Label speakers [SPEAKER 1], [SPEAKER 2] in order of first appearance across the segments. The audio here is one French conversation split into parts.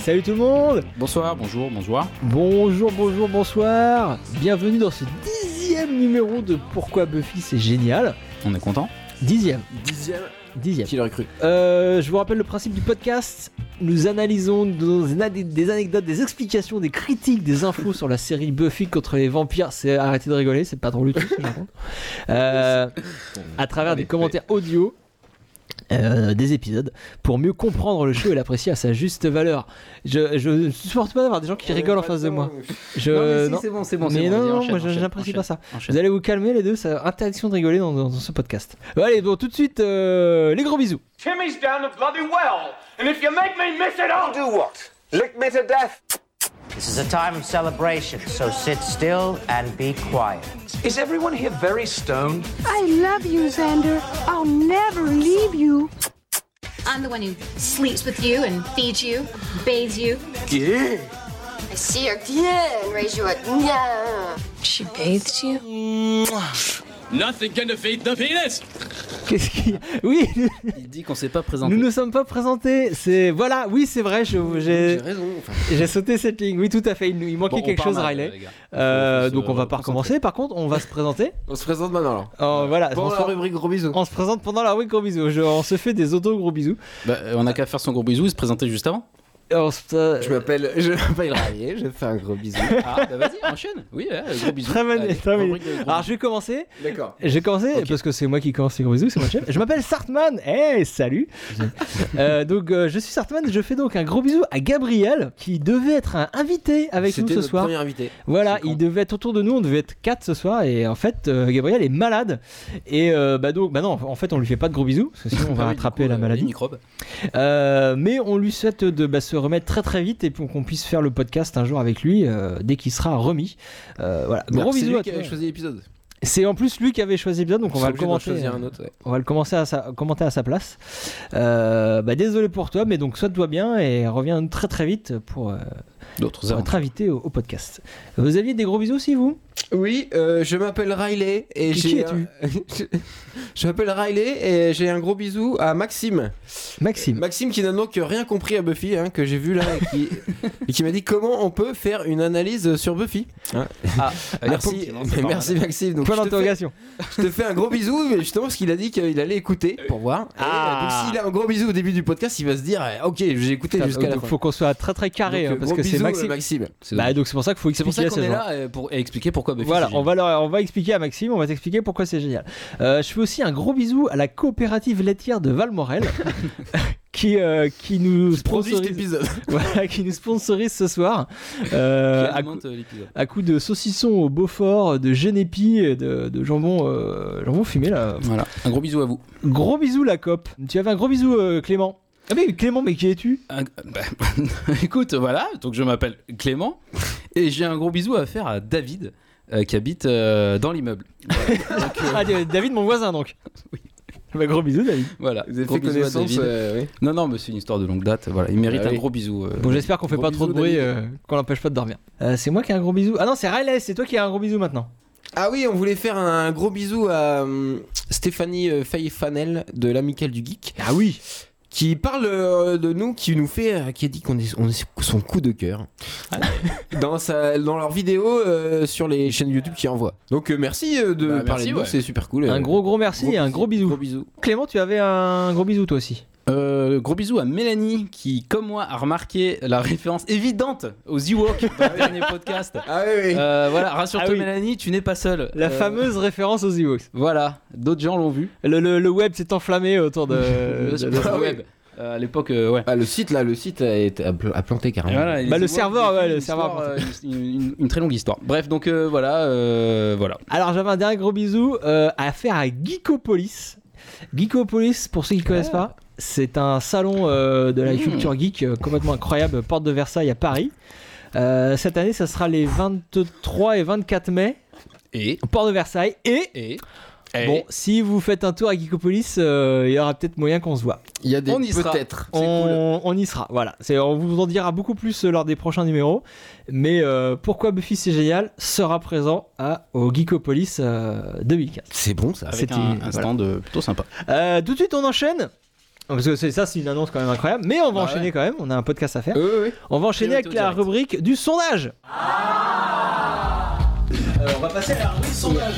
[SPEAKER 1] Salut tout le monde
[SPEAKER 2] Bonsoir, bonjour, bonsoir.
[SPEAKER 1] Bonjour, bonjour, bonsoir Bienvenue dans ce dixième numéro de Pourquoi Buffy c'est génial
[SPEAKER 2] On est content
[SPEAKER 1] Dixième,
[SPEAKER 3] Dixième.
[SPEAKER 1] dixième.
[SPEAKER 3] Qui l'aurait cru
[SPEAKER 1] Euh, je vous rappelle le principe du podcast. Nous analysons nous donnons des ana- des anecdotes, des explications, des critiques, des infos sur la série Buffy contre les vampires. C'est arrêtez de rigoler, c'est pas drôle du tout. ce que je raconte. Euh, à travers des commentaires audio. euh, des épisodes pour mieux comprendre le show et l'apprécier à sa juste valeur. Je, je ne supporte pas d'avoir des gens qui
[SPEAKER 2] Euh,
[SPEAKER 1] rigolent en face de moi. Je, non.
[SPEAKER 2] c'est bon, c'est bon.
[SPEAKER 1] Mais non, non, moi je- j'apprécie pas ça. Vous allez vous calmer les deux, ça interdiction de rigoler dans, dans ce podcast. Allez, bon, tout de suite, euh, les gros bisous.
[SPEAKER 4] Timmy's down the bloody well, and if you make me miss it, I'll do what? Lick me to death.
[SPEAKER 5] This is a time of celebration, so sit still and be quiet.
[SPEAKER 4] Is everyone here very stoned?
[SPEAKER 6] I love you, Xander. I'll never leave you.
[SPEAKER 7] I'm the one who sleeps with you and feeds you, bathes you.
[SPEAKER 8] I see her yeah, and raise you a yeah.
[SPEAKER 6] She bathes you?
[SPEAKER 1] Qu'est-ce qu'il y a Oui,
[SPEAKER 2] Il dit qu'on s'est pas présenté.
[SPEAKER 1] nous ne sommes pas présentés. C'est voilà, oui, c'est vrai. je- J'ai
[SPEAKER 3] J'ai raison. enfin,
[SPEAKER 1] j'ai sauté cette ligne. Oui, tout à fait. Il, nous- il manquait
[SPEAKER 2] Bon, on
[SPEAKER 1] quelque
[SPEAKER 2] part
[SPEAKER 1] chose,
[SPEAKER 2] mal,
[SPEAKER 1] Riley.
[SPEAKER 2] les gars.
[SPEAKER 1] Euh,
[SPEAKER 2] Faut se
[SPEAKER 1] donc on va pas
[SPEAKER 2] reconcentrer.
[SPEAKER 1] recommencer. Par contre, on va se présenter.
[SPEAKER 3] on se présente maintenant alors.
[SPEAKER 1] Euh, voilà.
[SPEAKER 3] Bon,
[SPEAKER 1] on,
[SPEAKER 3] la
[SPEAKER 1] se-
[SPEAKER 3] rubrique gros bisous.
[SPEAKER 1] on se présente pendant la rubrique gros bisous. Je- on se fait des auto gros bisous. Euh,
[SPEAKER 2] Bah, euh, on a qu'à faire son gros bisou et se présenter juste avant.
[SPEAKER 1] On se-
[SPEAKER 3] Je m'appelle, je
[SPEAKER 1] Euh,
[SPEAKER 3] m'appelle Rayé, je fais un gros bisou.
[SPEAKER 2] Ah, bah vas-y, enchaîne. Oui, ouais, gros bisou.
[SPEAKER 1] Très bonne,
[SPEAKER 2] Allez,
[SPEAKER 1] très bonne.
[SPEAKER 2] rubrique de gros
[SPEAKER 1] Alors je vais commencer.
[SPEAKER 3] D'accord.
[SPEAKER 1] J'ai commencé parce que c'est moi qui commence les gros bisous, c'est moi le chef. Je m'appelle Sartman. Hey, salut. Euh, donc euh, je suis Sartman. Je fais donc un gros bisou à Gabriel qui devait être un invité avec nous
[SPEAKER 3] C'était
[SPEAKER 1] ce
[SPEAKER 3] notre
[SPEAKER 1] soir.
[SPEAKER 3] premier invité.
[SPEAKER 1] Voilà,
[SPEAKER 2] C'est con.
[SPEAKER 1] il devait être autour de nous. On devait être quatre ce soir et en fait euh, Gabriel est malade et euh, bah donc bah non en fait on lui fait pas de gros bisous parce que sinon on va
[SPEAKER 2] Ah oui,
[SPEAKER 1] attraper
[SPEAKER 2] du coup,
[SPEAKER 1] la
[SPEAKER 2] euh,
[SPEAKER 1] maladie.
[SPEAKER 2] Les microbes.
[SPEAKER 1] Euh, mais on lui souhaite de bah, se remettre très très vite et pour qu'on puisse faire le podcast un jour avec lui euh, dès qu'il sera remis. Euh, voilà, gros
[SPEAKER 3] Bah, C'est
[SPEAKER 1] bisous
[SPEAKER 3] lui
[SPEAKER 1] à
[SPEAKER 3] qui
[SPEAKER 1] toi.
[SPEAKER 3] avait choisi l'épisode.
[SPEAKER 1] C'est en plus lui qui avait choisi l'épisode donc on
[SPEAKER 3] Ils
[SPEAKER 1] va
[SPEAKER 3] sont
[SPEAKER 1] le
[SPEAKER 3] obligés d'en
[SPEAKER 1] commenter.
[SPEAKER 3] choisir
[SPEAKER 1] euh,
[SPEAKER 3] un autre. ouais.
[SPEAKER 1] on va le commencer à sa, commenter à sa place. Euh, bah, désolé pour toi, mais donc sois-toi bien et reviens très très vite pour, euh,
[SPEAKER 2] D'autres
[SPEAKER 1] pour
[SPEAKER 2] armes.
[SPEAKER 1] être invité au, au podcast. Vous aviez des gros bisous aussi, vous
[SPEAKER 3] Oui, euh, je m'appelle Riley et
[SPEAKER 1] Qui-
[SPEAKER 3] j'ai.
[SPEAKER 1] qui
[SPEAKER 3] un- je m'appelle Riley et j'ai un gros bisou à Maxime.
[SPEAKER 1] Maxime.
[SPEAKER 3] Maxime qui n'a donc rien compris à Buffy, hein, que j'ai vu là, et qui, et qui m'a dit comment on peut faire une analyse sur Buffy. hein.
[SPEAKER 2] Ah,
[SPEAKER 3] merci, merci Maxime. Donc,
[SPEAKER 1] Point
[SPEAKER 3] je te fais-
[SPEAKER 1] d'interrogation.
[SPEAKER 3] Je te fais un gros bisou, mais justement parce qu'il a dit qu'il allait écouter pour voir. Et,
[SPEAKER 1] Ah.
[SPEAKER 3] euh, donc s'il a un gros bisou au début du podcast, il va se dire eh, ok, j'ai écouté jusqu'à la
[SPEAKER 1] Euh, Donc,
[SPEAKER 3] fin.
[SPEAKER 1] faut qu'on soit très très carré
[SPEAKER 3] Donc,
[SPEAKER 1] hein,
[SPEAKER 3] euh,
[SPEAKER 1] parce
[SPEAKER 3] gros
[SPEAKER 1] que c'est
[SPEAKER 3] bisous,
[SPEAKER 1] Maxime.
[SPEAKER 3] euh, Maxime.
[SPEAKER 1] Bah, donc c'est pour ça qu'il faut
[SPEAKER 2] C'est pour
[SPEAKER 1] expliquer à
[SPEAKER 2] ça qu'on
[SPEAKER 1] ces
[SPEAKER 2] est
[SPEAKER 1] gens.
[SPEAKER 2] là euh, pour expliquer pourquoi
[SPEAKER 3] Bah,
[SPEAKER 2] Buffy.
[SPEAKER 1] Voilà,
[SPEAKER 2] c'est
[SPEAKER 1] on
[SPEAKER 2] génial.
[SPEAKER 1] va, leur- on va expliquer à Maxime, on va t'expliquer pourquoi c'est génial. Euh, je fais aussi un gros bisou à la coopérative laitière de Valmorel qui, euh, qui nous
[SPEAKER 3] Produit cet
[SPEAKER 1] sponsorise,
[SPEAKER 3] épisode.
[SPEAKER 1] voilà, qui nous sponsorise ce soir. Euh,
[SPEAKER 2] Qui
[SPEAKER 1] à
[SPEAKER 2] alimente, euh, l'épisode.
[SPEAKER 1] à coup de saucisson au Beaufort, de genépi, et de, de jambon, euh, jambon fumé là.
[SPEAKER 2] Voilà, un gros bisou à vous.
[SPEAKER 1] Gros bisou la COP. Tu avais un gros bisou euh, Clément. Ah mais Clément, mais qui es-tu
[SPEAKER 2] Un- bah, écoute, voilà, donc je m'appelle Clément et j'ai un gros bisou à faire à David euh, qui habite euh, dans l'immeuble.
[SPEAKER 1] Ah euh, David, mon voisin donc. Oui. Bah, gros bisou David.
[SPEAKER 2] Voilà,
[SPEAKER 3] Vous avez
[SPEAKER 2] gros
[SPEAKER 3] fait
[SPEAKER 2] bisou à
[SPEAKER 3] connaissance.
[SPEAKER 2] David.
[SPEAKER 3] euh, oui.
[SPEAKER 2] Non, non, mais c'est une histoire de longue date. Voilà, il mérite
[SPEAKER 3] Ah
[SPEAKER 2] un
[SPEAKER 3] oui.
[SPEAKER 2] gros bisou. euh,
[SPEAKER 1] Bah Bon j'espère qu'on fait
[SPEAKER 3] Gros
[SPEAKER 1] pas trop de
[SPEAKER 3] bisou,
[SPEAKER 1] bruit,
[SPEAKER 3] David.
[SPEAKER 1] euh, qu'on l'empêche pas de dormir. Euh, c'est moi qui ai un gros bisou. Ah non c'est Riley, c'est toi qui as un gros bisou maintenant.
[SPEAKER 3] Ah oui, on voulait faire un gros bisou à hum, Stéphanie euh, Faye-Fanel de l'Amicale du Geek.
[SPEAKER 1] Ah oui.
[SPEAKER 3] qui parle euh, de nous, qui nous fait, euh, qui a dit qu'on est, on est son coup de cœur
[SPEAKER 1] Ah
[SPEAKER 3] dans sa, dans leur vidéo euh, sur les chaînes YouTube qui envoient. Donc euh, merci euh, de
[SPEAKER 2] Bah, merci,
[SPEAKER 3] parler de nous,
[SPEAKER 2] ouais.
[SPEAKER 3] c'est super cool.
[SPEAKER 1] Un
[SPEAKER 3] euh,
[SPEAKER 1] gros gros merci et un gros bisou.
[SPEAKER 3] Gros bisou.
[SPEAKER 1] Clément, tu avais un gros bisou toi aussi.
[SPEAKER 2] Euh, gros bisou à Mélanie qui, comme moi, a remarqué la référence évidente aux Ewoks dans le dernier podcast.
[SPEAKER 3] Ah oui, oui.
[SPEAKER 2] Euh, voilà, rassure-toi
[SPEAKER 1] Ah oui.
[SPEAKER 2] Mélanie, tu n'es pas seule.
[SPEAKER 1] La
[SPEAKER 2] Euh,
[SPEAKER 1] fameuse référence aux Ewoks.
[SPEAKER 2] Voilà, d'autres gens l'ont vu.
[SPEAKER 1] Le, le- le web s'est enflammé autour de,
[SPEAKER 2] Euh, sur
[SPEAKER 1] de-
[SPEAKER 2] le
[SPEAKER 3] ah oui.
[SPEAKER 2] web. Euh, à l'époque, euh, ouais.
[SPEAKER 3] Ah, le site là, le site a, été- a pl- a planté
[SPEAKER 2] Et
[SPEAKER 3] carrément.
[SPEAKER 2] voilà, les
[SPEAKER 1] Bah, le
[SPEAKER 2] Ewoks,
[SPEAKER 1] serveur,
[SPEAKER 2] ils ont
[SPEAKER 1] ouais,
[SPEAKER 2] une
[SPEAKER 1] le serveur
[SPEAKER 2] histoire, euh, une, une- une très longue histoire. Bref, donc euh, voilà, euh, voilà.
[SPEAKER 1] Alors j'avais un dernier gros bisou euh, à faire à Geekopolis. Geekopolis, pour ceux qui ne connaissent pas, c'est un salon euh, de la
[SPEAKER 2] Ah. Mmh.
[SPEAKER 1] culture geek euh, complètement incroyable, porte de Versailles à Paris. Euh, cette année, ça sera les 23 et 24 mai,
[SPEAKER 2] Et
[SPEAKER 1] porte de Versailles. Et,
[SPEAKER 2] et,
[SPEAKER 1] bon, si vous faites un tour à Geekopolis, euh, il y aura peut-être moyen qu'on se voit.
[SPEAKER 3] Il y a des
[SPEAKER 2] On y sera.
[SPEAKER 3] peut-être.
[SPEAKER 1] On, on y sera, voilà. C'est- On vous en dira beaucoup plus euh, lors des prochains numéros. Mais euh, pourquoi Buffy c'est génial sera présent à, au Geekopolis euh, 2015.
[SPEAKER 3] C'est bon ça.
[SPEAKER 2] avec
[SPEAKER 1] c'était-
[SPEAKER 2] un,
[SPEAKER 1] voilà.
[SPEAKER 2] un stand euh, plutôt sympa.
[SPEAKER 1] Euh, tout de suite, on enchaîne Parce que c'est ça, c'est une annonce quand même incroyable. Mais on va
[SPEAKER 2] Bah
[SPEAKER 1] enchaîner
[SPEAKER 2] ouais.
[SPEAKER 1] quand même, on a un podcast à faire.
[SPEAKER 3] Oui, oui, oui.
[SPEAKER 1] Euh, On va enchaîner avec
[SPEAKER 2] Priorité au
[SPEAKER 1] la
[SPEAKER 2] direct.
[SPEAKER 1] rubrique du sondage. Euh, on va passer à la rubrique sondage.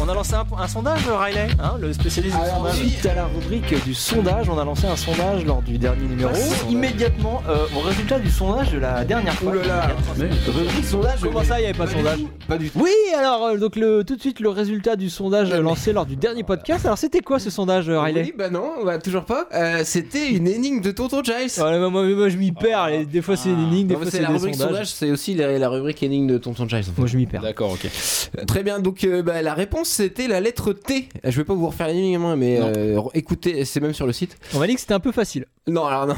[SPEAKER 1] On a lancé un, un sondage, Riley, hein, le spécialiste du sondage. Suite à la rubrique du sondage, on a lancé un sondage lors du dernier numéro. Immédiatement euh, au résultat du sondage de la dernière fois.
[SPEAKER 3] Rubrique sondage.
[SPEAKER 1] Comment ça, il n'y avait pas de sondage
[SPEAKER 3] Pas du tout.
[SPEAKER 1] Oui, alors euh, donc le, tout de suite le résultat du sondage euh, lancé lors du dernier podcast. Alors c'était quoi ce sondage, euh, Riley
[SPEAKER 3] Oui, bah non, bah, toujours pas. Euh, C'était une énigme de Tonton Giles.
[SPEAKER 1] Ouais, bah, moi, moi, moi, je m'y perds.
[SPEAKER 3] Ah.
[SPEAKER 1] les- des fois c'est une énigme, des
[SPEAKER 3] Non,
[SPEAKER 1] fois
[SPEAKER 3] mais c'est
[SPEAKER 1] c'est des
[SPEAKER 3] la rubrique
[SPEAKER 1] sondages.
[SPEAKER 3] sondage, c'est aussi la, la rubrique énigme de Tonton Giles.
[SPEAKER 1] Moi je m'y perds.
[SPEAKER 2] D'accord, ok.
[SPEAKER 3] Euh, Très bien, donc euh, bah, la réponse c'était la lettre T. Euh, Je vais pas vous refaire l'énigme, hein, mais
[SPEAKER 2] Non.
[SPEAKER 3] euh, re- écoutez, c'est même sur le site.
[SPEAKER 1] On m'a dit que c'était un peu facile.
[SPEAKER 3] Non, alors non.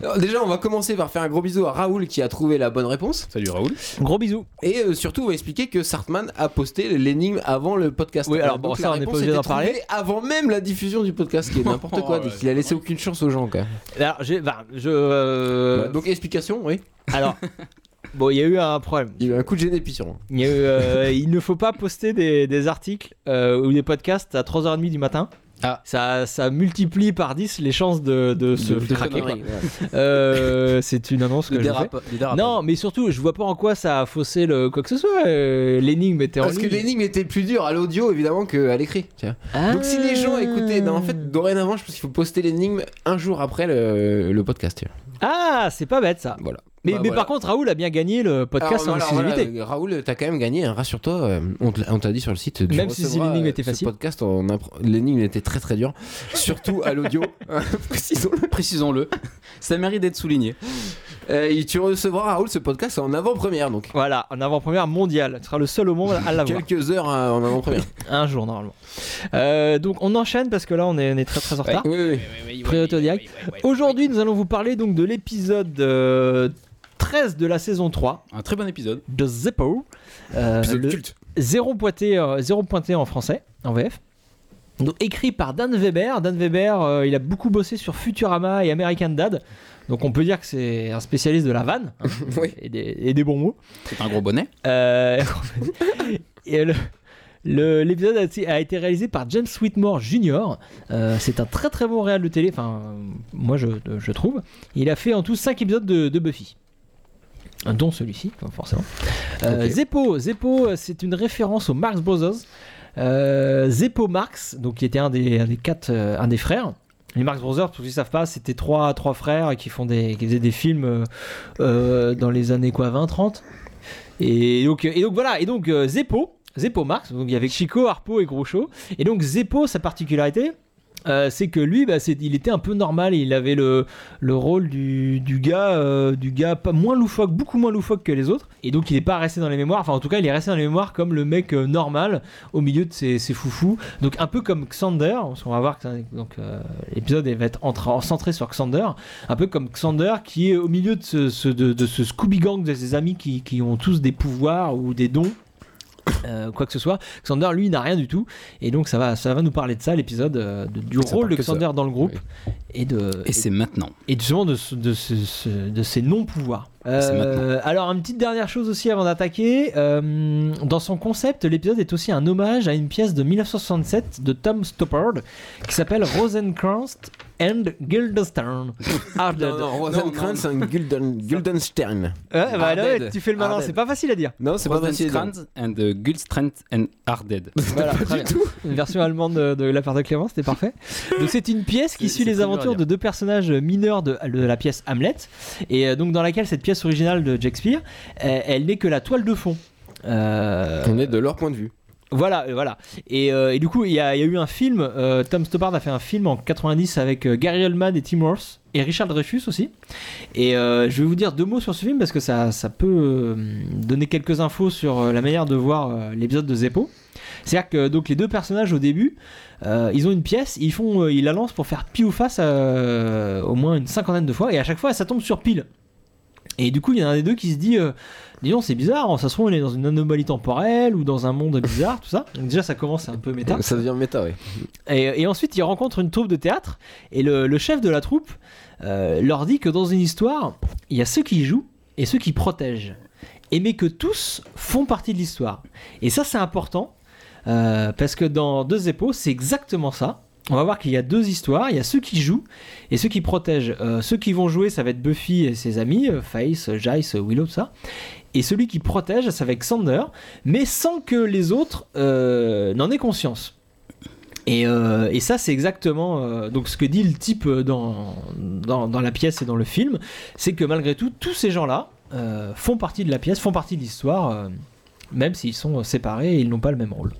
[SPEAKER 3] Alors, Déjà, on va commencer par faire un gros bisou à Raoul qui a trouvé la bonne réponse.
[SPEAKER 2] Salut Raoul.
[SPEAKER 1] Gros bisous.
[SPEAKER 3] Et euh, surtout, on va expliquer que Sartman a posté l'énigme avant le podcast.
[SPEAKER 1] Oui, alors
[SPEAKER 3] Euh,
[SPEAKER 1] bon,
[SPEAKER 3] donc,
[SPEAKER 1] ça,
[SPEAKER 3] la
[SPEAKER 1] on n'est pas
[SPEAKER 3] réponse
[SPEAKER 1] obligé d'en
[SPEAKER 3] était trouvée Avant même la diffusion du podcast, qui est n'importe quoi.
[SPEAKER 2] Oh,
[SPEAKER 3] donc,
[SPEAKER 2] ouais,
[SPEAKER 3] il a laissé aucune chance aux gens, quoi.
[SPEAKER 1] Alors, j'ai- bah, je. euh,
[SPEAKER 3] Voilà, donc, explication, oui.
[SPEAKER 1] alors. Bon, il y a eu un problème.
[SPEAKER 3] Il y a eu un coup de gêné, puis sur moi.
[SPEAKER 1] Il, y a eu, euh, il ne faut pas poster des, des articles euh, ou des podcasts à 3h30 du matin.
[SPEAKER 2] Ah.
[SPEAKER 1] Ça, ça multiplie par 10 les chances de, de se
[SPEAKER 2] De- de
[SPEAKER 1] craquer.
[SPEAKER 2] conneries,
[SPEAKER 1] quoi. Euh, c'est une annonce que
[SPEAKER 2] Le
[SPEAKER 1] je fais.
[SPEAKER 2] dérap- le dérapage.
[SPEAKER 1] Non, mais surtout, je vois pas en quoi ça a faussé le quoi que ce soit. euh, L'énigme était en
[SPEAKER 3] Parce que
[SPEAKER 1] ligne.
[SPEAKER 3] l'énigme était plus dure à l'audio, évidemment, qu'à l'écrit. tu vois. Donc, si
[SPEAKER 1] Ah.
[SPEAKER 3] les gens écoutaient. Non, en fait, dorénavant, je pense qu'il faut poster l'énigme un jour après le, le podcast. tu vois.
[SPEAKER 1] Ah, c'est pas bête ça.
[SPEAKER 3] Voilà.
[SPEAKER 1] Mais,
[SPEAKER 3] Bah,
[SPEAKER 1] mais
[SPEAKER 3] voilà.
[SPEAKER 1] par contre, Raoul a bien gagné le podcast
[SPEAKER 3] Alors,
[SPEAKER 1] en
[SPEAKER 3] voilà,
[SPEAKER 1] exclusivité.
[SPEAKER 3] voilà, euh, Raoul, t'as quand même gagné, hein, rassure-toi. euh, on te l'a- on t'a dit sur le site. tu
[SPEAKER 1] Même si
[SPEAKER 3] recevras,
[SPEAKER 1] l'énigme
[SPEAKER 3] euh,
[SPEAKER 1] était
[SPEAKER 3] ce
[SPEAKER 1] facile.
[SPEAKER 3] podcast, on appre- l'énigme était très très dure, surtout à l'audio. hein, Précisons-le.
[SPEAKER 2] Précisons-le. Ça mérite d'être souligné.
[SPEAKER 3] Euh, et tu recevras Raoul ce podcast en avant-première, donc
[SPEAKER 1] Voilà, en avant-première mondiale. Tu seras le seul au monde à l'avoir.
[SPEAKER 3] quelques heures euh, en avant-première.
[SPEAKER 1] Un jour normalement. Euh, donc on enchaîne parce que là on est, on est très très en retard.
[SPEAKER 3] oui, oui.
[SPEAKER 1] Priorité au direct. Aujourd'hui nous allons vous parler donc de l'épisode euh, 13 de la saison 3
[SPEAKER 2] Un très bon épisode.
[SPEAKER 1] de Zeppo. Euh, le zéro, pointé, euh, zéro pointé en français, en VF. Donc, écrit par Dan Weber. Dan Weber euh, il a beaucoup bossé sur Futurama et American Dad. Donc on peut dire que c'est un spécialiste de la vanne hein,
[SPEAKER 3] Oui.
[SPEAKER 1] et, des, et des bons mots.
[SPEAKER 2] C'est un gros bonnet.
[SPEAKER 1] Euh, et le- le- L'épisode a, été- a été réalisé par James Whitmore Jr. Euh, c'est un très très bon réal de télé, enfin euh, moi je, je trouve. Il a fait en tout 5 épisodes de, de Buffy, dont celui-ci enfin, forcément. Euh,
[SPEAKER 3] Ok.
[SPEAKER 1] Zeppo, Zeppo, euh, c'est une référence aux Marx Brothers. Euh, Zeppo Marx, donc qui était un des, un des quatre, euh, un des frères. Les Marx Brothers, pour ceux qui ne savent pas, c'était trois, trois frères qui, font des, qui faisaient des films euh, euh, dans les années quoi, 20, 30. Et donc, et donc voilà, et donc euh, Zeppo, Zeppo Marx, donc il y avait Chico, Harpo et Groucho. Et donc Zeppo, sa particularité, euh, c'est que lui, bah, c'est- il était un peu normal, il avait le, le rôle du, du gars, euh, du gars pas, moins loufoque, beaucoup moins loufoque que les autres. Et donc il n'est pas resté dans les mémoires, enfin en tout cas il est resté dans les mémoires comme le mec euh, normal au milieu de ses, ses foufous. Donc un peu comme Xander, parce qu'on va voir que donc, euh, l'épisode va être entra- centré sur Xander, un peu comme Xander qui est au milieu de ce, ce- de, de ce Scooby Gang de ses amis qui, qui ont tous des pouvoirs ou des dons. euh, quoi que ce soit, Xander lui n'a rien du tout et donc ça va, ça va nous parler de ça l'épisode euh, de- du
[SPEAKER 3] Ça
[SPEAKER 1] rôle
[SPEAKER 3] parle
[SPEAKER 1] de
[SPEAKER 3] que de ça.
[SPEAKER 1] Xander dans le groupe
[SPEAKER 3] Oui.
[SPEAKER 1] et de
[SPEAKER 2] Et c'est maintenant.
[SPEAKER 1] et justement de, ce- de, ce- ce- de ces non-pouvoirs.
[SPEAKER 3] Ah,
[SPEAKER 2] C'est
[SPEAKER 1] Euh,
[SPEAKER 2] maintenant.
[SPEAKER 1] alors, une petite dernière chose aussi avant d'attaquer. Euh, dans son concept, l'épisode est aussi un hommage à une pièce de 1967 de Tom Stoppard qui s'appelle Rosencrantz and Guildenstern. Arded.
[SPEAKER 3] Ah, Non, non, Rosencrantz, un Gulden, Guldenstern.
[SPEAKER 1] Ouais, bah,
[SPEAKER 3] Arded.
[SPEAKER 1] ouais, tu fais le malin,
[SPEAKER 3] Arded.
[SPEAKER 1] c'est pas facile à dire.
[SPEAKER 3] Non, c'est pas facile. non.
[SPEAKER 2] Rosencrantz and the Gullstrand and are dead.
[SPEAKER 1] Voilà, très bien. Une version allemande de, de la part de Clément, c'était parfait. Donc c'est une pièce qui
[SPEAKER 2] C'est-
[SPEAKER 1] suit
[SPEAKER 2] c'est
[SPEAKER 1] les
[SPEAKER 2] très dur à
[SPEAKER 1] aventures de
[SPEAKER 2] dire.
[SPEAKER 1] deux personnages mineurs de, de la pièce Hamlet, et euh, donc dans laquelle cette pièce originale de Shakespeare, euh, elle n'est que la toile de fond. Euh,
[SPEAKER 3] On est de leur point de vue.
[SPEAKER 1] voilà, euh, voilà. Et, euh, et du coup, il y, a il y a eu un film. euh, Tom Stoppard a fait un film en 90 avec euh, Gary Oldman et Tim Roth et Richard Dreyfus aussi. Et euh, je vais vous dire deux mots sur ce film parce que ça, ça peut euh, donner quelques infos sur euh, la manière de voir euh, l'épisode de Zeppo. C'est-à-dire que donc les deux personnages au début, euh, ils ont une pièce, ils font, euh, ils la lancent pour faire pile ou face euh, au moins une cinquantaine de fois et à chaque fois ça tombe sur pile. Et du coup, il y en a un des deux qui se dit. euh, Dis donc, c'est bizarre, hein, ça se trouve, on est dans une anomalie temporelle ou dans un monde bizarre, tout ça. Donc, déjà, ça commence un peu méta.
[SPEAKER 3] Ça devient méta, oui.
[SPEAKER 1] Et, et ensuite, il rencontre une troupe de théâtre et le, le chef de la troupe euh, leur dit que dans une histoire, il y a ceux qui jouent et ceux qui protègent. Et mais que tous font partie de l'histoire. Et ça, c'est important euh, parce que dans Deux Épaules, c'est exactement ça. on va voir qu'il y a deux histoires. Il y a ceux qui jouent et ceux qui protègent. Euh, ceux qui vont jouer, ça va être Buffy et ses amis, euh, Face, euh, Giles, euh, Willow, tout ça. Et celui qui protège, ça va être Sander, mais sans que les autres euh, n'en aient conscience. Et, euh, et ça, c'est exactement euh, donc ce que dit le type euh, dans, dans, dans la pièce et dans le film, c'est que malgré tout, tous ces gens-là euh, font partie de la pièce, font partie de l'histoire. euh, même s'ils sont euh, séparés et ils n'ont pas le même rôle.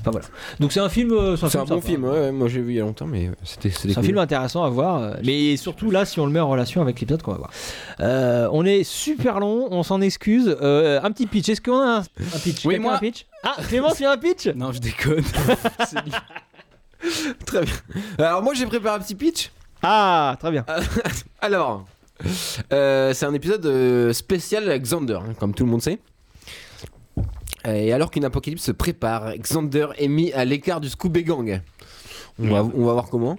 [SPEAKER 1] Enfin voilà. Donc c'est un film. euh,
[SPEAKER 3] C'est un bon
[SPEAKER 1] sympa.
[SPEAKER 3] film, ouais, ouais, moi j'ai vu il y a longtemps, mais euh, c'était c'était
[SPEAKER 1] C'est un
[SPEAKER 3] cool.
[SPEAKER 1] film intéressant à voir, euh, mais surtout là, si on le met en relation avec l'épisode qu'on va voir. Euh, on est super long, on s'en excuse. Euh, un petit pitch, est-ce qu'on a un, un pitch
[SPEAKER 2] Oui,
[SPEAKER 1] Quelqu'un
[SPEAKER 2] moi.
[SPEAKER 1] a un pitch Ah, Clémence, il y a un pitch
[SPEAKER 2] Non, je déconne.
[SPEAKER 3] Très bien. Alors moi j'ai préparé un petit pitch.
[SPEAKER 1] Ah, très bien.
[SPEAKER 3] Alors, euh, c'est un épisode euh, spécial Xander, hein, comme tout le monde sait. Et alors qu'une apocalypse se prépare, Xander est mis à l'écart du Scooby Gang. On va, on va voir comment.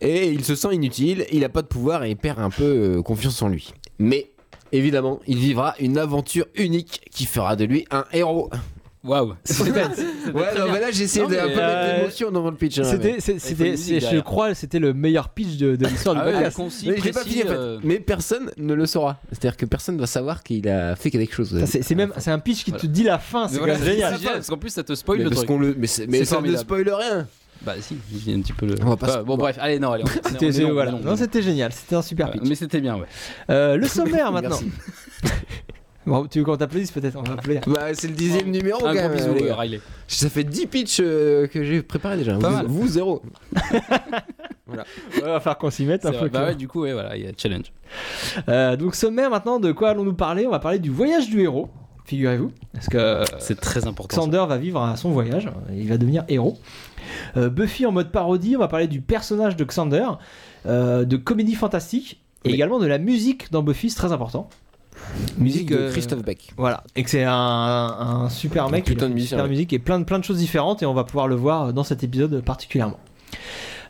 [SPEAKER 3] Et il se sent inutile, il a pas de pouvoir et il perd un peu euh, confiance en lui. Mais évidemment, il vivra une aventure unique qui fera de lui un héros.
[SPEAKER 2] Waouh.
[SPEAKER 3] Ouais, non, mais là j'ai essayé
[SPEAKER 2] Non,
[SPEAKER 3] de
[SPEAKER 2] mais,
[SPEAKER 3] un peu
[SPEAKER 1] euh,
[SPEAKER 3] mettre l'émotion dans le pitch. hein, mais-
[SPEAKER 1] C'était, c'est-
[SPEAKER 2] une
[SPEAKER 1] c'était,
[SPEAKER 2] musique
[SPEAKER 1] c'est- je
[SPEAKER 2] derrière.
[SPEAKER 1] crois, c'était le meilleur pitch de, de l'histoire du
[SPEAKER 2] Ah ouais,
[SPEAKER 1] podcast.
[SPEAKER 2] concis,
[SPEAKER 3] Mais je l'ai pas
[SPEAKER 2] précis,
[SPEAKER 3] fini en fait.
[SPEAKER 2] euh,
[SPEAKER 3] Mais personne ne le saura. C'est-à-dire que personne ne va savoir qu'il a fait quelque chose.
[SPEAKER 1] Ça, c'est, c'est même, c'est un pitch qui te
[SPEAKER 2] Voilà.
[SPEAKER 1] dit la fin,
[SPEAKER 2] Mais
[SPEAKER 1] c'est
[SPEAKER 2] voilà,
[SPEAKER 1] quand
[SPEAKER 2] C'est
[SPEAKER 1] même génial.
[SPEAKER 2] génial, parce qu'en plus ça te spoil
[SPEAKER 3] mais
[SPEAKER 2] le
[SPEAKER 3] parce
[SPEAKER 2] truc.
[SPEAKER 3] qu'on le, mais, c'est- mais
[SPEAKER 2] C'est
[SPEAKER 3] ça ne
[SPEAKER 2] formidable.
[SPEAKER 3] spoil rien.
[SPEAKER 2] Bah si, il dit un petit peu le.
[SPEAKER 3] On va pas
[SPEAKER 2] Bah,
[SPEAKER 3] se-
[SPEAKER 2] bon bref, allez non, allez. on- on est-
[SPEAKER 1] C'était,
[SPEAKER 2] on est
[SPEAKER 1] c'est-
[SPEAKER 2] long,
[SPEAKER 1] voilà.
[SPEAKER 2] on est
[SPEAKER 1] Non,
[SPEAKER 2] long, on est long.
[SPEAKER 1] c'était génial, c'était un super
[SPEAKER 2] Ouais,
[SPEAKER 1] pitch.
[SPEAKER 2] Mais c'était bien, ouais.
[SPEAKER 1] Euh, le sommaire maintenant.
[SPEAKER 3] Merci.
[SPEAKER 1] Bon, tu veux qu'on t'applaudisse peut-être On va applaudir.
[SPEAKER 3] Bah, c'est le dixième numéro.
[SPEAKER 2] Un
[SPEAKER 3] quand
[SPEAKER 2] gros
[SPEAKER 3] même,
[SPEAKER 2] bisou,
[SPEAKER 3] les
[SPEAKER 2] euh,
[SPEAKER 3] gars.
[SPEAKER 2] Riley.
[SPEAKER 3] Ça fait 10 pitchs euh, que j'ai préparé déjà.
[SPEAKER 2] Pas
[SPEAKER 3] Vous,
[SPEAKER 2] mal.
[SPEAKER 3] vous, zéro.
[SPEAKER 1] Ouais, va falloir qu'on s'y mette
[SPEAKER 2] C'est
[SPEAKER 1] un
[SPEAKER 2] vrai.
[SPEAKER 1] peu. quand
[SPEAKER 2] Bah
[SPEAKER 1] même.
[SPEAKER 2] ouais, du coup, ouais, voilà, il y a challenge.
[SPEAKER 1] Euh, donc sommaire maintenant, de quoi allons-nous parler On va parler du voyage du héros, figurez-vous. Parce que euh,
[SPEAKER 2] C'est très important. ça.
[SPEAKER 1] Xander va vivre à son voyage, il va devenir héros. Euh, Buffy en mode parodie, on va parler du personnage de Xander, euh, de comédie fantastique, et
[SPEAKER 3] Oui.
[SPEAKER 1] également de la musique dans Buffy, c'est très important.
[SPEAKER 3] Musique de
[SPEAKER 1] euh,
[SPEAKER 3] Christophe Beck.
[SPEAKER 1] Voilà, et que c'est un, un super mec, il a
[SPEAKER 3] putain de
[SPEAKER 1] fait une
[SPEAKER 3] musicien,
[SPEAKER 1] super
[SPEAKER 3] ouais.
[SPEAKER 1] musique et plein de, plein de choses différentes, et on va pouvoir le voir dans cet épisode particulièrement.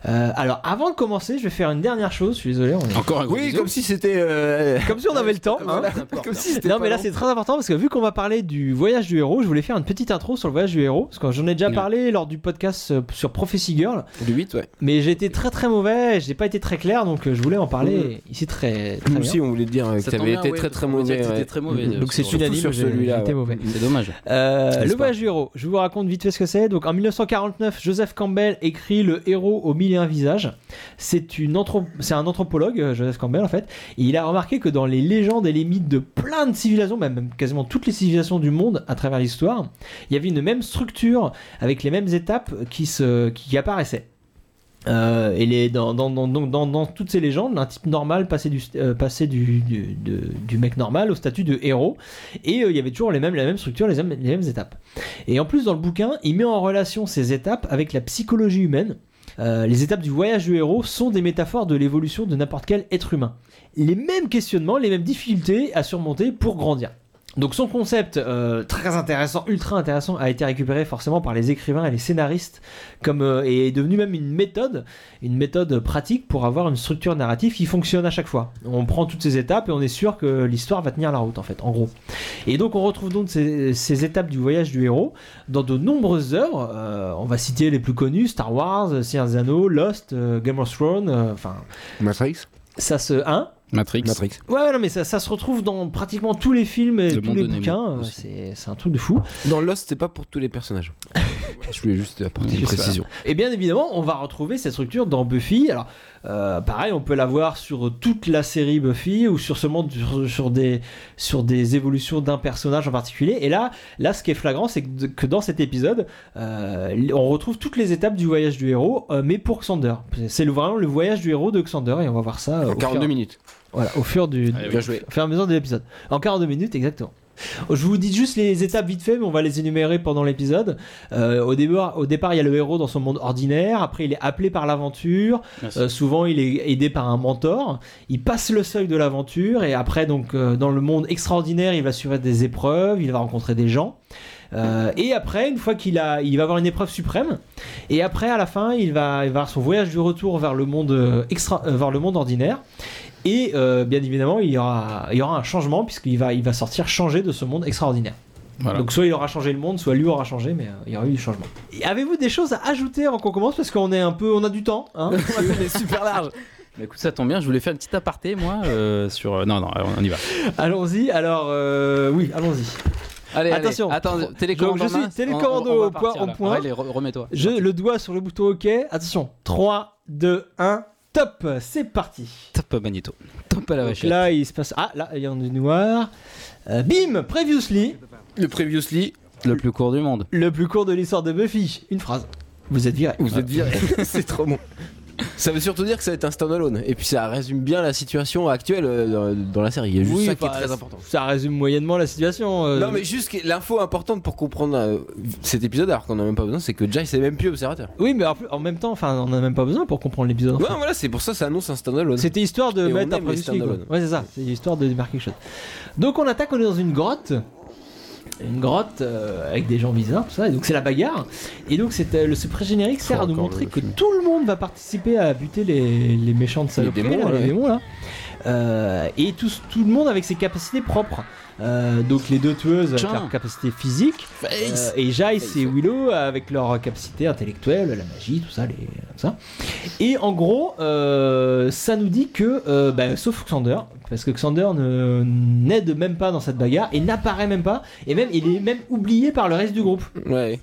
[SPEAKER 1] Euh, alors, avant de commencer, je vais faire une dernière chose, je suis désolé. on est-
[SPEAKER 2] Encore un gros
[SPEAKER 3] Oui,
[SPEAKER 2] bisou.
[SPEAKER 3] comme si c'était. euh,
[SPEAKER 1] Comme si on avait le temps. hein.
[SPEAKER 3] voilà, Oh. comme si c'était.
[SPEAKER 1] Non
[SPEAKER 3] pas
[SPEAKER 1] mais là
[SPEAKER 3] long.
[SPEAKER 1] c'est très important parce que vu qu'on va parler du voyage du héros, je voulais faire une petite intro sur le voyage du héros parce que j'en ai déjà
[SPEAKER 2] Ouais.
[SPEAKER 1] parlé lors du podcast euh, sur Prophecy Girl,
[SPEAKER 3] Du 8, ouais.
[SPEAKER 1] mais j'ai été très très mauvais, j'ai pas été très clair donc euh, je voulais en parler ici très très
[SPEAKER 3] Nous
[SPEAKER 1] bien.
[SPEAKER 3] aussi, on voulait dire euh, que
[SPEAKER 2] Ça
[SPEAKER 3] t'avais
[SPEAKER 2] tombe bien,
[SPEAKER 3] été
[SPEAKER 2] ouais,
[SPEAKER 3] très
[SPEAKER 2] parce
[SPEAKER 3] très
[SPEAKER 2] qu'on voulait
[SPEAKER 3] mauvais.
[SPEAKER 2] dire que
[SPEAKER 3] ouais.
[SPEAKER 2] t'étais très mauvais. euh,
[SPEAKER 1] Donc c'est
[SPEAKER 2] sur le-
[SPEAKER 3] surtout
[SPEAKER 1] unanime,
[SPEAKER 3] sur
[SPEAKER 1] j'ai
[SPEAKER 3] celui-là,
[SPEAKER 1] j'ai été
[SPEAKER 3] ouais.
[SPEAKER 1] mauvais.
[SPEAKER 2] C'est dommage.
[SPEAKER 1] Euh,
[SPEAKER 3] N'est-ce
[SPEAKER 1] le
[SPEAKER 3] pas
[SPEAKER 1] voyage du héros, je vous raconte vite fait ce que c'est. Donc en 1949, Joseph Campbell écrit Le héros aux mille et un visages. C'est une anthro- c'est un anthropologue, euh, Joseph Campbell en fait. Et il a remarqué que dans les légendes et les mythes de plein de civilisations, même, même quasiment toutes les civilisations du monde à travers l'histoire, il y avait une même structure avec les mêmes étapes qui, se, qui apparaissaient. Euh, et les, dans, dans, dans, dans- dans- dans toutes ces légendes, un type normal passait du, euh, passait du, du, de- du mec normal au statut de héros, et euh, il y avait toujours les mêmes, la même structure, les mêmes, les mêmes étapes. Et en plus, dans le bouquin, il met en relation ces étapes avec la psychologie humaine. Euh, les étapes du voyage du héros sont des métaphores de l'évolution de n'importe quel être humain. Les mêmes questionnements, les mêmes difficultés à surmonter pour grandir. Donc son concept euh, très intéressant, ultra intéressant, a été récupéré forcément par les écrivains et les scénaristes, comme euh, et est devenu même une méthode, une méthode pratique pour avoir une structure narrative qui fonctionne à chaque fois. On prend toutes ces étapes et on est sûr que l'histoire va tenir la route en fait, en gros. Et donc on retrouve donc ces, ces étapes du voyage du héros dans de nombreuses œuvres. Euh, on va citer les plus connues Star Wars, Seigneur des Anneaux, Lost, euh, Game of Thrones. euh, Enfin,
[SPEAKER 3] Matrix
[SPEAKER 1] ça se hein
[SPEAKER 2] Matrix.
[SPEAKER 3] Matrix.
[SPEAKER 1] Ouais, ouais, non, mais ça, ça se retrouve dans pratiquement tous les films et
[SPEAKER 2] Le
[SPEAKER 1] tous
[SPEAKER 2] monde
[SPEAKER 1] les
[SPEAKER 2] de Nemo
[SPEAKER 1] bouquins. euh,
[SPEAKER 2] aussi.
[SPEAKER 1] C'est c'est un truc de fou.
[SPEAKER 3] Dans Lost, c'est pas pour tous les personnages. Je voulais juste apporter une
[SPEAKER 1] Juste
[SPEAKER 3] précision.
[SPEAKER 1] Et bien évidemment, on va retrouver cette structure dans Buffy. Alors, euh, pareil, on peut la voir sur toute la série Buffy ou sur seulement sur, sur des, sur des évolutions d'un personnage en particulier. Et là, là, ce qui est flagrant, c'est que, que dans cet épisode, euh, on retrouve toutes les étapes du voyage du héros, euh, mais pour Xander. C'est le- vraiment le voyage du héros de Xander et on va voir ça euh,
[SPEAKER 3] En
[SPEAKER 1] au,
[SPEAKER 3] 42
[SPEAKER 1] fur,
[SPEAKER 3] minutes.
[SPEAKER 1] voilà, au fur du,
[SPEAKER 2] Allez,
[SPEAKER 3] Bien joué.
[SPEAKER 1] au fur et à mesure de l'épisode. En 42 minutes, exactement. Je vous dis juste les étapes vite fait, mais on va les énumérer pendant l'épisode. Euh, au, départ, au départ, il y a le héros dans son monde ordinaire. Après, il est appelé par l'aventure.
[SPEAKER 2] Merci.
[SPEAKER 1] Euh, souvent, il est aidé par un mentor. Il passe le seuil de l'aventure. Et après, donc, euh, dans le monde extraordinaire, il va survivre des épreuves. Il va rencontrer des gens. Euh, et après, une fois qu'il a, il va avoir une épreuve suprême. Et après, à la fin, il va, il va avoir son voyage du retour vers le monde euh, extra, euh, vers le monde ordinaire. Et euh, bien évidemment, il y aura, il y aura un changement puisqu'il va, il va sortir changé de ce monde extraordinaire.
[SPEAKER 2] Voilà.
[SPEAKER 1] Donc soit il aura changé le monde, soit lui aura changé, mais euh, il y aura eu du changement. Et Avez-vous des choses à ajouter avant qu'on commence parce qu'on est un peu, on a du temps, hein
[SPEAKER 2] On est super large. Mais écoute, ça tombe bien, je voulais faire une petite aparté, moi, euh, sur. euh, Non, non, on y va.
[SPEAKER 1] Allons-y. Alors euh, oui, allons-y.
[SPEAKER 2] Allez,
[SPEAKER 1] Attention.
[SPEAKER 2] allez, attends, télécommande.
[SPEAKER 1] Donc, je
[SPEAKER 2] en main,
[SPEAKER 1] suis télécommande
[SPEAKER 2] on- on- on
[SPEAKER 1] au
[SPEAKER 2] va partir,
[SPEAKER 1] point- au
[SPEAKER 2] là.
[SPEAKER 1] point.
[SPEAKER 2] Allez, re- remets-toi.
[SPEAKER 1] Je le doigt sur le bouton OK. Attention. 3, 2, 1, top. C'est parti.
[SPEAKER 2] Top Magneto. Top à la
[SPEAKER 1] Donc
[SPEAKER 2] vache.
[SPEAKER 1] là, il se passe. Ah, là, il y en a du noir. Euh, bim, previously,
[SPEAKER 3] Le previously,
[SPEAKER 2] Le plus court du monde.
[SPEAKER 1] le plus court de l'histoire de Buffy. Une phrase. Vous êtes viré.
[SPEAKER 3] vous êtes viré. c'est trop bon. Ah. Ça veut surtout dire que ça va être un standalone. Et puis ça résume bien la situation actuelle euh, dans, dans la série. Il y a juste
[SPEAKER 1] Oui,
[SPEAKER 3] ça qui est
[SPEAKER 1] bah,
[SPEAKER 3] très important.
[SPEAKER 1] Ça résume moyennement la situation. euh,
[SPEAKER 3] Non mais juste que- l'info importante pour comprendre euh, cet épisode alors qu'on n'a même pas besoin c'est que Jai c'est même plus observateur.
[SPEAKER 1] Oui, mais en, plus- en même temps, enfin, on n'a même pas besoin pour comprendre l'épisode.
[SPEAKER 3] Ouais
[SPEAKER 1] enfin.
[SPEAKER 3] voilà c'est pour ça que ça annonce un standalone.
[SPEAKER 1] C'était histoire de
[SPEAKER 3] Et on
[SPEAKER 1] mettre un
[SPEAKER 3] aime les
[SPEAKER 1] previously. quoi.
[SPEAKER 3] standalone.
[SPEAKER 1] Ouais, c'est ça. C'est histoire de démarquer quelque chose. Donc on attaque. On est dans une grotte. Une grotte euh, avec des gens bizarres, tout ça. Et donc c'est la bagarre. Et donc c'est euh, le- ce pré-générique sert à nous
[SPEAKER 3] encore
[SPEAKER 1] montrer
[SPEAKER 3] le
[SPEAKER 1] que
[SPEAKER 3] film.
[SPEAKER 1] tout le monde va participer à buter les, les méchants de saloperie,
[SPEAKER 3] démons,
[SPEAKER 1] là,
[SPEAKER 3] ouais.
[SPEAKER 1] les démons là. Euh, et tout, tout le monde avec ses capacités propres. Euh, donc les deux tueuses avec
[SPEAKER 2] Tiens.
[SPEAKER 1] leur capacité physique
[SPEAKER 2] Face.
[SPEAKER 1] euh, et Jace et Willow avec leur capacité intellectuelle, la magie, tout ça, les, comme ça. Et en gros, euh, ça nous dit que, euh, bah, sauf Xander, parce que Xander ne- n'aide même pas dans cette bagarre et n'apparaît même pas, et même il est même oublié par le reste du groupe.
[SPEAKER 3] Ouais.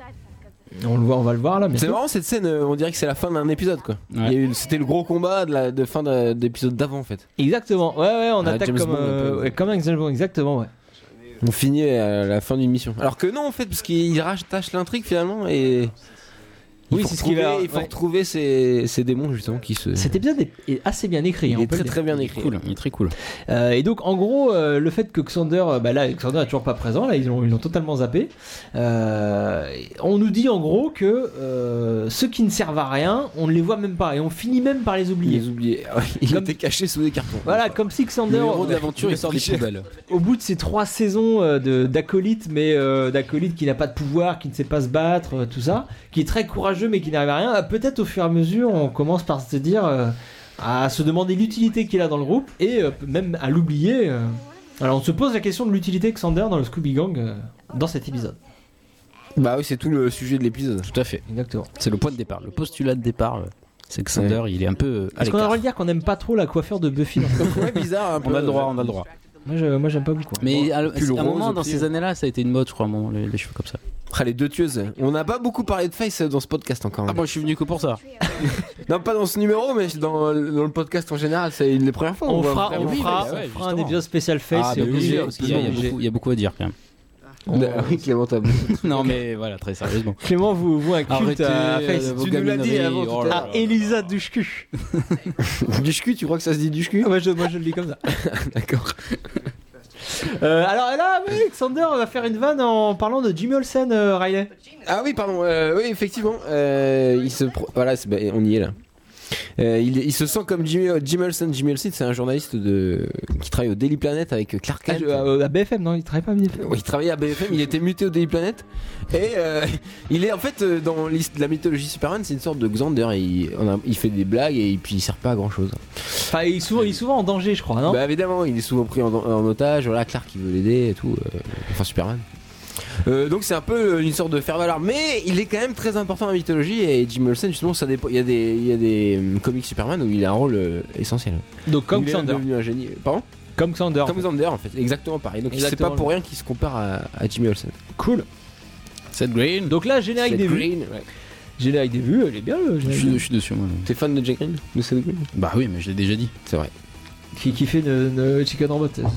[SPEAKER 1] On le voit, on va le voir là, mais
[SPEAKER 3] C'est marrant cette scène euh, on dirait que c'est la fin d'un épisode quoi. Il y a eu- C'était le gros combat de, la, de fin de- d'épisode d'avant en fait.
[SPEAKER 1] exactement. Ouais, ouais, on
[SPEAKER 3] Ah,
[SPEAKER 1] attaque
[SPEAKER 3] James
[SPEAKER 1] comme,
[SPEAKER 3] Bond, un
[SPEAKER 1] euh,
[SPEAKER 3] peu.
[SPEAKER 1] ouais, comme un James Bond, exactement, ouais.
[SPEAKER 3] On finit à la fin d'une mission. Alors que non en fait parce qu'il rattache l'intrigue finalement et il
[SPEAKER 1] Oui,
[SPEAKER 3] faut
[SPEAKER 1] c'est ce qu'il
[SPEAKER 3] retrouver-
[SPEAKER 1] va-
[SPEAKER 3] Il faut
[SPEAKER 1] ouais.
[SPEAKER 3] retrouver ces, ces démons justement qui se.
[SPEAKER 1] Cet épisode est, est assez bien écrit. hein,
[SPEAKER 3] Il
[SPEAKER 1] on
[SPEAKER 3] est
[SPEAKER 1] peut le
[SPEAKER 3] très
[SPEAKER 1] dire.
[SPEAKER 3] très bien écrit.
[SPEAKER 2] Cool, il est très cool.
[SPEAKER 1] Euh, et donc en gros euh, le fait que Xander euh, bah là Xander est toujours pas présent là ils l'ont ils l'ont totalement zappé Euh, on nous dit en gros que euh, ceux qui ne servent à rien on ne les voit même pas et on finit même par les
[SPEAKER 3] Il
[SPEAKER 1] oublier
[SPEAKER 3] les oubliait. Il
[SPEAKER 1] Comme-
[SPEAKER 3] était caché sous des cartons.
[SPEAKER 1] voilà comme si Xander
[SPEAKER 2] Le héros de
[SPEAKER 1] euh,
[SPEAKER 2] l'aventure, il sort des poubelles.
[SPEAKER 1] au bout de ces trois saisons euh, de- d'acolyte mais euh, d'acolyte qui n'a pas de pouvoir qui ne sait pas se battre euh, tout ça qui est très courageux mais qui n'arrive à rien euh, peut-être au fur et à mesure on commence par se dire euh, à se demander l'utilité qu'il a dans le groupe et euh, même à l'oublier euh. alors on se pose la question de l'utilité que Xander dans le Scooby Gang euh, dans cet épisode
[SPEAKER 3] Bah oui, c'est tout le sujet de l'épisode.
[SPEAKER 2] Tout à fait.
[SPEAKER 1] exactement
[SPEAKER 2] C'est le point de départ. Le postulat de départ, euh, c'est que Sander, il est un peu. euh, à
[SPEAKER 1] est-ce qu'on a le
[SPEAKER 2] l'écart.
[SPEAKER 1] droit de dire qu'on n'aime pas trop la coiffure de Buffy dans le-
[SPEAKER 3] Ouais, bizarre un peu.
[SPEAKER 2] On a le droit, on a le droit.
[SPEAKER 1] moi je- moi, j'aime pas beaucoup
[SPEAKER 2] Mais à,
[SPEAKER 3] pull
[SPEAKER 2] à un
[SPEAKER 3] rose
[SPEAKER 2] moment,
[SPEAKER 3] au
[SPEAKER 2] dans
[SPEAKER 3] pied.
[SPEAKER 2] ces années-là, ça a été une mode, je crois, à un moment, les, les cheveux comme ça.
[SPEAKER 3] Ah, les deux tueuses. On n'a pas beaucoup parlé de Face dans ce podcast encore.
[SPEAKER 2] Ah, moi, je suis venu que pour ça.
[SPEAKER 3] Non, pas dans ce numéro, mais dans, dans le podcast en général. C'est une des premières fois. où
[SPEAKER 1] on
[SPEAKER 3] voit
[SPEAKER 1] fera,
[SPEAKER 3] vraiment-
[SPEAKER 1] on
[SPEAKER 2] oui,
[SPEAKER 1] fera,
[SPEAKER 2] mais
[SPEAKER 1] on
[SPEAKER 2] ouais,
[SPEAKER 1] fera un
[SPEAKER 2] justement. Ah,
[SPEAKER 1] épisode spécial face c'est
[SPEAKER 2] mais
[SPEAKER 1] obligé,
[SPEAKER 2] oui, parce qu'il y a- il y a
[SPEAKER 1] obligé.
[SPEAKER 2] beaucoup- il y a beaucoup à dire quand même.
[SPEAKER 3] Bah Oui, Clément, t'as-
[SPEAKER 2] Non, mais voilà, très sérieusement.
[SPEAKER 1] Clément vous vous un culte
[SPEAKER 2] Arrêtez,
[SPEAKER 1] à
[SPEAKER 2] euh,
[SPEAKER 1] face
[SPEAKER 2] vos
[SPEAKER 3] Tu nous l'as dit
[SPEAKER 2] gamineries,
[SPEAKER 3] avant tout à
[SPEAKER 2] oh là
[SPEAKER 1] Ah,
[SPEAKER 2] là.
[SPEAKER 1] Elisa Dushku.
[SPEAKER 3] Du cul, tu crois que ça se dit du cul
[SPEAKER 1] moi, je, moi, je le lis comme ça.
[SPEAKER 3] D'accord.
[SPEAKER 1] Euh, alors là, oui, Alexander va faire une vanne en parlant de Jimmy Olsen, euh, Riley.
[SPEAKER 3] Ah oui, pardon. euh, oui, effectivement. euh, il se pro- Voilà, c'est- bah, on y est là. Euh, il, il se sent comme Jimmy, Jim Olsen. Jim Olsen, c'est un journaliste de, qui travaille au Daily Planet avec Clark
[SPEAKER 1] Ah,
[SPEAKER 3] Kent.
[SPEAKER 1] je- euh, à BFM, non, il travaille pas à BFM.
[SPEAKER 3] Oui, il travaillait à BFM, il était muté au Daily Planet. Et euh, il est en fait euh, dans l'hist- la mythologie Superman, c'est une sorte de Xander. et il, on a- il fait des blagues et puis il sert pas à grand chose.
[SPEAKER 1] Enfin, il est souvent, il est souvent en danger, je crois, non
[SPEAKER 3] Bah évidemment, il est souvent pris en, en otage. Voilà, Clark qui veut l'aider et tout. euh, enfin, Superman. Euh, donc c'est un peu euh, une sorte de faire valoir, mais il est quand même très important dans la mythologie et Jim Olsen justement ça dépend. Il y a des, il y a des euh, comics Superman où il a un rôle euh, essentiel.
[SPEAKER 1] Donc, comme
[SPEAKER 3] il est
[SPEAKER 1] Xander.
[SPEAKER 3] devenu un génie. Pardon.
[SPEAKER 1] Comme Xander.
[SPEAKER 3] Comme Xander en fait, exactement pareil. Donc c'est
[SPEAKER 1] Exactement.
[SPEAKER 3] pas pour rien qu'il se compare à, à Jimmy Olsen.
[SPEAKER 1] Cool.
[SPEAKER 2] Seth Green.
[SPEAKER 1] Donc là, générique
[SPEAKER 3] C'est
[SPEAKER 1] des vues.
[SPEAKER 3] Green, ouais.
[SPEAKER 1] Générique des vues, elle est bien, le
[SPEAKER 2] je,
[SPEAKER 1] générique.
[SPEAKER 2] suis,
[SPEAKER 1] des
[SPEAKER 2] je suis dessus, moi.
[SPEAKER 3] T'es fan de Jack Green De Seth Green
[SPEAKER 2] Bah oui, mais je l'ai déjà dit.
[SPEAKER 3] C'est vrai.
[SPEAKER 1] vues. Qui, qui fait de, de Chicken Robot, c'est ça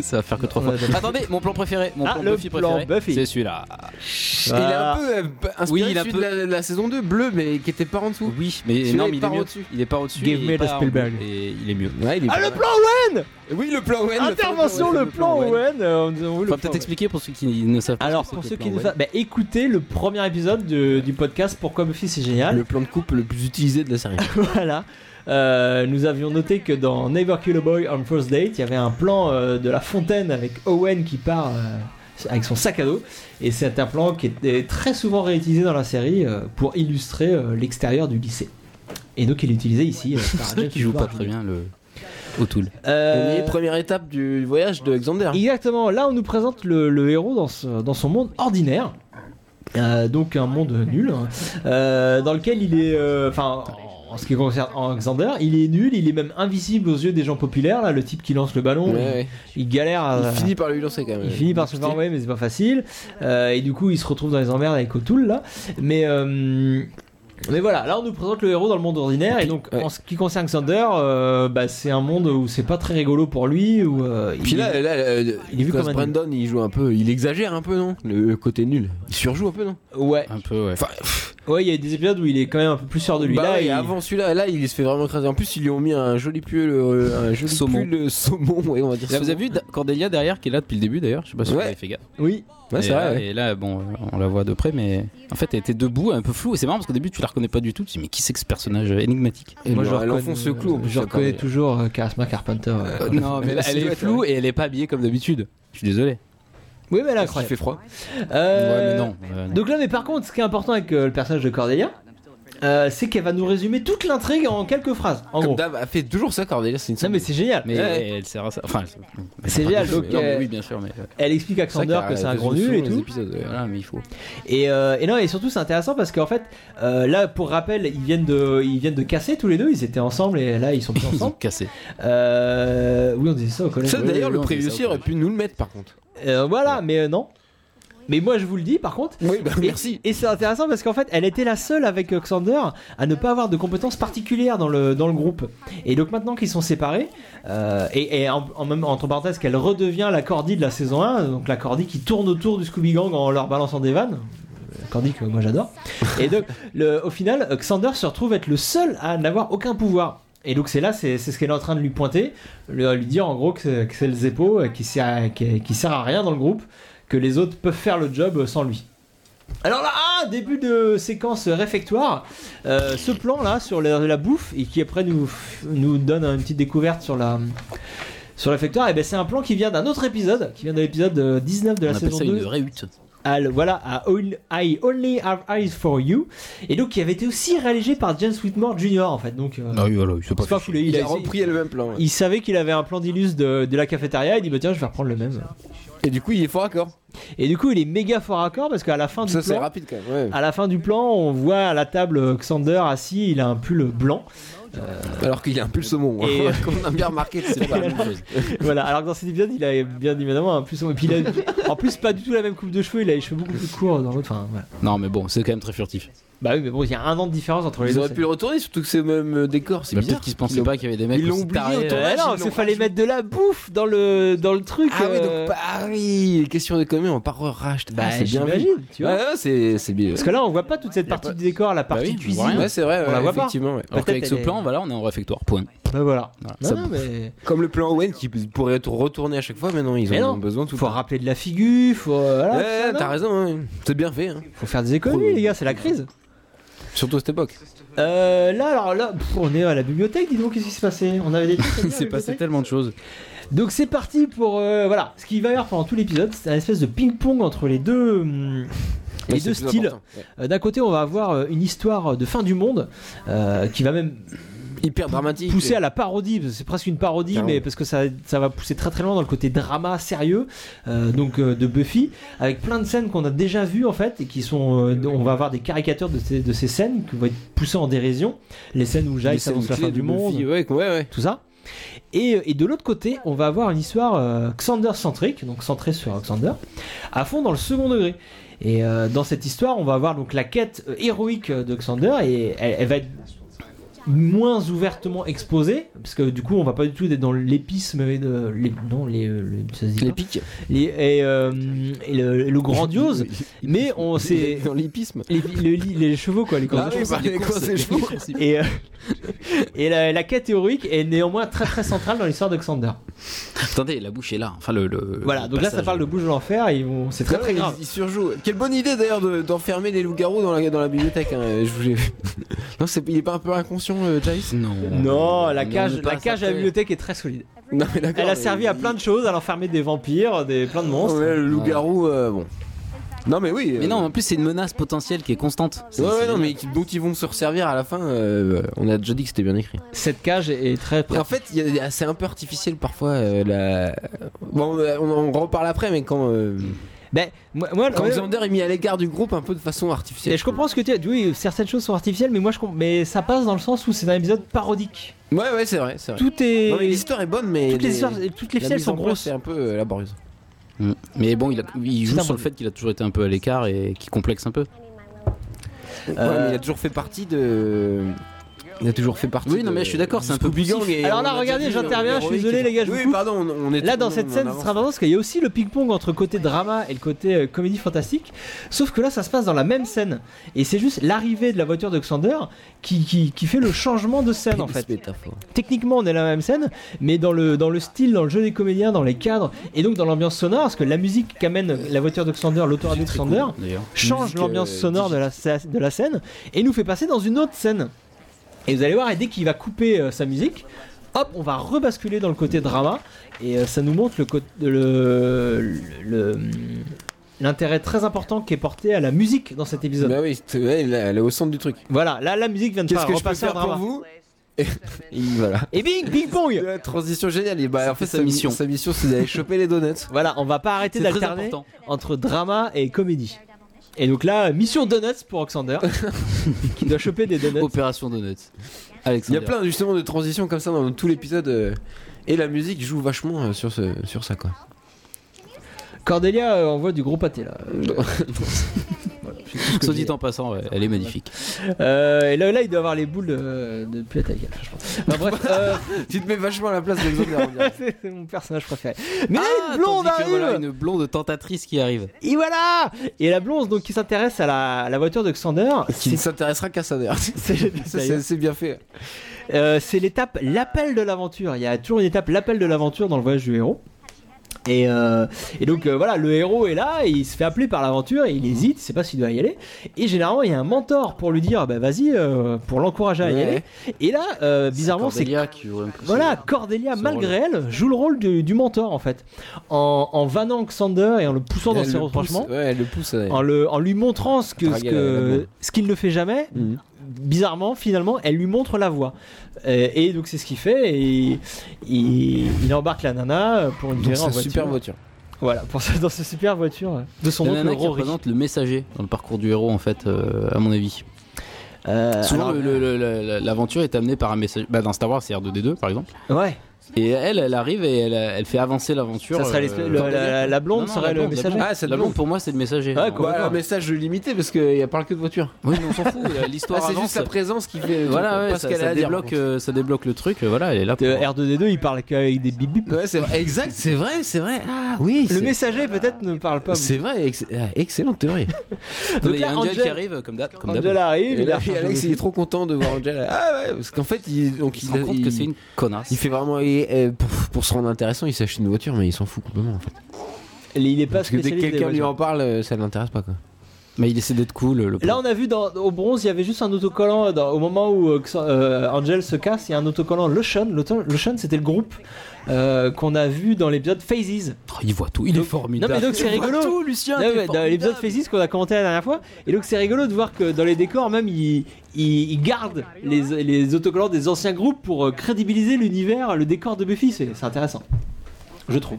[SPEAKER 2] Ça va faire que trois
[SPEAKER 1] On
[SPEAKER 2] fois.
[SPEAKER 1] l'a déjà fait.
[SPEAKER 2] Attendez, mon plan préféré, mon
[SPEAKER 1] Ah,
[SPEAKER 2] plan
[SPEAKER 1] le
[SPEAKER 2] Buffy
[SPEAKER 1] plan
[SPEAKER 2] préféré,
[SPEAKER 1] Buffy.
[SPEAKER 2] c'est celui-là.
[SPEAKER 3] Il est
[SPEAKER 1] Voilà.
[SPEAKER 3] un peu euh, b- inspiré
[SPEAKER 2] Oui, il
[SPEAKER 3] de
[SPEAKER 2] a
[SPEAKER 3] celui
[SPEAKER 2] peu-
[SPEAKER 3] de la, la saison 2, bleu, mais qui était pas en dessous.
[SPEAKER 2] Oui, mais
[SPEAKER 3] Celui-là,
[SPEAKER 2] non,
[SPEAKER 3] il
[SPEAKER 2] mais il est
[SPEAKER 3] part
[SPEAKER 2] mieux.
[SPEAKER 3] au-dessus.
[SPEAKER 2] Il est pas au-dessus.
[SPEAKER 1] Give
[SPEAKER 2] il
[SPEAKER 1] me
[SPEAKER 2] est
[SPEAKER 1] the
[SPEAKER 2] pas en
[SPEAKER 1] Spielberg.
[SPEAKER 2] haut, Et il est mieux.
[SPEAKER 3] Ouais, il est
[SPEAKER 1] Ah,
[SPEAKER 3] pas
[SPEAKER 1] le
[SPEAKER 3] mal.
[SPEAKER 1] plan Owen
[SPEAKER 3] Oui, le plan Owen. le
[SPEAKER 1] Intervention, le plan Owen. euh, on- on- le
[SPEAKER 2] Faut
[SPEAKER 1] plan
[SPEAKER 2] peut-être
[SPEAKER 1] Owen.
[SPEAKER 2] expliquer pour ceux qui ne savent pas.
[SPEAKER 1] Alors,
[SPEAKER 2] ce que
[SPEAKER 1] pour
[SPEAKER 2] c'est
[SPEAKER 1] ceux
[SPEAKER 2] que
[SPEAKER 1] qui
[SPEAKER 2] le
[SPEAKER 1] nous
[SPEAKER 2] plan
[SPEAKER 1] savent, bah, écoutez le premier épisode de- du podcast Pourquoi Buffy c'est génial.
[SPEAKER 3] Le plan de coupe le plus utilisé de la série.
[SPEAKER 1] Voilà. Euh, nous avions noté que dans Never Kill a Boy on First Date, il y avait un plan euh, de la fontaine avec Owen qui part euh, avec son sac à dos. Et c'est un plan qui est très souvent réutilisé dans la série euh, pour illustrer euh, l'extérieur du lycée. Et donc il est utilisé ici euh, par
[SPEAKER 2] C'est
[SPEAKER 1] James Ah,
[SPEAKER 2] vrai qu'il Ah, joue pas
[SPEAKER 1] Stewart.
[SPEAKER 2] très bien le. O'Toole.
[SPEAKER 1] Euh,
[SPEAKER 3] On est première étape du voyage de Xander.
[SPEAKER 1] Exactement, là on nous présente le, le héros dans, ce- dans son monde ordinaire. Euh, donc un monde nul, hein. Euh, dans lequel il est, euh, enfin, en ce qui concerne Alexander, il est nul, il est même invisible aux yeux des gens populaires. Là, le type qui lance le ballon,
[SPEAKER 3] Ouais,
[SPEAKER 1] il-
[SPEAKER 3] ouais.
[SPEAKER 1] il, galère.
[SPEAKER 3] Il
[SPEAKER 1] À,
[SPEAKER 3] finit par lui lancer quand même.
[SPEAKER 1] Ah. il finit par se faire envoyer, mais c'est pas facile. Euh, et du coup, il se retrouve dans les emmerdes avec O'Toole là. Mais euh, mais voilà, là on nous présente le héros dans le monde ordinaire et donc
[SPEAKER 3] Ouais.
[SPEAKER 1] en ce qui concerne Xander, euh, bah, c'est un monde où c'est pas très rigolo pour lui. Où, euh,
[SPEAKER 3] Puis
[SPEAKER 1] il-
[SPEAKER 3] là, là, euh,
[SPEAKER 1] il est vu
[SPEAKER 3] Nicolas
[SPEAKER 1] comme un nul.
[SPEAKER 3] Brandon, il joue un peu, il exagère un peu, non Le côté nul. Il surjoue un peu, non
[SPEAKER 1] ouais,
[SPEAKER 2] Un peu, ouais.
[SPEAKER 3] Enfin, pff,
[SPEAKER 1] Ouais, il y a des épisodes où il est quand même un peu plus sûr de lui.
[SPEAKER 3] bah
[SPEAKER 1] là,
[SPEAKER 3] ouais,
[SPEAKER 1] il-
[SPEAKER 3] avant celui-là, là, il se fait vraiment écraser. En plus, ils lui ont mis un joli pull, euh, un joli
[SPEAKER 2] Saumon.
[SPEAKER 3] pull, euh, saumon, ouais, on va dire.
[SPEAKER 2] Là, vous
[SPEAKER 3] saumon.
[SPEAKER 2] avez vu Da- Cordelia derrière qui est là depuis le début d'ailleurs, je sais pas si
[SPEAKER 3] Ouais.
[SPEAKER 2] vous avez fait gaffe.
[SPEAKER 1] Oui.
[SPEAKER 3] Ouais,
[SPEAKER 2] et,
[SPEAKER 3] c'est vrai.
[SPEAKER 2] là-
[SPEAKER 3] ouais.
[SPEAKER 2] et là, bon, euh, on la voit de près, mais en fait, elle était debout, un peu floue. Et c'est marrant parce qu'au début, tu la reconnais pas du tout. Tu te dis, mais qui c'est que ce personnage euh, énigmatique
[SPEAKER 3] Et
[SPEAKER 1] Moi,
[SPEAKER 3] le-
[SPEAKER 1] je
[SPEAKER 3] elle
[SPEAKER 1] reconnais-
[SPEAKER 3] enfonce ce clou. en plus,
[SPEAKER 1] Je
[SPEAKER 3] ça, quand
[SPEAKER 1] reconnais
[SPEAKER 3] même.
[SPEAKER 1] toujours euh, Charisma Carpenter. euh.
[SPEAKER 2] Non, mais là, elle est
[SPEAKER 3] silhouette,
[SPEAKER 2] floue et elle est pas habillée comme d'habitude. Je suis désolé.
[SPEAKER 1] Oui, mais elle est
[SPEAKER 3] Il fait
[SPEAKER 1] incroyable.
[SPEAKER 3] froid.
[SPEAKER 1] Euh,
[SPEAKER 2] Ouais, mais non. euh, non.
[SPEAKER 1] Donc là, mais par contre, ce qui est important avec euh, le personnage de Cordelia, euh, c'est qu'elle va nous résumer toute l'intrigue en quelques phrases. En
[SPEAKER 3] Comme
[SPEAKER 1] gros.
[SPEAKER 3] d'hab, elle fait toujours ça, Cordelia. C'est une
[SPEAKER 1] Non, mais
[SPEAKER 3] saumon.
[SPEAKER 1] c'est génial.
[SPEAKER 2] Mais
[SPEAKER 1] Ouais.
[SPEAKER 2] elle sert à ça. Enfin,
[SPEAKER 1] C'est
[SPEAKER 2] pas
[SPEAKER 1] génial,
[SPEAKER 2] grave,
[SPEAKER 1] donc,
[SPEAKER 2] mais- non, mais
[SPEAKER 1] euh,
[SPEAKER 2] oui, bien sûr, mais euh,
[SPEAKER 1] Elle explique à
[SPEAKER 3] C'est vrai
[SPEAKER 1] Xander
[SPEAKER 3] qu'elle
[SPEAKER 1] que c'est un
[SPEAKER 3] résume
[SPEAKER 1] gros nul et
[SPEAKER 3] souvent les
[SPEAKER 1] tout.
[SPEAKER 3] épisodes, ouais.
[SPEAKER 2] voilà, mais il faut.
[SPEAKER 1] Et, euh, et non, et surtout, c'est intéressant parce qu'en fait, euh, là, pour rappel, ils viennent, de, ils viennent de casser tous les deux. Ils étaient ensemble et là, ils sont plus
[SPEAKER 2] Ils ont
[SPEAKER 1] ensemble.
[SPEAKER 2] cassé.
[SPEAKER 1] Euh, oui, on disait ça au collège.
[SPEAKER 3] Ça,
[SPEAKER 2] Ouais,
[SPEAKER 3] d'ailleurs,
[SPEAKER 2] ouais,
[SPEAKER 3] le
[SPEAKER 2] non,
[SPEAKER 3] prévu
[SPEAKER 2] mais ça,
[SPEAKER 3] aussi aurait pu nous le mettre, par contre.
[SPEAKER 1] Euh, voilà, mais euh, non. Mais moi, je vous le dis, par contre.
[SPEAKER 3] Oui, bah,
[SPEAKER 1] Et-
[SPEAKER 3] merci.
[SPEAKER 1] Et c'est intéressant parce qu'en fait, elle était la seule avec euh, Xander à ne pas avoir de compétences particulières dans le, dans le groupe. Et donc maintenant qu'ils sont séparés, euh, et, et en, en même, entre parenthèses, qu'elle redevient la Cordy de la saison 1, donc la Cordy qui tourne autour du Scooby Gang en leur balançant des vannes. Euh, Cordy que moi j'adore. Et donc, le, au final, euh, Xander se retrouve être le seul à n'avoir aucun pouvoir. Et donc c'est là, c'est c'est ce qu'elle est en train de lui pointer, le- lui dire en gros que c'est- que c'est le Zeppo euh, qui sert, à- qui, qui sert à rien dans le groupe, que les autres peuvent faire le job euh, sans lui. Alors là, ah, début de séquence réfectoire. Euh, ce plan là sur la, la bouffe et qui après nous, nous donne une petite découverte sur la sur le réfectoire, et ben c'est un plan qui vient d'un autre épisode, qui vient de l'épisode euh, 19 de la
[SPEAKER 2] On appelle
[SPEAKER 1] saison
[SPEAKER 2] ça
[SPEAKER 1] 2
[SPEAKER 2] une vraie hutte.
[SPEAKER 1] à, le- voilà, à All- I Only Have Eyes for You, et donc qui avait été aussi réalisé par James Whitmore Jr. en fait. Donc, euh,
[SPEAKER 2] oui, voilà, c'est
[SPEAKER 1] c'est pas foulé. Il,
[SPEAKER 3] Il
[SPEAKER 1] a-
[SPEAKER 3] a repris le même plan. ouais.
[SPEAKER 1] il savait qu'il avait un plan d'illus de, de la cafétéria, il dit bah tiens, je vais reprendre le même.
[SPEAKER 3] Et du coup, il est fort accord.
[SPEAKER 1] Et du coup, il est méga fort à corps parce qu'à la fin du
[SPEAKER 3] Ça, c'est
[SPEAKER 1] plan,
[SPEAKER 3] rapide quand même. ouais.
[SPEAKER 1] à la fin du plan, on voit à la table euh, Xander assis, il a un pull blanc.
[SPEAKER 3] Alors qu'il a un pull saumon.
[SPEAKER 1] Et-
[SPEAKER 3] hein, Comme on a bien remarqué, c'est pas la même chose.
[SPEAKER 1] voilà, alors que dans cet épisode, il a bien évidemment un pull sombre. Et puis il a en plus pas du tout la même coupe de cheveux, il a les cheveux beaucoup plus courts dans l'autre. Enfin, voilà.
[SPEAKER 2] Non, mais bon, c'est quand même très furtif.
[SPEAKER 1] Bah oui, mais bon, il y a un an de différence entre les
[SPEAKER 3] Ils
[SPEAKER 1] deux.
[SPEAKER 3] auraient pu le retourner, surtout que c'est le même euh, décor.
[SPEAKER 1] Bah,
[SPEAKER 3] C'est
[SPEAKER 2] Mais
[SPEAKER 3] bizarre
[SPEAKER 2] peut-être qu'ils se pensaient
[SPEAKER 3] l'ont-
[SPEAKER 2] pas qu'il y avait des mecs
[SPEAKER 3] ils l'ont
[SPEAKER 2] aussi
[SPEAKER 3] oublié
[SPEAKER 2] tarés,
[SPEAKER 3] autour
[SPEAKER 2] euh,
[SPEAKER 3] de
[SPEAKER 1] Ah
[SPEAKER 3] Dommage,
[SPEAKER 1] non,
[SPEAKER 3] ils
[SPEAKER 1] c'est
[SPEAKER 3] l'ont
[SPEAKER 1] fallait mettre de la bouffe dans le dans le truc.
[SPEAKER 3] Ah oui,
[SPEAKER 1] euh,
[SPEAKER 3] donc Paris, question d'économie, on part au racht. Bah, c'est bien vu.
[SPEAKER 1] j'imagine, tu vois.
[SPEAKER 3] Ouais, ouais, c'est c'est bien.
[SPEAKER 1] Parce que là, on voit pas toute cette partie du décor,
[SPEAKER 3] Bah
[SPEAKER 1] la partie
[SPEAKER 2] oui, on voit
[SPEAKER 1] cuisine.
[SPEAKER 2] rien.
[SPEAKER 3] Ouais, c'est vrai,
[SPEAKER 1] On la
[SPEAKER 3] ouais,
[SPEAKER 1] voit pas.
[SPEAKER 3] effectivement. ouais.
[SPEAKER 2] Alors
[SPEAKER 1] Peut-être
[SPEAKER 2] qu'avec ce
[SPEAKER 1] elle est-
[SPEAKER 2] plan, voilà, on est en réfectoire. Point.
[SPEAKER 1] Bah voilà.
[SPEAKER 2] Voilà,
[SPEAKER 1] Non,
[SPEAKER 2] ça-
[SPEAKER 1] non, mais
[SPEAKER 3] Comme le plan Owen qui pourrait être retourné à chaque fois, mais non, ils
[SPEAKER 1] Mais
[SPEAKER 3] en
[SPEAKER 1] non.
[SPEAKER 3] ont besoin tout le
[SPEAKER 1] faut
[SPEAKER 3] temps.
[SPEAKER 1] rappeler de la figure, faut euh, voilà,
[SPEAKER 3] Ouais,
[SPEAKER 1] tout ça,
[SPEAKER 3] t'as
[SPEAKER 1] non
[SPEAKER 3] raison, hein. c'est bien fait, hein.
[SPEAKER 1] faut faire des économies, les gars, c'est la crise.
[SPEAKER 3] surtout à cette époque.
[SPEAKER 1] Euh, là, alors là, pff, on est à la bibliothèque, dis donc, qu'est-ce qui s'est passé On avait des trucs à dire à la
[SPEAKER 2] Il s'est passé
[SPEAKER 1] bibliothèque
[SPEAKER 2] tellement de choses.
[SPEAKER 1] Donc c'est parti pour euh, voilà, ce qu'il va y avoir pendant tout l'épisode, c'est un espèce de ping-pong entre les deux. hum, les
[SPEAKER 3] Ouais,
[SPEAKER 1] deux
[SPEAKER 3] c'est plus
[SPEAKER 1] styles.
[SPEAKER 3] important. Ouais.
[SPEAKER 1] Euh, D'un côté, on va avoir euh, une histoire de fin du monde euh, qui va même
[SPEAKER 3] Hyper dramatique.
[SPEAKER 1] pousser à la parodie, parce que c'est presque une parodie,
[SPEAKER 3] Carrément.
[SPEAKER 1] mais parce que ça, ça va pousser très très loin dans le côté drama sérieux euh, donc euh, de Buffy, avec plein de scènes qu'on a déjà vues en fait et qui sont, euh, on va avoir des caricatures de ces, de ces scènes qui vont être poussées en dérision, les scènes où
[SPEAKER 3] Les
[SPEAKER 1] Giles
[SPEAKER 3] scènes
[SPEAKER 1] annonce la
[SPEAKER 3] clés
[SPEAKER 1] fin
[SPEAKER 3] de
[SPEAKER 1] du monde,
[SPEAKER 3] Buffy, Ouais, ouais, ouais.
[SPEAKER 1] tout ça. Et, euh, et de l'autre côté, on va avoir une histoire euh, Xander-centrique, donc centrée sur euh, Xander, à fond dans le second degré. Et euh, dans cette histoire, on va avoir donc la quête euh, héroïque de Xander, et elle, elle va être moins ouvertement exposée, parce que du coup, on va pas du tout être dans l'épisme et de, les, non, les, euh, le- ça se dit pas.
[SPEAKER 3] L'épique.
[SPEAKER 1] Les- et, euh, et le, le grandiose, mais on c'est
[SPEAKER 3] Dans l'épisme.
[SPEAKER 1] les, les- les chevaux quoi, les
[SPEAKER 3] Ah
[SPEAKER 1] grandioses.
[SPEAKER 3] oui, bah, les courses, c'est chaud.
[SPEAKER 1] Et, euh, et la, la quête théorique est néanmoins très très centrale dans l'histoire de Xander.
[SPEAKER 2] Attendez, la bouche est là. Enfin, le. le-
[SPEAKER 1] Voilà,
[SPEAKER 2] le
[SPEAKER 1] donc là ça
[SPEAKER 2] passage.
[SPEAKER 1] parle de bouche de l'enfer, et ils vont- c'est très très
[SPEAKER 3] Ouais,
[SPEAKER 1] grave.
[SPEAKER 3] Il, il surjoue. Quelle bonne idée d'ailleurs de- d'enfermer les loups-garous dans la, dans la bibliothèque. hein, Je voulais. Non, c'est- il est pas un peu inconscient, euh, Jace
[SPEAKER 2] Non.
[SPEAKER 1] Non, la
[SPEAKER 3] Non,
[SPEAKER 1] cage,
[SPEAKER 3] mais pas
[SPEAKER 1] la cage à la
[SPEAKER 3] certain.
[SPEAKER 1] bibliothèque est très solide.
[SPEAKER 3] Non, mais d'accord.
[SPEAKER 1] Elle a servi à plein de choses, à l'enfermer des vampires, des plein de monstres.
[SPEAKER 3] Ouais, le loup-garou, euh, bon. Non, mais oui.
[SPEAKER 2] Mais
[SPEAKER 3] euh,
[SPEAKER 2] non, en plus, c'est une menace potentielle qui est constante. C'est-
[SPEAKER 3] Ouais, ouais,
[SPEAKER 2] c'est-
[SPEAKER 3] non, mais qui- dont ils vont se resservir à la fin. euh, on a déjà dit que c'était bien écrit.
[SPEAKER 1] Cette cage est très
[SPEAKER 3] Et en fait, il y a- il y a- c'est un peu artificiel parfois. euh, la... Bon, euh, on, on reparle après, mais quand, euh,
[SPEAKER 1] Ben, moi, moi,
[SPEAKER 3] quand
[SPEAKER 1] ouais,
[SPEAKER 3] Xander est mis à l'écart du groupe, un peu de façon artificielle.
[SPEAKER 1] et je comprends ce que tu as dit. Oui, certaines choses sont artificielles, mais moi je comprends. Mais ça passe dans le sens où c'est un épisode parodique.
[SPEAKER 3] Ouais, ouais, c'est vrai, c'est vrai.
[SPEAKER 1] Tout est.
[SPEAKER 3] Non, mais l'histoire est bonne, mais
[SPEAKER 1] toutes les,
[SPEAKER 3] les-
[SPEAKER 1] histoires- toutes les
[SPEAKER 3] la
[SPEAKER 1] ficelles
[SPEAKER 3] mise
[SPEAKER 1] sont
[SPEAKER 3] en place
[SPEAKER 1] grosses.
[SPEAKER 3] C'est un peu euh, laborieux.
[SPEAKER 2] Mm. Mais bon, il, a- il
[SPEAKER 1] C'est
[SPEAKER 2] joue
[SPEAKER 1] un
[SPEAKER 2] sur le
[SPEAKER 1] bon-
[SPEAKER 2] fait qu'il a toujours été un peu à l'écart et qui complexe un peu.
[SPEAKER 3] Ouais, mais il a toujours fait partie de. Il a toujours fait partie.
[SPEAKER 2] Oui, non, mais je suis d'accord, c'est un peu poussif.
[SPEAKER 1] Alors là, regardez, j'interviens, je suis désolé, les gars, je vous
[SPEAKER 3] hein, Oui,
[SPEAKER 1] coupe.
[SPEAKER 3] pardon, on, on est.
[SPEAKER 1] Là,
[SPEAKER 3] tout-
[SPEAKER 1] dans
[SPEAKER 3] on-
[SPEAKER 1] cette
[SPEAKER 3] on
[SPEAKER 1] scène, ce
[SPEAKER 3] avance.
[SPEAKER 1] sera important parce qu'il y a aussi le ping-pong entre côté drama et le côté euh, comédie fantastique. Sauf que là, ça se passe dans la même scène. Et c'est juste l'arrivée de la voiture de Xander qui, qui, qui fait le changement de scène en fait.
[SPEAKER 3] Métaphore.
[SPEAKER 1] Techniquement, on est à la même scène, mais dans le, dans le style, dans le jeu des comédiens, dans les cadres et donc dans l'ambiance sonore, parce que la musique qu'amène la voiture de Xander, l'autoradio de Xander,
[SPEAKER 2] D'ailleurs.
[SPEAKER 1] change
[SPEAKER 3] Musique,
[SPEAKER 1] l'ambiance
[SPEAKER 3] euh,
[SPEAKER 1] sonore de la, sc- de la scène et nous fait passer dans une autre scène. Et vous allez voir, et dès qu'il va couper euh, sa musique, hop, on va rebasculer dans le côté drama et euh, ça nous montre le co- le- le- l'intérêt très important qui est porté à la musique dans cet épisode.
[SPEAKER 3] Bah oui, c'est- ouais, elle est- elle est au centre du truc.
[SPEAKER 1] Voilà, là la musique vient de
[SPEAKER 3] Qu'est-ce
[SPEAKER 1] pas
[SPEAKER 3] que je peux
[SPEAKER 1] repasser au
[SPEAKER 3] faire pour
[SPEAKER 1] drama.
[SPEAKER 3] vous Et et voilà.
[SPEAKER 1] Et bing, bing pong.
[SPEAKER 3] La transition géniale. Et bah, en fait,
[SPEAKER 2] C'était sa
[SPEAKER 3] sa mission,
[SPEAKER 2] mission.
[SPEAKER 3] sa mission, c'est d'aller choper les donuts.
[SPEAKER 1] Voilà, on va pas arrêter
[SPEAKER 2] C'est très
[SPEAKER 1] d'alterner
[SPEAKER 2] important.
[SPEAKER 1] entre drama et comédie. Et donc là, mission donuts pour Oxander, qui doit choper des donuts.
[SPEAKER 2] Opération Donuts.
[SPEAKER 3] Il y
[SPEAKER 2] Alexandre.
[SPEAKER 3] a plein justement de transitions comme ça dans tout l'épisode. euh, Et la musique joue vachement euh, sur, ce, sur ça quoi.
[SPEAKER 1] Cordelia euh, envoie du gros pâté là.
[SPEAKER 2] Euh, Soit dit en passant, ouais, elle est magnifique.
[SPEAKER 1] Euh, et là, là, il doit avoir les boules euh, de plus à ta gueule, je pense. Enfin, bref, euh,
[SPEAKER 3] tu te mets vachement à la place d'Alexander. on dirait.
[SPEAKER 1] c'est c'est mon personnage préféré. Mais là,
[SPEAKER 2] Ah,
[SPEAKER 1] une blonde
[SPEAKER 2] tandis que
[SPEAKER 1] arrive
[SPEAKER 2] voilà une blonde tentatrice qui arrive.
[SPEAKER 1] Et voilà Et la blonde donc, qui s'intéresse à la, à la voiture de Xander,
[SPEAKER 3] Qui ne s'intéressera qu'à ça d'ailleurs. Ça,
[SPEAKER 1] c'est-
[SPEAKER 3] C'est c'est bien fait.
[SPEAKER 1] Euh, c'est l'étape l'appel de l'aventure. Il y a toujours une étape l'appel de l'aventure dans le voyage du héros. Et, euh, et donc euh, voilà, le héros est là, et il se fait appeler par l'aventure, et il hésite, il sait pas s'il doit y aller. Et généralement, il y a un mentor pour lui dire, bah vas-y, euh, pour l'encourager à y
[SPEAKER 3] Ouais.
[SPEAKER 1] aller. Et là, euh, bizarrement, c'est
[SPEAKER 2] Cordelia qui aurait impressionné.
[SPEAKER 1] voilà,
[SPEAKER 3] hein.
[SPEAKER 1] Cordelia,
[SPEAKER 2] ce
[SPEAKER 1] malgré elle, joue le rôle du, du mentor en fait, en, en vannant Xander et en le poussant dans
[SPEAKER 3] Elle
[SPEAKER 1] ses
[SPEAKER 3] le pousse,
[SPEAKER 1] retranchements, Oh,
[SPEAKER 3] Ouais, elle le pousse. ouais.
[SPEAKER 1] en, le, en lui montrant ce que- ce
[SPEAKER 3] Draguer la- la
[SPEAKER 1] que-
[SPEAKER 3] boule.
[SPEAKER 1] ce qu'il ne fait jamais,
[SPEAKER 3] Mhm.
[SPEAKER 1] bizarrement, finalement, elle lui montre la voie. Euh, et donc c'est ce qu'il fait. Et il, il embarque la nana euh, pour une
[SPEAKER 3] Dans
[SPEAKER 1] virée
[SPEAKER 3] sa
[SPEAKER 1] en voiture.
[SPEAKER 3] super voiture.
[SPEAKER 1] Voilà, pour ça, dans cette super voiture euh, de son
[SPEAKER 2] La
[SPEAKER 1] oncle
[SPEAKER 2] nana qui
[SPEAKER 1] Rory.
[SPEAKER 2] représente le messager dans le parcours du héros, en fait, euh, à mon avis.
[SPEAKER 1] Euh,
[SPEAKER 2] Souvent,
[SPEAKER 1] alors-
[SPEAKER 2] le- le- le- le- l'aventure est amenée par un messager. Bah, dans Star Wars, c'est R2D2, par exemple.
[SPEAKER 1] ouais,
[SPEAKER 2] Et elle, elle arrive et elle, elle fait avancer l'aventure.
[SPEAKER 1] ça serait
[SPEAKER 2] euh,
[SPEAKER 1] l'espèce- le- la, la- la blonde
[SPEAKER 2] Non, non,
[SPEAKER 1] serait
[SPEAKER 2] la
[SPEAKER 1] le
[SPEAKER 2] blonde, la
[SPEAKER 1] messager.
[SPEAKER 2] blonde.
[SPEAKER 3] Ah, c'est
[SPEAKER 2] La blonde, pour moi, c'est le messager.
[SPEAKER 1] Ouais, quoi.
[SPEAKER 3] Bah, alors, message limité parce qu'il n'y a parle que de voiture.
[SPEAKER 2] Oui, mais on s'en fout.
[SPEAKER 3] Ah,
[SPEAKER 2] L'histoire
[SPEAKER 3] c'est
[SPEAKER 2] avance.
[SPEAKER 3] juste la présence qui fait.
[SPEAKER 2] Voilà, ouais,
[SPEAKER 3] parce
[SPEAKER 2] ça,
[SPEAKER 3] qu'elle
[SPEAKER 2] ça
[SPEAKER 3] a à dire,
[SPEAKER 2] débloque,
[SPEAKER 3] par
[SPEAKER 2] euh, ça débloque le truc. euh, Voilà, elle est là. Pour...
[SPEAKER 1] Euh, R2D2, il parle qu'avec des bip bip.
[SPEAKER 3] contre. Ouais, c'est vrai. euh, Exact, c'est vrai, c'est vrai. Ah
[SPEAKER 1] Le
[SPEAKER 3] oui, Ah, c'est-
[SPEAKER 1] messager peut-être ne parle pas.
[SPEAKER 3] c'est vrai, ex- ah, excellente théorie.
[SPEAKER 2] Attendez,
[SPEAKER 1] Donc
[SPEAKER 2] Il y a
[SPEAKER 1] là,
[SPEAKER 2] Angel,
[SPEAKER 1] Angel-
[SPEAKER 2] qui arrive comme d'hab. Comme d'hab.
[SPEAKER 1] Angel arrive,
[SPEAKER 3] Et
[SPEAKER 1] il
[SPEAKER 3] là,
[SPEAKER 1] a
[SPEAKER 3] puis Alex, il est trop content de voir Angel. Ah ouais, parce qu'en fait, il, donc,
[SPEAKER 2] Il se rend compte que c'est une connasse.
[SPEAKER 3] Il fait vraiment. il- euh, pour, pour se rendre intéressant, il s'achète une voiture, mais il s'en fout complètement en fait.
[SPEAKER 1] il est pas
[SPEAKER 3] Parce que dès que
[SPEAKER 1] spécialiste. des
[SPEAKER 3] quelqu'un lui
[SPEAKER 1] voitures.
[SPEAKER 3] en parle, euh, ça l'intéresse pas quoi.
[SPEAKER 2] Mais il essaie d'être cool. Le
[SPEAKER 1] Là, on a vu dans, au bronze, il y avait juste un autocollant. euh, dans- au moment où euh, Xa- euh, Angel se casse, il y a un autocollant Lotion. L'auto- Lotion, c'était le groupe euh, qu'on a vu dans l'épisode Phases.
[SPEAKER 2] Oh, il voit tout. Il est
[SPEAKER 1] Non,
[SPEAKER 2] formidable.
[SPEAKER 1] mais donc c'est rigolo.
[SPEAKER 2] Lucien.
[SPEAKER 1] Non, mais dans l'épisode Phases qu'on a commenté la dernière fois. Et donc, c'est rigolo de voir que dans les décors, même, ils, ils- ils gardent les, les autocollants des anciens groupes pour euh, crédibiliser l'univers, le décor de Buffy. C'est c'est intéressant. Je trouve.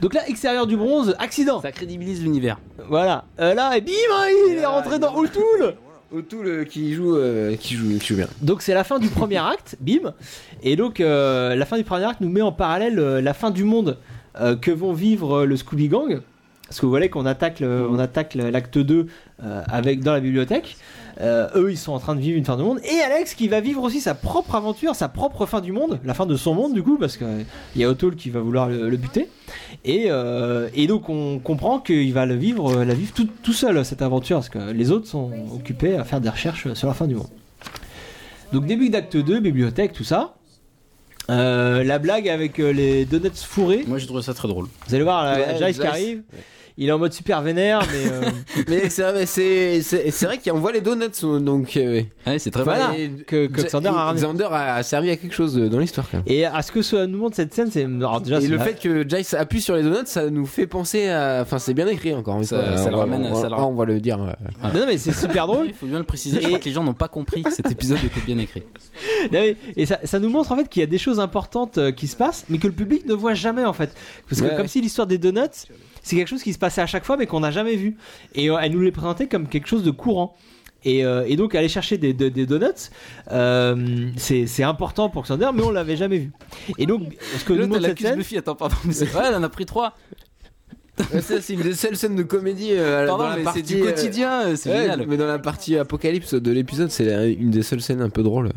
[SPEAKER 1] Donc là, extérieur du bronze, accident.
[SPEAKER 2] Ça crédibilise l'univers.
[SPEAKER 1] Voilà. Euh, là, et bim, hein, il est rentré dans O'Toole.
[SPEAKER 3] O'Toole euh, qui joue, euh, qui joue, qui joue bien.
[SPEAKER 1] Donc c'est la fin du premier acte, bim. Et donc euh, la fin du premier acte nous met en parallèle euh, la fin du monde euh, que vont vivre euh, le Scooby Gang. Parce que vous voyez qu'on attaque, le- on attaque le- l'acte 2 euh, avec, dans la bibliothèque. Euh, eux, ils sont en train de vivre une fin du monde. Et Alex qui va vivre aussi sa propre aventure, sa propre fin du monde, la fin de son monde du coup, parce qu'il y a O'Toole qui va vouloir le, le buter. Et, euh, et donc on comprend qu'il va le vivre, euh, la vivre tout, tout seul, cette aventure, parce que les autres sont occupés à faire des recherches sur la fin du monde. Donc début d'acte 2, bibliothèque, tout ça. Euh, la blague avec euh, les donuts fourrés.
[SPEAKER 2] Moi, j'ai trouvé ça très drôle.
[SPEAKER 1] Vous allez voir, la,
[SPEAKER 3] Ouais,
[SPEAKER 1] Jace qui
[SPEAKER 3] Jace.
[SPEAKER 1] arrive. il est en mode super vénère, mais euh,
[SPEAKER 3] Mais c'est mais c'est- c'est- c'est vrai qu'on voit les donuts donc. euh,
[SPEAKER 2] Ouais, c'est très
[SPEAKER 1] voilà,
[SPEAKER 2] bon.
[SPEAKER 3] Et-
[SPEAKER 1] que, que
[SPEAKER 3] Ja-
[SPEAKER 1] Xander a ramené.
[SPEAKER 3] Xander a servi à quelque chose euh, dans l'histoire quand même.
[SPEAKER 1] Et à ce que ça nous montre cette scène, c'est. alors déjà,
[SPEAKER 3] et
[SPEAKER 1] c'est
[SPEAKER 3] le
[SPEAKER 1] la-
[SPEAKER 3] fait que Jace appuie sur les donuts, ça nous fait penser à. Enfin, c'est bien écrit encore. une
[SPEAKER 2] Ça-
[SPEAKER 3] fois.
[SPEAKER 2] ça
[SPEAKER 3] On
[SPEAKER 2] le
[SPEAKER 3] va-
[SPEAKER 2] ramène-
[SPEAKER 3] On, va-
[SPEAKER 2] ça le-
[SPEAKER 3] on va le dire. euh,
[SPEAKER 1] Non, non, mais c'est super drôle.
[SPEAKER 2] Ah, Il faut bien le préciser, je crois que les gens n'ont pas compris que cet épisode était bien écrit.
[SPEAKER 1] Non, mais- Et ça, ça nous montre en fait qu'il y a des choses importantes euh, qui se passent, mais que le public ne voit jamais en fait. Parce que
[SPEAKER 3] Ouais,
[SPEAKER 1] comme
[SPEAKER 3] ouais.
[SPEAKER 1] si l'histoire des donuts, c'est quelque chose qui se passait à chaque fois, mais qu'on n'a jamais vu. Et euh, elle nous les présentait comme quelque chose de courant. Et, euh, et donc aller chercher des, des- des donuts, euh, c'est c'est important pour Xander, mais on l'avait jamais vu. Et donc, ce que nous
[SPEAKER 2] L'autre, elle
[SPEAKER 1] montre cette
[SPEAKER 2] accuse
[SPEAKER 1] scène,
[SPEAKER 2] Buffy, attends, pardon, mais c'est- ouais, elle en a pris trois.
[SPEAKER 3] Ouais, Euh, ça, c'est une des seules scènes de comédie euh, à- dans
[SPEAKER 2] Pardon,
[SPEAKER 3] la
[SPEAKER 2] mais
[SPEAKER 3] partie
[SPEAKER 2] c'est du
[SPEAKER 3] euh,
[SPEAKER 2] quotidien, euh, c'est
[SPEAKER 3] ouais,
[SPEAKER 2] génial.
[SPEAKER 3] Mais dans la partie apocalypse de l'épisode, c'est la- une des seules scènes un peu drôles.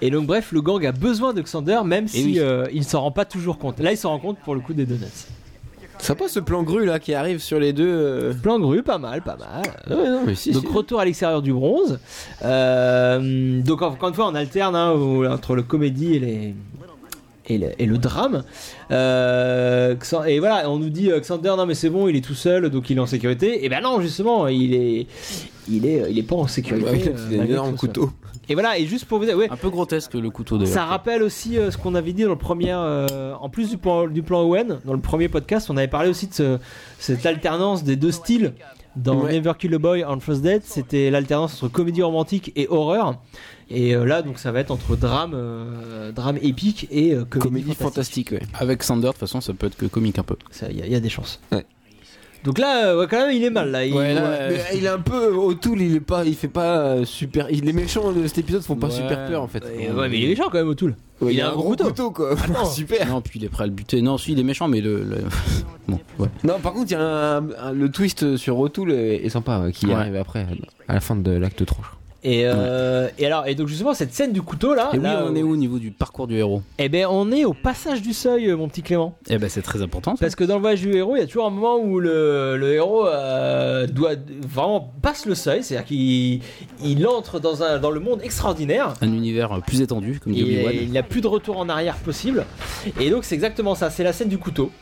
[SPEAKER 1] et donc bref, le gang a besoin de Xander, même si
[SPEAKER 2] oui.
[SPEAKER 1] euh, il s'en rend pas toujours compte. Là, il s'en rend compte pour le coup des donuts.
[SPEAKER 3] Sympa ce plan grue là qui arrive sur les deux. euh.
[SPEAKER 1] Plan grue, pas mal, pas mal.
[SPEAKER 3] Ouais, non, mais si.
[SPEAKER 1] Donc
[SPEAKER 3] si.
[SPEAKER 1] retour à l'extérieur du bronze. Euh, donc encore une fois, on alterne hein, au- entre le comédie et les. Et le, et le drame. Euh, Xan- et voilà, on nous dit euh, Xander, non mais c'est bon, il est tout seul, donc il est en sécurité. Et ben non, justement, il est, il est, il est pas en sécurité.
[SPEAKER 3] Ouais,
[SPEAKER 1] euh,
[SPEAKER 3] il a un
[SPEAKER 1] malgré
[SPEAKER 3] énorme
[SPEAKER 1] tout ça.
[SPEAKER 3] couteau.
[SPEAKER 1] Et voilà, et juste pour vous dire, ouais,
[SPEAKER 2] Un peu grotesque le couteau de.
[SPEAKER 1] ça rappelle aussi euh, ce qu'on avait dit dans le premier, euh, en plus du plan, du plan Owen, dans le premier podcast, on avait parlé aussi de ce- cette alternance des deux styles. Dans
[SPEAKER 3] Ouais.
[SPEAKER 1] Never Kill a Boy on First Date, c'était l'alternance entre comédie romantique et horreur. Et euh, là, donc, ça va être entre drame, euh, drame épique et euh, comédie,
[SPEAKER 3] Comédie
[SPEAKER 1] fantastique.
[SPEAKER 3] fantastique, ouais.
[SPEAKER 2] Avec Sander, de toute façon, ça peut être que comique un peu.
[SPEAKER 1] Il y, a des chances.
[SPEAKER 3] Ouais.
[SPEAKER 1] Donc là, euh, ouais, quand même, il est mal. Là. Il-
[SPEAKER 2] Ouais, là,
[SPEAKER 3] Ouais, mais il est un peu O'Toole, il est pas, il fait pas euh, super. il- les méchants de cet épisode font pas
[SPEAKER 2] Ouais.
[SPEAKER 3] super peur en fait.
[SPEAKER 1] Et, ouais, mais il est méchant quand même, O'Toole.
[SPEAKER 3] Ouais,
[SPEAKER 1] il a un gros couteau.
[SPEAKER 3] quoi.
[SPEAKER 1] Attends.
[SPEAKER 3] super.
[SPEAKER 2] Non, puis il est prêt à le buter. Non, si, il est méchant, mais le. le- Bon, ouais.
[SPEAKER 3] Non, par contre, il y a un- un- le twist sur O'Toole est, est sympa ouais, qui
[SPEAKER 2] Ouais.
[SPEAKER 3] arrive après, à la fin de l'acte 3.
[SPEAKER 1] Et, euh, et alors, et donc justement, cette scène du couteau là,
[SPEAKER 2] Et oui,
[SPEAKER 1] là, euh,
[SPEAKER 2] on est où au niveau du parcours du héros
[SPEAKER 1] eh ben, on est au passage du seuil, euh, mon petit Clément.
[SPEAKER 2] Eh ben, c'est très important. ça.
[SPEAKER 1] Parce que dans le voyage du héros, il y a toujours un moment où le, le héros euh, doit vraiment passe le seuil, c'est-à-dire qu'il il entre dans, un, dans le monde extraordinaire.
[SPEAKER 2] Un univers euh, plus étendu, comme dit
[SPEAKER 1] Il
[SPEAKER 2] Obi-Wan.
[SPEAKER 1] il n'a plus de retour en arrière possible. Et donc c'est exactement ça, c'est la scène du couteau.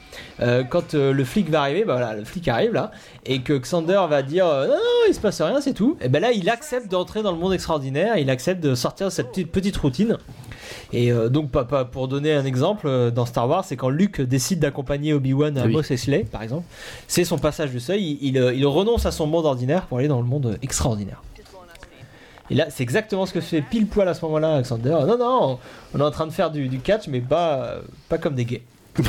[SPEAKER 1] Euh, quand euh, le flic va arriver, bah voilà, le flic arrive là, et que Xander va dire euh, non, non, il se passe rien, c'est tout. Et ben là, il accepte d'entrer dans le monde extraordinaire, il accepte de sortir de cette petite, petite routine. Et euh, donc, pas, pas- pour donner un exemple, euh, dans Star Wars, c'est quand Luke décide d'accompagner Obi-Wan à
[SPEAKER 2] Oui.
[SPEAKER 1] Mos Eisley, par exemple, c'est son passage du seuil, il, il, euh, il renonce à son monde ordinaire pour aller dans le monde extraordinaire. Et là, c'est exactement ce que fait pile poil à ce moment-là, Alexander. Non, non, on est en train de faire du, du catch, mais pas, euh, pas comme des gays.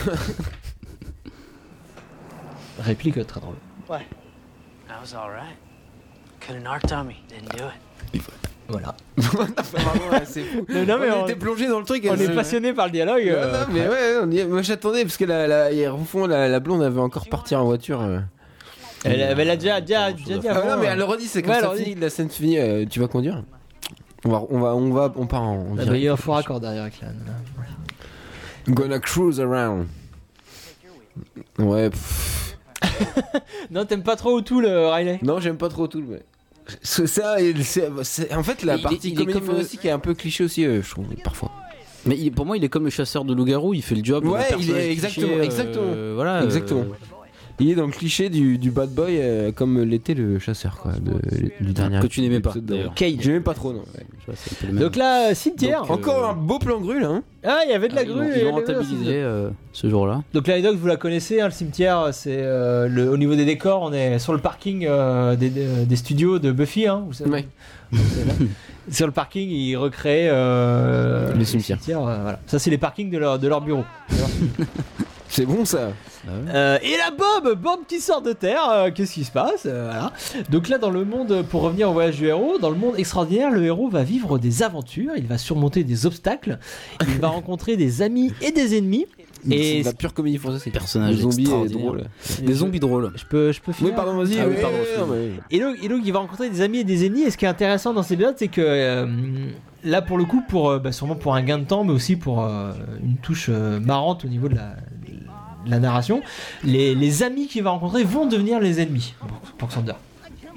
[SPEAKER 1] Réplique très drôle.
[SPEAKER 5] I was all right. Could have narked on me. Didn't do it.
[SPEAKER 1] Voilà.
[SPEAKER 3] c'est fou.
[SPEAKER 1] Non, non, mais
[SPEAKER 3] on,
[SPEAKER 1] on-
[SPEAKER 3] était plongé dans le truc.
[SPEAKER 1] On
[SPEAKER 3] elle-
[SPEAKER 1] est passionné par le dialogue.
[SPEAKER 3] Ouais,
[SPEAKER 1] euh,
[SPEAKER 3] non, mais ouais, on y est. moi j'attendais parce que la, la, hier, au fond, la, la blonde avait encore partir en voiture. euh.
[SPEAKER 1] elle, elle a déjà, déjà, déjà dit
[SPEAKER 3] Ah,
[SPEAKER 1] avant,
[SPEAKER 3] non, mais
[SPEAKER 1] euh,
[SPEAKER 3] elle le redit, c'est comme
[SPEAKER 1] Ouais, elle
[SPEAKER 3] ça
[SPEAKER 1] redit.
[SPEAKER 3] finit, la scène finie. euh, tu vas conduire on va, on va, on va, on part en. en
[SPEAKER 1] Ah, bah, il y a un faux raccord derrière avec la-
[SPEAKER 3] Gonna cruise around. Ouais. pff.
[SPEAKER 1] Non, t'aimes pas trop tout le Riley
[SPEAKER 3] Non, j'aime pas trop tout le. C'est ça, et c'est- c'est- en fait, la
[SPEAKER 2] Il est-
[SPEAKER 3] partie
[SPEAKER 2] il est
[SPEAKER 3] comédie
[SPEAKER 2] comme,
[SPEAKER 3] fantastique est un peu cliché aussi, euh, je trouve, parfois.
[SPEAKER 2] Mais il- pour moi, il est comme le chasseur de loup-garou, il fait le job.
[SPEAKER 3] Ouais,
[SPEAKER 2] le personnage
[SPEAKER 3] il est
[SPEAKER 2] cliché,
[SPEAKER 3] exactement,
[SPEAKER 2] euh,
[SPEAKER 3] exactement.
[SPEAKER 2] voilà,
[SPEAKER 3] Exactement. Il est dans le cliché du, du bad boy, euh, comme l'était le chasseur, quoi, de- du dernier.
[SPEAKER 2] Que tu n'aimais pas,
[SPEAKER 3] épisode de-
[SPEAKER 2] d'ailleurs.
[SPEAKER 1] Cage.
[SPEAKER 3] J'aimais pas trop, non. ouais.
[SPEAKER 2] euh, tu vois, c'est un peu le même.
[SPEAKER 1] Donc là, euh, cimetière.
[SPEAKER 2] Donc, euh,
[SPEAKER 3] Encore un beau plan grue là. hein.
[SPEAKER 1] Ah, il y avait de la
[SPEAKER 2] ils l'ont-
[SPEAKER 1] grue. et
[SPEAKER 2] Ils l'ont
[SPEAKER 1] elle est-
[SPEAKER 2] rentabilisé euh, ce jour-là.
[SPEAKER 1] Donc l'anecdote, vous la connaissez, hein, le cimetière, c'est euh, le- au niveau des décors, on est sur le parking euh, des, des- des studios de Buffy. Hein, vous savez.
[SPEAKER 3] Ouais.
[SPEAKER 1] Sur le parking, ils recréent euh,
[SPEAKER 3] Le cimetière.
[SPEAKER 1] euh, voilà. Ça, c'est les parkings de leur, de leur bureau.
[SPEAKER 3] C'est bon ça.
[SPEAKER 1] Euh, et la bombe, bombe qui sort de terre, euh, qu'est-ce qui se passe Euh, voilà. Donc là, dans le monde, pour revenir au voyage du héros, dans le monde extraordinaire, le héros va vivre des aventures, il va surmonter des obstacles, il va rencontrer des amis et des ennemis.
[SPEAKER 3] C'est
[SPEAKER 1] Et
[SPEAKER 3] de la pure comédie française.
[SPEAKER 2] Personnage
[SPEAKER 3] Le zombie est
[SPEAKER 2] extraordinaire.
[SPEAKER 3] euh, drôle.
[SPEAKER 2] Des zombies drôles.
[SPEAKER 1] je peux, je peux
[SPEAKER 3] Oui,
[SPEAKER 1] finir
[SPEAKER 3] pardon, vas-y.
[SPEAKER 2] Ah oui,
[SPEAKER 3] ouais,
[SPEAKER 2] pardon,
[SPEAKER 3] ouais,
[SPEAKER 2] excuse-moi.
[SPEAKER 3] non, mais-
[SPEAKER 1] Et donc, et donc, il va rencontrer des amis et des ennemis. Et ce qui est intéressant dans ces épisodes, c'est que euh, là, pour le coup, pour, euh, bah, sûrement pour un gain de temps, mais aussi pour euh, une touche euh, marrante au niveau de la, de la narration, les, les amis qu'il va rencontrer vont devenir les ennemis pour, pour Xander.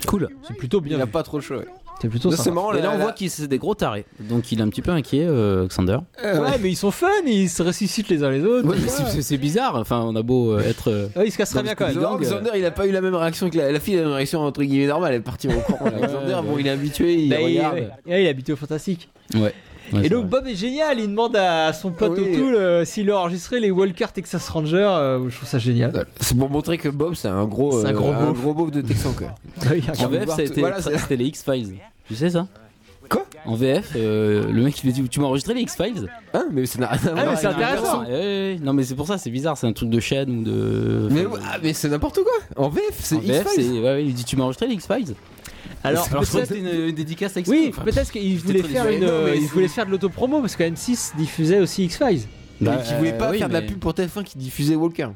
[SPEAKER 2] Cool.
[SPEAKER 1] C'est plutôt bien.
[SPEAKER 3] Il a
[SPEAKER 1] vu.
[SPEAKER 3] pas trop le choix. ouais.
[SPEAKER 1] C'est plutôt
[SPEAKER 3] Non,
[SPEAKER 1] ça.
[SPEAKER 3] c'est marrant,
[SPEAKER 2] Et là,
[SPEAKER 3] la-
[SPEAKER 2] on
[SPEAKER 3] la-
[SPEAKER 2] voit qu'il c'est des gros tarés. Donc il est un petit peu inquiet, euh, Xander.
[SPEAKER 3] Euh,
[SPEAKER 1] Ouais, mais ils sont fun, ils se ressuscitent les uns les autres.
[SPEAKER 2] Ouais, mais c'est- c'est- c'est bizarre. Enfin, on a beau euh, être. euh,
[SPEAKER 1] Ouais, ils se casseraient
[SPEAKER 2] Dans
[SPEAKER 1] bien
[SPEAKER 2] le
[SPEAKER 1] quand même.
[SPEAKER 2] studio.
[SPEAKER 3] Non,
[SPEAKER 2] Gang, euh.
[SPEAKER 3] Xander, il a pas eu la même réaction que la, la fille, elle a une réaction entre guillemets normale, elle est partie en courant. là. Xander,
[SPEAKER 2] euh,
[SPEAKER 3] bon, il est habitué, il
[SPEAKER 1] Bah, il,
[SPEAKER 3] regarde.
[SPEAKER 1] ouais. Ouais, il est habitué au fantastique.
[SPEAKER 2] ouais,
[SPEAKER 1] et
[SPEAKER 2] c'est
[SPEAKER 1] donc
[SPEAKER 2] vrai.
[SPEAKER 1] Bob est génial, il demande à son pote
[SPEAKER 3] Oui.
[SPEAKER 1] O'Toole euh, s'il a enregistré les Walker Texas Rangers. euh, je trouve ça génial.
[SPEAKER 3] C'est pour montrer que Bob, c'est un gros,
[SPEAKER 1] C'est un
[SPEAKER 3] euh,
[SPEAKER 1] gros beauf.
[SPEAKER 3] beauf de Texan. Quoi.
[SPEAKER 1] Ouais, il y a-
[SPEAKER 2] en
[SPEAKER 3] J'ai envie de
[SPEAKER 2] VF,
[SPEAKER 3] voir
[SPEAKER 2] ça a
[SPEAKER 3] tout-
[SPEAKER 2] été-
[SPEAKER 3] voilà, c'est-
[SPEAKER 2] c'était les X-Files. Tu sais ça
[SPEAKER 3] Quoi
[SPEAKER 2] En VF, euh, le mec il lui dit Tu m'as enregistré les X-Files
[SPEAKER 3] Hein, mais ça n'a rien à
[SPEAKER 1] Ah, mais
[SPEAKER 3] voir.
[SPEAKER 1] c'est
[SPEAKER 2] Il y a un
[SPEAKER 1] intéressant.
[SPEAKER 2] garçon. Ouais, ouais, ouais. Non, mais c'est pour ça, c'est bizarre. C'est un truc de chaîne ou de.
[SPEAKER 3] Mais,
[SPEAKER 2] Enfin,
[SPEAKER 3] ah, mais c'est n'importe quoi. En VF, c'est
[SPEAKER 2] en VF, c'est.
[SPEAKER 3] X-Files.
[SPEAKER 2] ouais, ouais, il lui dit Tu m'as enregistré les X-Files
[SPEAKER 1] Alors, peut-être-
[SPEAKER 2] peut-être une, une dédicace à X-Files.
[SPEAKER 1] oui,
[SPEAKER 2] Enfin,
[SPEAKER 1] peut-être qu'il voulait
[SPEAKER 2] très
[SPEAKER 1] faire
[SPEAKER 2] désolé.
[SPEAKER 1] une,
[SPEAKER 2] Non, mais
[SPEAKER 1] euh, il
[SPEAKER 2] c'est-
[SPEAKER 1] voulait faire de l'autopromo parce que M6 diffusait aussi X Files.
[SPEAKER 2] bah,
[SPEAKER 3] Mais qui voulait pas
[SPEAKER 2] euh, oui,
[SPEAKER 3] faire de la
[SPEAKER 2] mais-
[SPEAKER 3] pub pour TF1 qui diffusait Walker.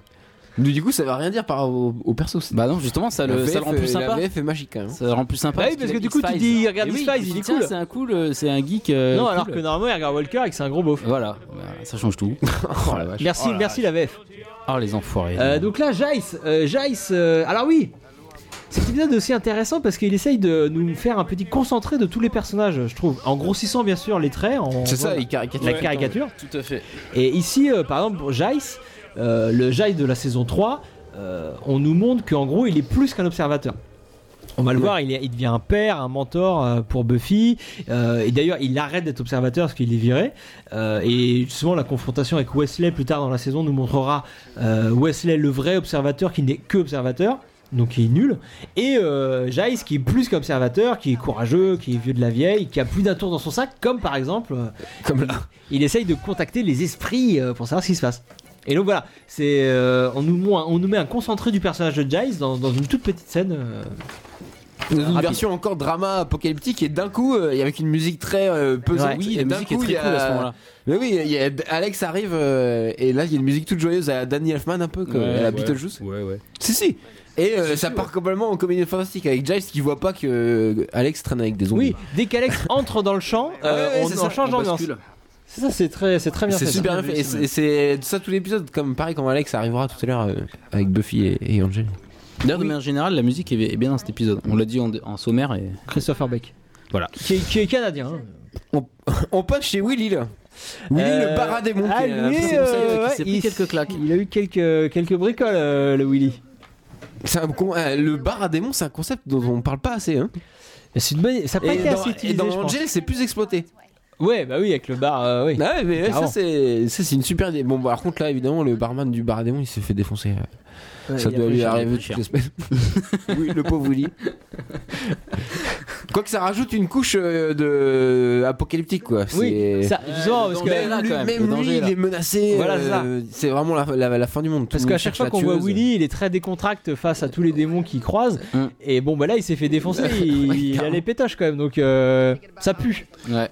[SPEAKER 3] Donc, du coup, ça va rien dire par rapport au, au perso. c'est-
[SPEAKER 2] Bah non, justement, ça
[SPEAKER 3] La
[SPEAKER 2] le,
[SPEAKER 3] VF,
[SPEAKER 2] ça le rend plus
[SPEAKER 3] euh,
[SPEAKER 2] sympa.
[SPEAKER 3] La VF est magique quand même.
[SPEAKER 2] Ça le rend plus sympa.
[SPEAKER 1] Bah oui, parce que du coup, tu
[SPEAKER 2] X-Files.
[SPEAKER 1] dis, regarde
[SPEAKER 2] Et oui,
[SPEAKER 1] X-Files,
[SPEAKER 2] tu
[SPEAKER 1] il
[SPEAKER 2] dis,
[SPEAKER 1] est
[SPEAKER 2] tiens,
[SPEAKER 1] cool.
[SPEAKER 2] C'est un cool, euh, c'est un geek. euh,
[SPEAKER 1] non,
[SPEAKER 2] cool.
[SPEAKER 1] alors que normalement il regarde Walker et que c'est un gros beauf.
[SPEAKER 2] Voilà, Bah, ça change tout. oh la vache.
[SPEAKER 1] Merci, merci la VF.
[SPEAKER 2] Oh les enfoirés.
[SPEAKER 1] Euh, donc là, Jace, euh, Jace, euh, alors oui, cet épisode est aussi intéressant parce qu'il essaye de nous faire un petit concentré de tous les personnages, je trouve, en grossissant bien sûr les traits, en
[SPEAKER 3] C'est ça,
[SPEAKER 1] voilà,
[SPEAKER 3] il caricature.
[SPEAKER 1] la caricature.
[SPEAKER 2] tout à fait.
[SPEAKER 1] Et ici, euh, par exemple, pour Jace, euh, le Jace de la saison 3, euh, on nous montre qu'en gros, il est plus qu'un observateur. On va le voir, il, est- il devient un père, un mentor euh, pour Buffy. euh, et d'ailleurs, il arrête d'être observateur parce qu'il est viré. Euh, et justement, la confrontation avec Wesley plus tard dans la saison nous montrera euh, Wesley, le vrai observateur qui n'est que observateur. Donc qui est nul et euh, Jace qui est plus qu'observateur, qui est courageux, qui est vieux de la vieille, qui a plus d'un tour dans son sac, comme par exemple euh,
[SPEAKER 3] Comme là.
[SPEAKER 1] il essaye de contacter les esprits euh, pour savoir ce qui se passe. Et donc voilà, c'est euh, on, nous, mo- on nous met un concentré du personnage de Giles dans, dans une toute petite scène. euh,
[SPEAKER 3] Dans une
[SPEAKER 1] Rapide.
[SPEAKER 3] version encore drama apocalyptique et d'un coup, euh, avec une musique très euh,
[SPEAKER 1] Ouais,
[SPEAKER 3] pesante.
[SPEAKER 2] Oui,
[SPEAKER 3] et
[SPEAKER 2] la
[SPEAKER 3] d'un
[SPEAKER 2] musique est
[SPEAKER 3] coup,
[SPEAKER 2] très
[SPEAKER 3] il y a-
[SPEAKER 2] cool à ce moment-là.
[SPEAKER 3] Mais oui, il y a- Alex arrive euh, et là il y a une musique toute joyeuse à Danny Elfman un
[SPEAKER 1] euh,
[SPEAKER 3] peu comme à la Beetlejuice.
[SPEAKER 2] Ouais, ouais.
[SPEAKER 3] Si si. Et euh, ça part complètement en comédie fantastique avec Giles qui voit pas que euh, Alex traîne avec des zombies.
[SPEAKER 1] Oui, dès qu'Alex entre dans le champ, euh,
[SPEAKER 3] Ah Ouais, ouais,
[SPEAKER 1] on,
[SPEAKER 3] c'est
[SPEAKER 1] on
[SPEAKER 3] ça,
[SPEAKER 1] change
[SPEAKER 3] on
[SPEAKER 1] d'ambiance.
[SPEAKER 3] bascule.
[SPEAKER 1] C'est ça, c'est très, c'est très bien
[SPEAKER 3] C'est
[SPEAKER 1] fait.
[SPEAKER 3] super Ah, bien fait. Et c'est- Et c'est ça tout l'épisode, comme pareil quand Alex arrivera tout à l'heure euh, avec Buffy et, et Angel.
[SPEAKER 2] D'ailleurs, de manière générale, la musique est est bien dans cet épisode. On l'a dit en, en sommaire et.
[SPEAKER 1] ça. Christopher Beck.
[SPEAKER 2] Voilà.
[SPEAKER 1] Qui est, qui est canadien. hein.
[SPEAKER 3] On passe chez Willy là. Willy
[SPEAKER 1] Euh,
[SPEAKER 3] le paradémon.
[SPEAKER 1] ah,
[SPEAKER 3] qui est un
[SPEAKER 1] lui,
[SPEAKER 3] obsédé,
[SPEAKER 1] euh,
[SPEAKER 3] qui
[SPEAKER 1] ouais,
[SPEAKER 3] s'est pris
[SPEAKER 1] il-
[SPEAKER 3] quelques claques.
[SPEAKER 1] Il a eu quelques, quelques bricoles, euh, le Willy.
[SPEAKER 3] C'est un con- euh, le bar à démons, c'est un concept dont on parle pas assez. Hein.
[SPEAKER 1] Mais c'est une bonne- Ça n'a pas
[SPEAKER 3] Et,
[SPEAKER 1] été
[SPEAKER 3] dans,
[SPEAKER 1] assez utilisé.
[SPEAKER 3] et dans
[SPEAKER 1] je pense.
[SPEAKER 3] Angel, c'est plus exploité.
[SPEAKER 1] Ouais, bah oui, avec le bar, euh, oui.
[SPEAKER 3] Ah ouais, mais ouais, ça
[SPEAKER 1] Carrément.
[SPEAKER 3] c'est ça, c'est une super idée. Bon, bah, par contre là évidemment le barman du bar à démons il s'est fait défoncer.
[SPEAKER 1] Ouais,
[SPEAKER 3] ça
[SPEAKER 1] il a
[SPEAKER 3] doit
[SPEAKER 1] pris
[SPEAKER 3] lui
[SPEAKER 1] cher.
[SPEAKER 3] arriver
[SPEAKER 2] il a
[SPEAKER 3] toutes les semaines. oui, le pauvre Willy. Quoique ça rajoute une couche euh, de apocalyptique quoi.
[SPEAKER 1] Oui,
[SPEAKER 3] C'est-
[SPEAKER 1] ça, justement, parce
[SPEAKER 2] le
[SPEAKER 1] que.
[SPEAKER 2] danger,
[SPEAKER 3] Mais
[SPEAKER 2] là,
[SPEAKER 3] lui-
[SPEAKER 2] quand même,
[SPEAKER 3] même
[SPEAKER 2] le
[SPEAKER 3] lui,
[SPEAKER 2] danger, là.
[SPEAKER 3] il est menacé.
[SPEAKER 1] Voilà,
[SPEAKER 3] euh, c'est vraiment la, la- la fin du monde. Tout
[SPEAKER 1] Parce
[SPEAKER 3] le monde
[SPEAKER 1] qu'à chaque
[SPEAKER 3] cherche
[SPEAKER 1] fois
[SPEAKER 3] la
[SPEAKER 1] qu'on voit
[SPEAKER 3] tueuse.
[SPEAKER 1] Willy, il est très décontract face à tous les démons qu'il croise.
[SPEAKER 2] Mm.
[SPEAKER 1] Et bon, bah là, il s'est fait défoncer. il, il a les pétoches quand même. Donc, euh, ça pue.
[SPEAKER 2] Ouais.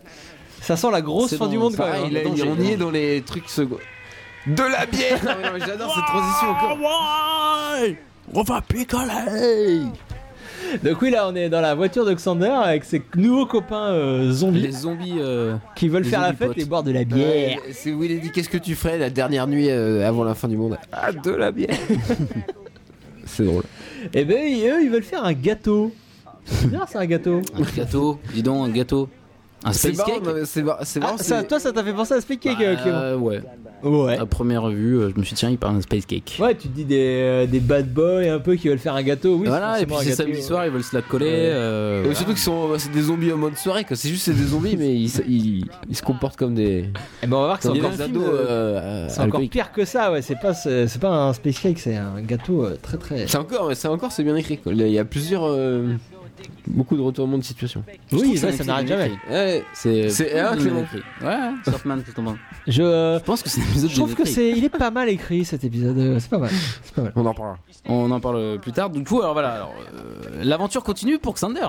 [SPEAKER 1] Ça sent la grosse
[SPEAKER 2] C'est
[SPEAKER 1] fin
[SPEAKER 2] bon,
[SPEAKER 1] du monde quand
[SPEAKER 3] Pareil,
[SPEAKER 1] même.
[SPEAKER 3] là,
[SPEAKER 1] hein.
[SPEAKER 3] on y est dans les trucs seconds. De la bière. Non, mais non, mais J'adore cette transition encore.
[SPEAKER 2] On va picoler
[SPEAKER 1] Donc, oui, là, on est dans la voiture de Xander avec ses nouveaux copains euh, zombies
[SPEAKER 2] Les zombies. euh,
[SPEAKER 1] qui veulent
[SPEAKER 2] les
[SPEAKER 1] faire la
[SPEAKER 2] zombies
[SPEAKER 1] fête
[SPEAKER 2] potes.
[SPEAKER 1] et boire de la bière.
[SPEAKER 3] Euh, c'est Willy dit qu'est-ce que tu ferais la dernière nuit euh, avant la fin du monde Ah de la bière. c'est drôle.
[SPEAKER 1] Et ben, ils- eux, ils veulent faire un gâteau. C'est bien, c'est un gâteau.
[SPEAKER 2] Un gâteau, dis donc, un gâteau. Un
[SPEAKER 3] C'est
[SPEAKER 2] space
[SPEAKER 3] marrant,
[SPEAKER 2] cake
[SPEAKER 3] non, mais c'est mar- c'est
[SPEAKER 1] Ah,
[SPEAKER 3] marrant,
[SPEAKER 1] ça,
[SPEAKER 3] c'est-
[SPEAKER 1] toi, ça t'a fait penser à Space Cake, euh, Clément
[SPEAKER 2] Euh, Ouais.
[SPEAKER 1] Ouais.
[SPEAKER 2] À première vue, euh, je me suis dit, tiens, il parle d'un space cake.
[SPEAKER 1] Ouais, tu te dis des, euh, des bad boys un peu qui veulent faire un gâteau. Oui,
[SPEAKER 2] voilà, et puis
[SPEAKER 1] forcément un
[SPEAKER 2] c'est
[SPEAKER 1] gâteau.
[SPEAKER 2] samedi soir, ils veulent se la coller. euh,
[SPEAKER 3] Et
[SPEAKER 2] voilà.
[SPEAKER 3] Surtout que sont- c'est des zombies en mode soirée, quoi. c'est juste c'est des zombies mais ils, se- ils- ils se comportent comme des,
[SPEAKER 1] Eh ben, on va voir que c'est
[SPEAKER 3] comme
[SPEAKER 1] encore
[SPEAKER 3] des
[SPEAKER 1] un film,
[SPEAKER 3] ados.
[SPEAKER 1] euh,
[SPEAKER 3] euh,
[SPEAKER 1] C'est encore
[SPEAKER 3] alcooliques.
[SPEAKER 1] pire que ça, ouais. C'est pas, c'est c'est pas un space cake, c'est un gâteau euh, très très.
[SPEAKER 3] C'est encore, c'est encore, c'est bien écrit. quoi. Il y a plusieurs, euh, beaucoup de retournements de situation.
[SPEAKER 1] Oui,
[SPEAKER 2] ça,
[SPEAKER 1] ça, ça
[SPEAKER 2] c'est
[SPEAKER 1] n'arrête
[SPEAKER 2] bien
[SPEAKER 1] jamais.
[SPEAKER 3] Ouais,
[SPEAKER 2] C'est.
[SPEAKER 3] C'est- hein,
[SPEAKER 2] bien
[SPEAKER 3] Clément
[SPEAKER 2] écrit. Ouais, Surfman, tout en bas.
[SPEAKER 1] Je, euh,
[SPEAKER 2] Je pense que c'est un épisode
[SPEAKER 1] je trouve
[SPEAKER 2] bien
[SPEAKER 1] que
[SPEAKER 2] écrit.
[SPEAKER 1] c'est, il est pas mal écrit cet épisode. euh, C'est pas mal. C'est pas mal.
[SPEAKER 3] on en parlera.
[SPEAKER 2] On en parle plus tard. Du coup, alors voilà, alors, euh, l'aventure continue pour Xander.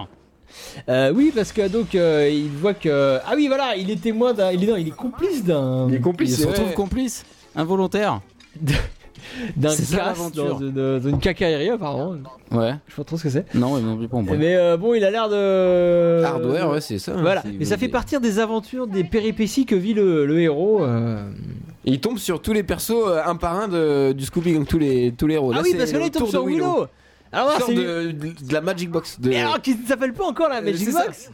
[SPEAKER 1] Euh, oui, parce que donc euh, il voit que ah oui voilà, il est témoin d'un, il est non, il est complice d'un
[SPEAKER 2] il se retrouve
[SPEAKER 3] ouais.
[SPEAKER 2] complice, involontaire.
[SPEAKER 1] d'un
[SPEAKER 2] C'est ça,
[SPEAKER 1] casse
[SPEAKER 2] l'aventure.
[SPEAKER 1] dans une, dans une quincaillerie apparemment.
[SPEAKER 2] Ouais.
[SPEAKER 1] Je sais pas trop ce que c'est.
[SPEAKER 2] Non, mais non plus pour moi.
[SPEAKER 1] Mais euh, bon, il a l'air de
[SPEAKER 3] Hardware, ouais, c'est ça. hein,
[SPEAKER 1] Euh, Voilà,
[SPEAKER 3] c'est-
[SPEAKER 1] mais ça fait partir des aventures, des péripéties que vit le, le héros. euh.
[SPEAKER 3] Il tombe sur tous les persos euh, un par un de, du Scooby Gang, tous les tous les héros.
[SPEAKER 1] Ah
[SPEAKER 3] Là,
[SPEAKER 1] oui,
[SPEAKER 3] c'est
[SPEAKER 1] parce que là
[SPEAKER 3] le
[SPEAKER 1] il tombe
[SPEAKER 3] tour
[SPEAKER 1] sur
[SPEAKER 3] de
[SPEAKER 1] Willow. Alors, voilà,
[SPEAKER 3] Sort
[SPEAKER 1] c'est-
[SPEAKER 3] de, de- de la Magic Box. De... Euh,
[SPEAKER 1] Mais alors qu'il ne s'appelle pas encore la Magic
[SPEAKER 3] c'est ça.
[SPEAKER 1] Box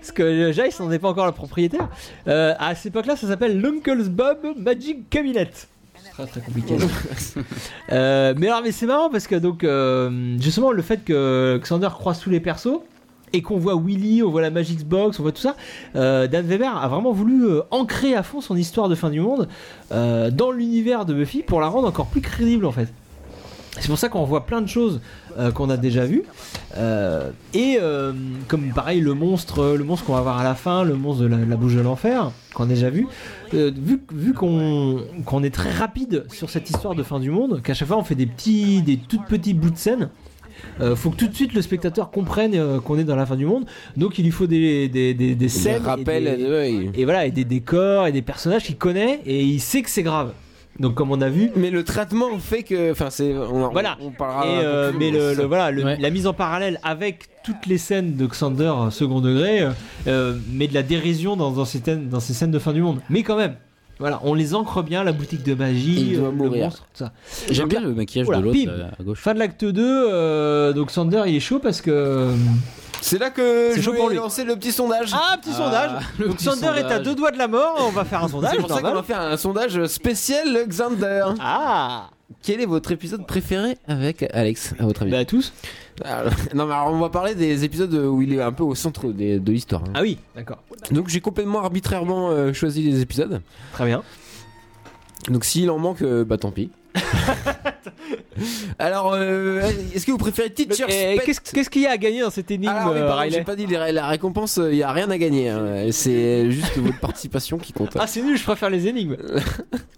[SPEAKER 1] Parce que euh, Jace n'en est pas encore le propriétaire. Euh, à cette époque-là, ça s'appelle l'Uncle's Bob Magic Cabinet. C'est Très très compliqué. Euh, mais alors, mais c'est marrant parce que donc euh, justement le fait que Xander croise tous les persos et qu'on voit Willy, on voit la Magic Box, on voit tout ça, euh, Dan Weber a vraiment voulu euh, ancrer à fond son histoire de fin du monde euh, dans l'univers de Buffy pour la rendre encore plus crédible en fait. C'est pour ça qu'on voit plein de choses euh, qu'on a déjà vues. Euh, et euh, comme pareil, le monstre, euh, le monstre qu'on va voir à la fin, le monstre de la, la bouche de l'enfer, qu'on a déjà vu, euh, vu, vu qu'on qu'on est très rapide sur cette histoire de fin du monde, qu'à chaque fois on fait des petits, des toutes petits bouts de scène. euh, faut que tout de suite le spectateur comprenne euh, qu'on est dans la fin du monde, donc il lui faut des, des, des, des
[SPEAKER 3] C'est
[SPEAKER 1] scènes. et
[SPEAKER 3] rappel.
[SPEAKER 1] des- et voilà, et des décors et des personnages qu'il connaît et il sait que c'est grave. Donc comme on a vu.
[SPEAKER 3] Mais le traitement fait que. Enfin, c'est. On, en-
[SPEAKER 1] Voilà.
[SPEAKER 3] on parlera.
[SPEAKER 1] et,
[SPEAKER 3] un peu
[SPEAKER 1] euh,
[SPEAKER 3] plus,
[SPEAKER 1] mais le, le- voilà, le-
[SPEAKER 2] Ouais.
[SPEAKER 1] la mise en parallèle avec toutes les scènes de Xander euh, second degré, euh, euh, mais de la dérision dans, dans, ces scènes, dans ces scènes de fin du monde. Mais quand même, voilà, on les ancre bien, la boutique de magie,
[SPEAKER 3] Il doit
[SPEAKER 1] euh, le
[SPEAKER 3] mourir.
[SPEAKER 1] monstre, tout ça.
[SPEAKER 2] J'aime bien le maquillage
[SPEAKER 1] Oula,
[SPEAKER 2] de l'autre
[SPEAKER 1] bim.
[SPEAKER 2] là, à gauche.
[SPEAKER 1] Fin de l'acte 2, euh, donc Xander il est chaud parce que. euh,
[SPEAKER 3] C'est là que
[SPEAKER 1] C'est
[SPEAKER 3] je
[SPEAKER 1] chaud pour
[SPEAKER 3] vais
[SPEAKER 1] lui.
[SPEAKER 3] lancer le petit sondage.
[SPEAKER 1] Ah, petit
[SPEAKER 2] Ah,
[SPEAKER 1] sondage
[SPEAKER 2] le
[SPEAKER 1] Donc
[SPEAKER 2] petit
[SPEAKER 1] Xander est à
[SPEAKER 2] sondage.
[SPEAKER 1] deux doigts de la mort, on va faire un sondage.
[SPEAKER 3] c'est pour ça qu'on
[SPEAKER 1] normal.
[SPEAKER 3] va faire un sondage spécial Xander.
[SPEAKER 1] Ah
[SPEAKER 3] Quel est votre épisode préféré avec Alex, à votre avis
[SPEAKER 1] Bah, tous
[SPEAKER 3] Alors, Non, mais alors on va parler des épisodes où il est un peu au centre des- de l'histoire. hein.
[SPEAKER 1] Ah oui, d'accord.
[SPEAKER 3] Donc j'ai complètement arbitrairement euh, choisi les épisodes.
[SPEAKER 1] Très bien.
[SPEAKER 3] Donc s'il en manque, euh, bah tant pis. alors, euh, est-ce que vous préférez Teacher's
[SPEAKER 1] Eh,
[SPEAKER 3] Pet
[SPEAKER 1] Qu'est-ce qu'est-ce qu'il y a à gagner dans cette énigme,
[SPEAKER 3] alors, oui,
[SPEAKER 1] euh,
[SPEAKER 3] pardon,
[SPEAKER 1] Riley
[SPEAKER 3] j'ai pas dit les- la récompense, il n'y a rien à gagner. hein. C'est juste votre participation qui compte.
[SPEAKER 1] Ah, c'est nul, je préfère les énigmes.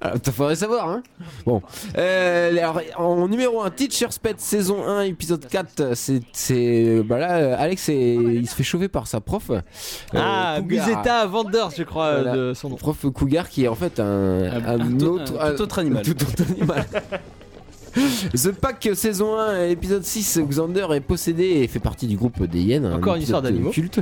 [SPEAKER 3] Ah, t'as- faudrait savoir, hein Bon. Euh, alors, en numéro 1, Teacher's Pet, saison 1, épisode 4, c'est... c'est- Bah là, euh, Alex, est- il se fait chauffer par sa prof. euh,
[SPEAKER 1] Oh, bah, ah,
[SPEAKER 3] Cougar.
[SPEAKER 1] Musetta Vanders, je crois, euh,
[SPEAKER 3] Voilà.
[SPEAKER 1] de son nom.
[SPEAKER 3] Prof Cougar qui est en fait un, un
[SPEAKER 2] un tout-
[SPEAKER 3] autre,
[SPEAKER 2] un tout autre animal.
[SPEAKER 3] tout autre animal. The Pack saison 1 épisode 6 Xander est possédé et fait partie du groupe des hyènes. un
[SPEAKER 1] Encore une histoire
[SPEAKER 3] épisode
[SPEAKER 1] d'animaux.
[SPEAKER 3] Culte.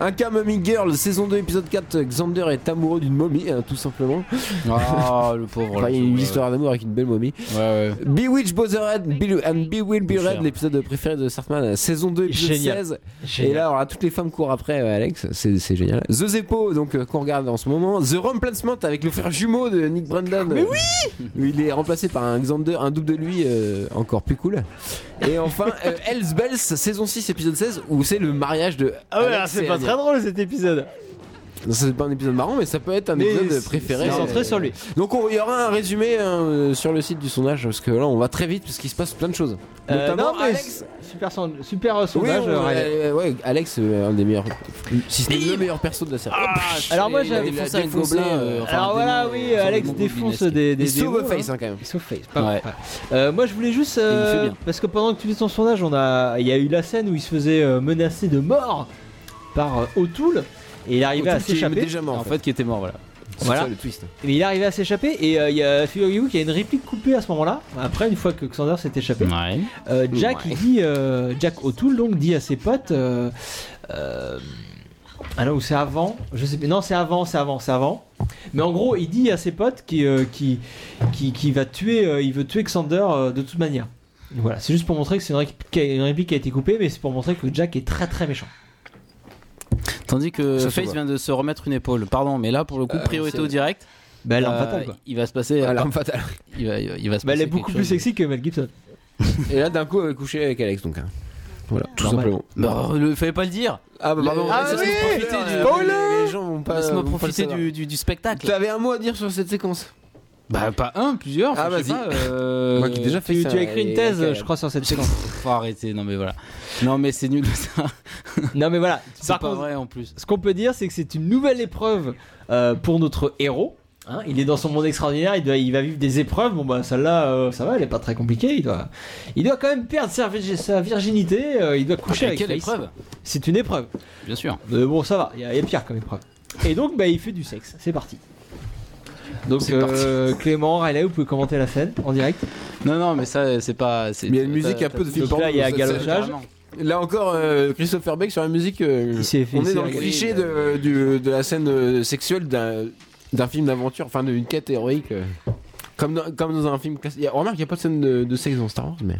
[SPEAKER 3] Un cas Mummy Girl saison 2 épisode 4 Xander est amoureux d'une momie hein, tout simplement.
[SPEAKER 2] Ah, le pauvre.
[SPEAKER 3] Enfin,
[SPEAKER 2] le
[SPEAKER 3] il y a une
[SPEAKER 2] pauvre.
[SPEAKER 3] histoire d'amour avec une belle momie.
[SPEAKER 2] Ouais, ouais.
[SPEAKER 3] Bewitch Botherhead Be- and Be Will Be Red
[SPEAKER 2] Cher.
[SPEAKER 3] l'épisode préféré de Sartman saison 2 épisode
[SPEAKER 1] Génial.
[SPEAKER 3] 16
[SPEAKER 1] Génial.
[SPEAKER 3] et là, on a toutes les femmes courent après, euh, Alex. C'est c'est génial. The Zeppo, donc, euh, qu'on regarde en ce moment. The Remplacement avec le frère jumeau de Nick Brandon. Mais oui Il est remplacé par un Xander, un double de lui, euh, encore plus cool. Et enfin, euh, Hell's Bells, saison 6, épisode 16, où c'est le mariage de.
[SPEAKER 1] Ah ouais,
[SPEAKER 3] Alex
[SPEAKER 1] alors, c'est
[SPEAKER 3] et
[SPEAKER 1] pas
[SPEAKER 3] Anya.
[SPEAKER 1] très drôle cet épisode.
[SPEAKER 3] Non, C'est pas un épisode marrant, mais ça peut être un
[SPEAKER 1] Mais
[SPEAKER 3] épisode
[SPEAKER 1] c'est-
[SPEAKER 3] préféré.
[SPEAKER 1] C'est centré
[SPEAKER 3] Euh,
[SPEAKER 1] sur lui.
[SPEAKER 3] Donc, on- il y aura un résumé hein, euh, sur le site du sondage, parce que là, on va très vite, parce qu'il se passe plein de choses.
[SPEAKER 1] Euh,
[SPEAKER 3] Notamment
[SPEAKER 1] non, mais
[SPEAKER 3] Alex.
[SPEAKER 1] Super, son- super euh,
[SPEAKER 3] Oui,
[SPEAKER 1] sondage,
[SPEAKER 3] on-
[SPEAKER 1] euh, Riley.
[SPEAKER 3] euh, ouais, Alex, euh, un des meilleurs, si ce n'est le meilleur perso de la série.
[SPEAKER 1] Alors, moi,
[SPEAKER 2] j'ai
[SPEAKER 1] j'avais-
[SPEAKER 2] défoncé un
[SPEAKER 3] défoncé,
[SPEAKER 2] gobelin.
[SPEAKER 3] euh,
[SPEAKER 2] euh, enfin,
[SPEAKER 1] Alors
[SPEAKER 2] un
[SPEAKER 1] voilà,
[SPEAKER 2] démon,
[SPEAKER 1] oui,
[SPEAKER 2] euh,
[SPEAKER 1] Alice
[SPEAKER 2] démon
[SPEAKER 1] défonce
[SPEAKER 2] goblinesque.
[SPEAKER 1] des. des
[SPEAKER 3] Il sauve
[SPEAKER 1] démons,
[SPEAKER 3] Face
[SPEAKER 1] hein.
[SPEAKER 3] hein, quand même.
[SPEAKER 1] Il sauve face, pas
[SPEAKER 2] Ouais.
[SPEAKER 1] mal, pas mal. Euh, moi, je voulais juste. euh,
[SPEAKER 3] Et il fait bien.
[SPEAKER 1] parce que pendant que tu fais ton sondage, on a, il y a eu la scène où il se faisait euh, menacer de mort par euh, O'Toole. Et il arrivait à
[SPEAKER 3] Autour qui est
[SPEAKER 1] s'échapper.
[SPEAKER 3] déjà mort.
[SPEAKER 2] En fait, qui était mort, voilà.
[SPEAKER 3] C'est
[SPEAKER 1] voilà.
[SPEAKER 3] ça, le twist.
[SPEAKER 1] Mais il est arrivé à s'échapper et euh, il y a Figurez-vous qu'il y a une réplique coupée à ce moment-là. Après, une fois que Xander s'est échappé,
[SPEAKER 2] Ouais.
[SPEAKER 1] euh, Jack il
[SPEAKER 3] Mm. Ouais.
[SPEAKER 1] dit, euh, Jack O'Toole donc dit à ses potes, euh, euh, ah non, ou c'est avant, je sais plus, non c'est avant, c'est avant, c'est avant. Mais en gros, il dit à ses potes qui euh, qui, qui, qui va tuer, euh, il veut tuer Xander euh, de toute manière. Voilà, c'est juste pour montrer que c'est une réplique qui a- une réplique qui a été coupée, mais c'est pour montrer que Jack est très très méchant.
[SPEAKER 2] Tandis que
[SPEAKER 3] Ça se
[SPEAKER 2] Face
[SPEAKER 3] voit.
[SPEAKER 2] vient de se remettre une épaule. Pardon, mais là, pour le coup, priorité
[SPEAKER 3] c'est-
[SPEAKER 2] au direct.
[SPEAKER 1] Bah, elle est
[SPEAKER 2] Euh,
[SPEAKER 1] fatale, quoi.
[SPEAKER 2] Il va se passer.
[SPEAKER 3] Ah,
[SPEAKER 2] euh,
[SPEAKER 3] l'arme fatale.
[SPEAKER 2] Il va, il va se
[SPEAKER 1] Bah, elle
[SPEAKER 2] passer
[SPEAKER 1] est beaucoup
[SPEAKER 2] quelque
[SPEAKER 1] plus
[SPEAKER 2] chose.
[SPEAKER 1] sexy que Mel Gibson.
[SPEAKER 3] Et là, d'un coup, elle est couchée avec Alex, donc. hein. Voilà, tout
[SPEAKER 1] Normal.
[SPEAKER 3] simplement.
[SPEAKER 2] Bah, le- fallait pas le dire.
[SPEAKER 3] Ah, bah, pardon.
[SPEAKER 2] Ah
[SPEAKER 3] laisse-moi
[SPEAKER 2] oui,
[SPEAKER 3] profiter
[SPEAKER 2] euh,
[SPEAKER 3] du-
[SPEAKER 2] spoiler
[SPEAKER 3] Les gens vont pas. euh,
[SPEAKER 2] Laisse-moi
[SPEAKER 3] vont pas le
[SPEAKER 2] profiter
[SPEAKER 3] savoir.
[SPEAKER 2] du, du, du spectacle.
[SPEAKER 3] T'avais un mot à dire sur cette séquence
[SPEAKER 2] Bah, pas un, plusieurs.
[SPEAKER 3] Ah,
[SPEAKER 2] enfin, je sais
[SPEAKER 3] vas-y.
[SPEAKER 2] pas, euh,
[SPEAKER 3] Moi qui déjà fais
[SPEAKER 1] Tu,
[SPEAKER 3] ça,
[SPEAKER 1] tu as écrit
[SPEAKER 3] et-
[SPEAKER 1] une thèse,
[SPEAKER 3] et-
[SPEAKER 1] je crois, sur cette séquence.
[SPEAKER 2] Faut arrêter, non mais voilà. Non mais c'est nul ça.
[SPEAKER 1] non, mais voilà.
[SPEAKER 2] C'est
[SPEAKER 1] Par
[SPEAKER 2] pas
[SPEAKER 1] contre,
[SPEAKER 2] vrai en plus.
[SPEAKER 1] ce qu'on peut dire, c'est que c'est une nouvelle épreuve euh, pour notre héros. hein. il est dans son monde extraordinaire, il, doit- il va vivre des épreuves. Bon, bah, celle-là, euh, ça va, elle est pas très compliquée. Il doit, il doit quand même perdre sa, virgi- sa virginité. euh, il doit coucher avec
[SPEAKER 2] quelle
[SPEAKER 1] Face.
[SPEAKER 2] épreuve
[SPEAKER 1] C'est une épreuve.
[SPEAKER 2] Bien sûr.
[SPEAKER 1] Mais bon, ça va, il y, a- il y a pire comme épreuve. Et donc, bah, il fait du sexe. C'est parti. Donc,
[SPEAKER 2] C'est
[SPEAKER 1] euh, Clément, Riley, vous pouvez commenter la scène en direct.
[SPEAKER 2] Non non mais ça c'est pas. c'est-
[SPEAKER 3] Il y a une
[SPEAKER 2] t'as-
[SPEAKER 3] musique un
[SPEAKER 2] t'as-
[SPEAKER 3] peu Euh, de film
[SPEAKER 1] Donc là, il y a
[SPEAKER 3] porno, ça,
[SPEAKER 1] galopage.
[SPEAKER 3] c'est-
[SPEAKER 2] Carrément.
[SPEAKER 3] Là encore, euh, Christopher Beck sur la musique. euh,
[SPEAKER 1] Il s'est fait-
[SPEAKER 3] on
[SPEAKER 1] il
[SPEAKER 3] est
[SPEAKER 1] s'est
[SPEAKER 3] dans le
[SPEAKER 1] régalé.
[SPEAKER 3] cliché de, du- de la scène euh, sexuelle d'un d'un film d'aventure, enfin d'une quête héroïque. euh, Comme dans, comme dans un film classique. Y a- Remarque, il n'y a pas de scène de, de sexe dans Star Wars, mais.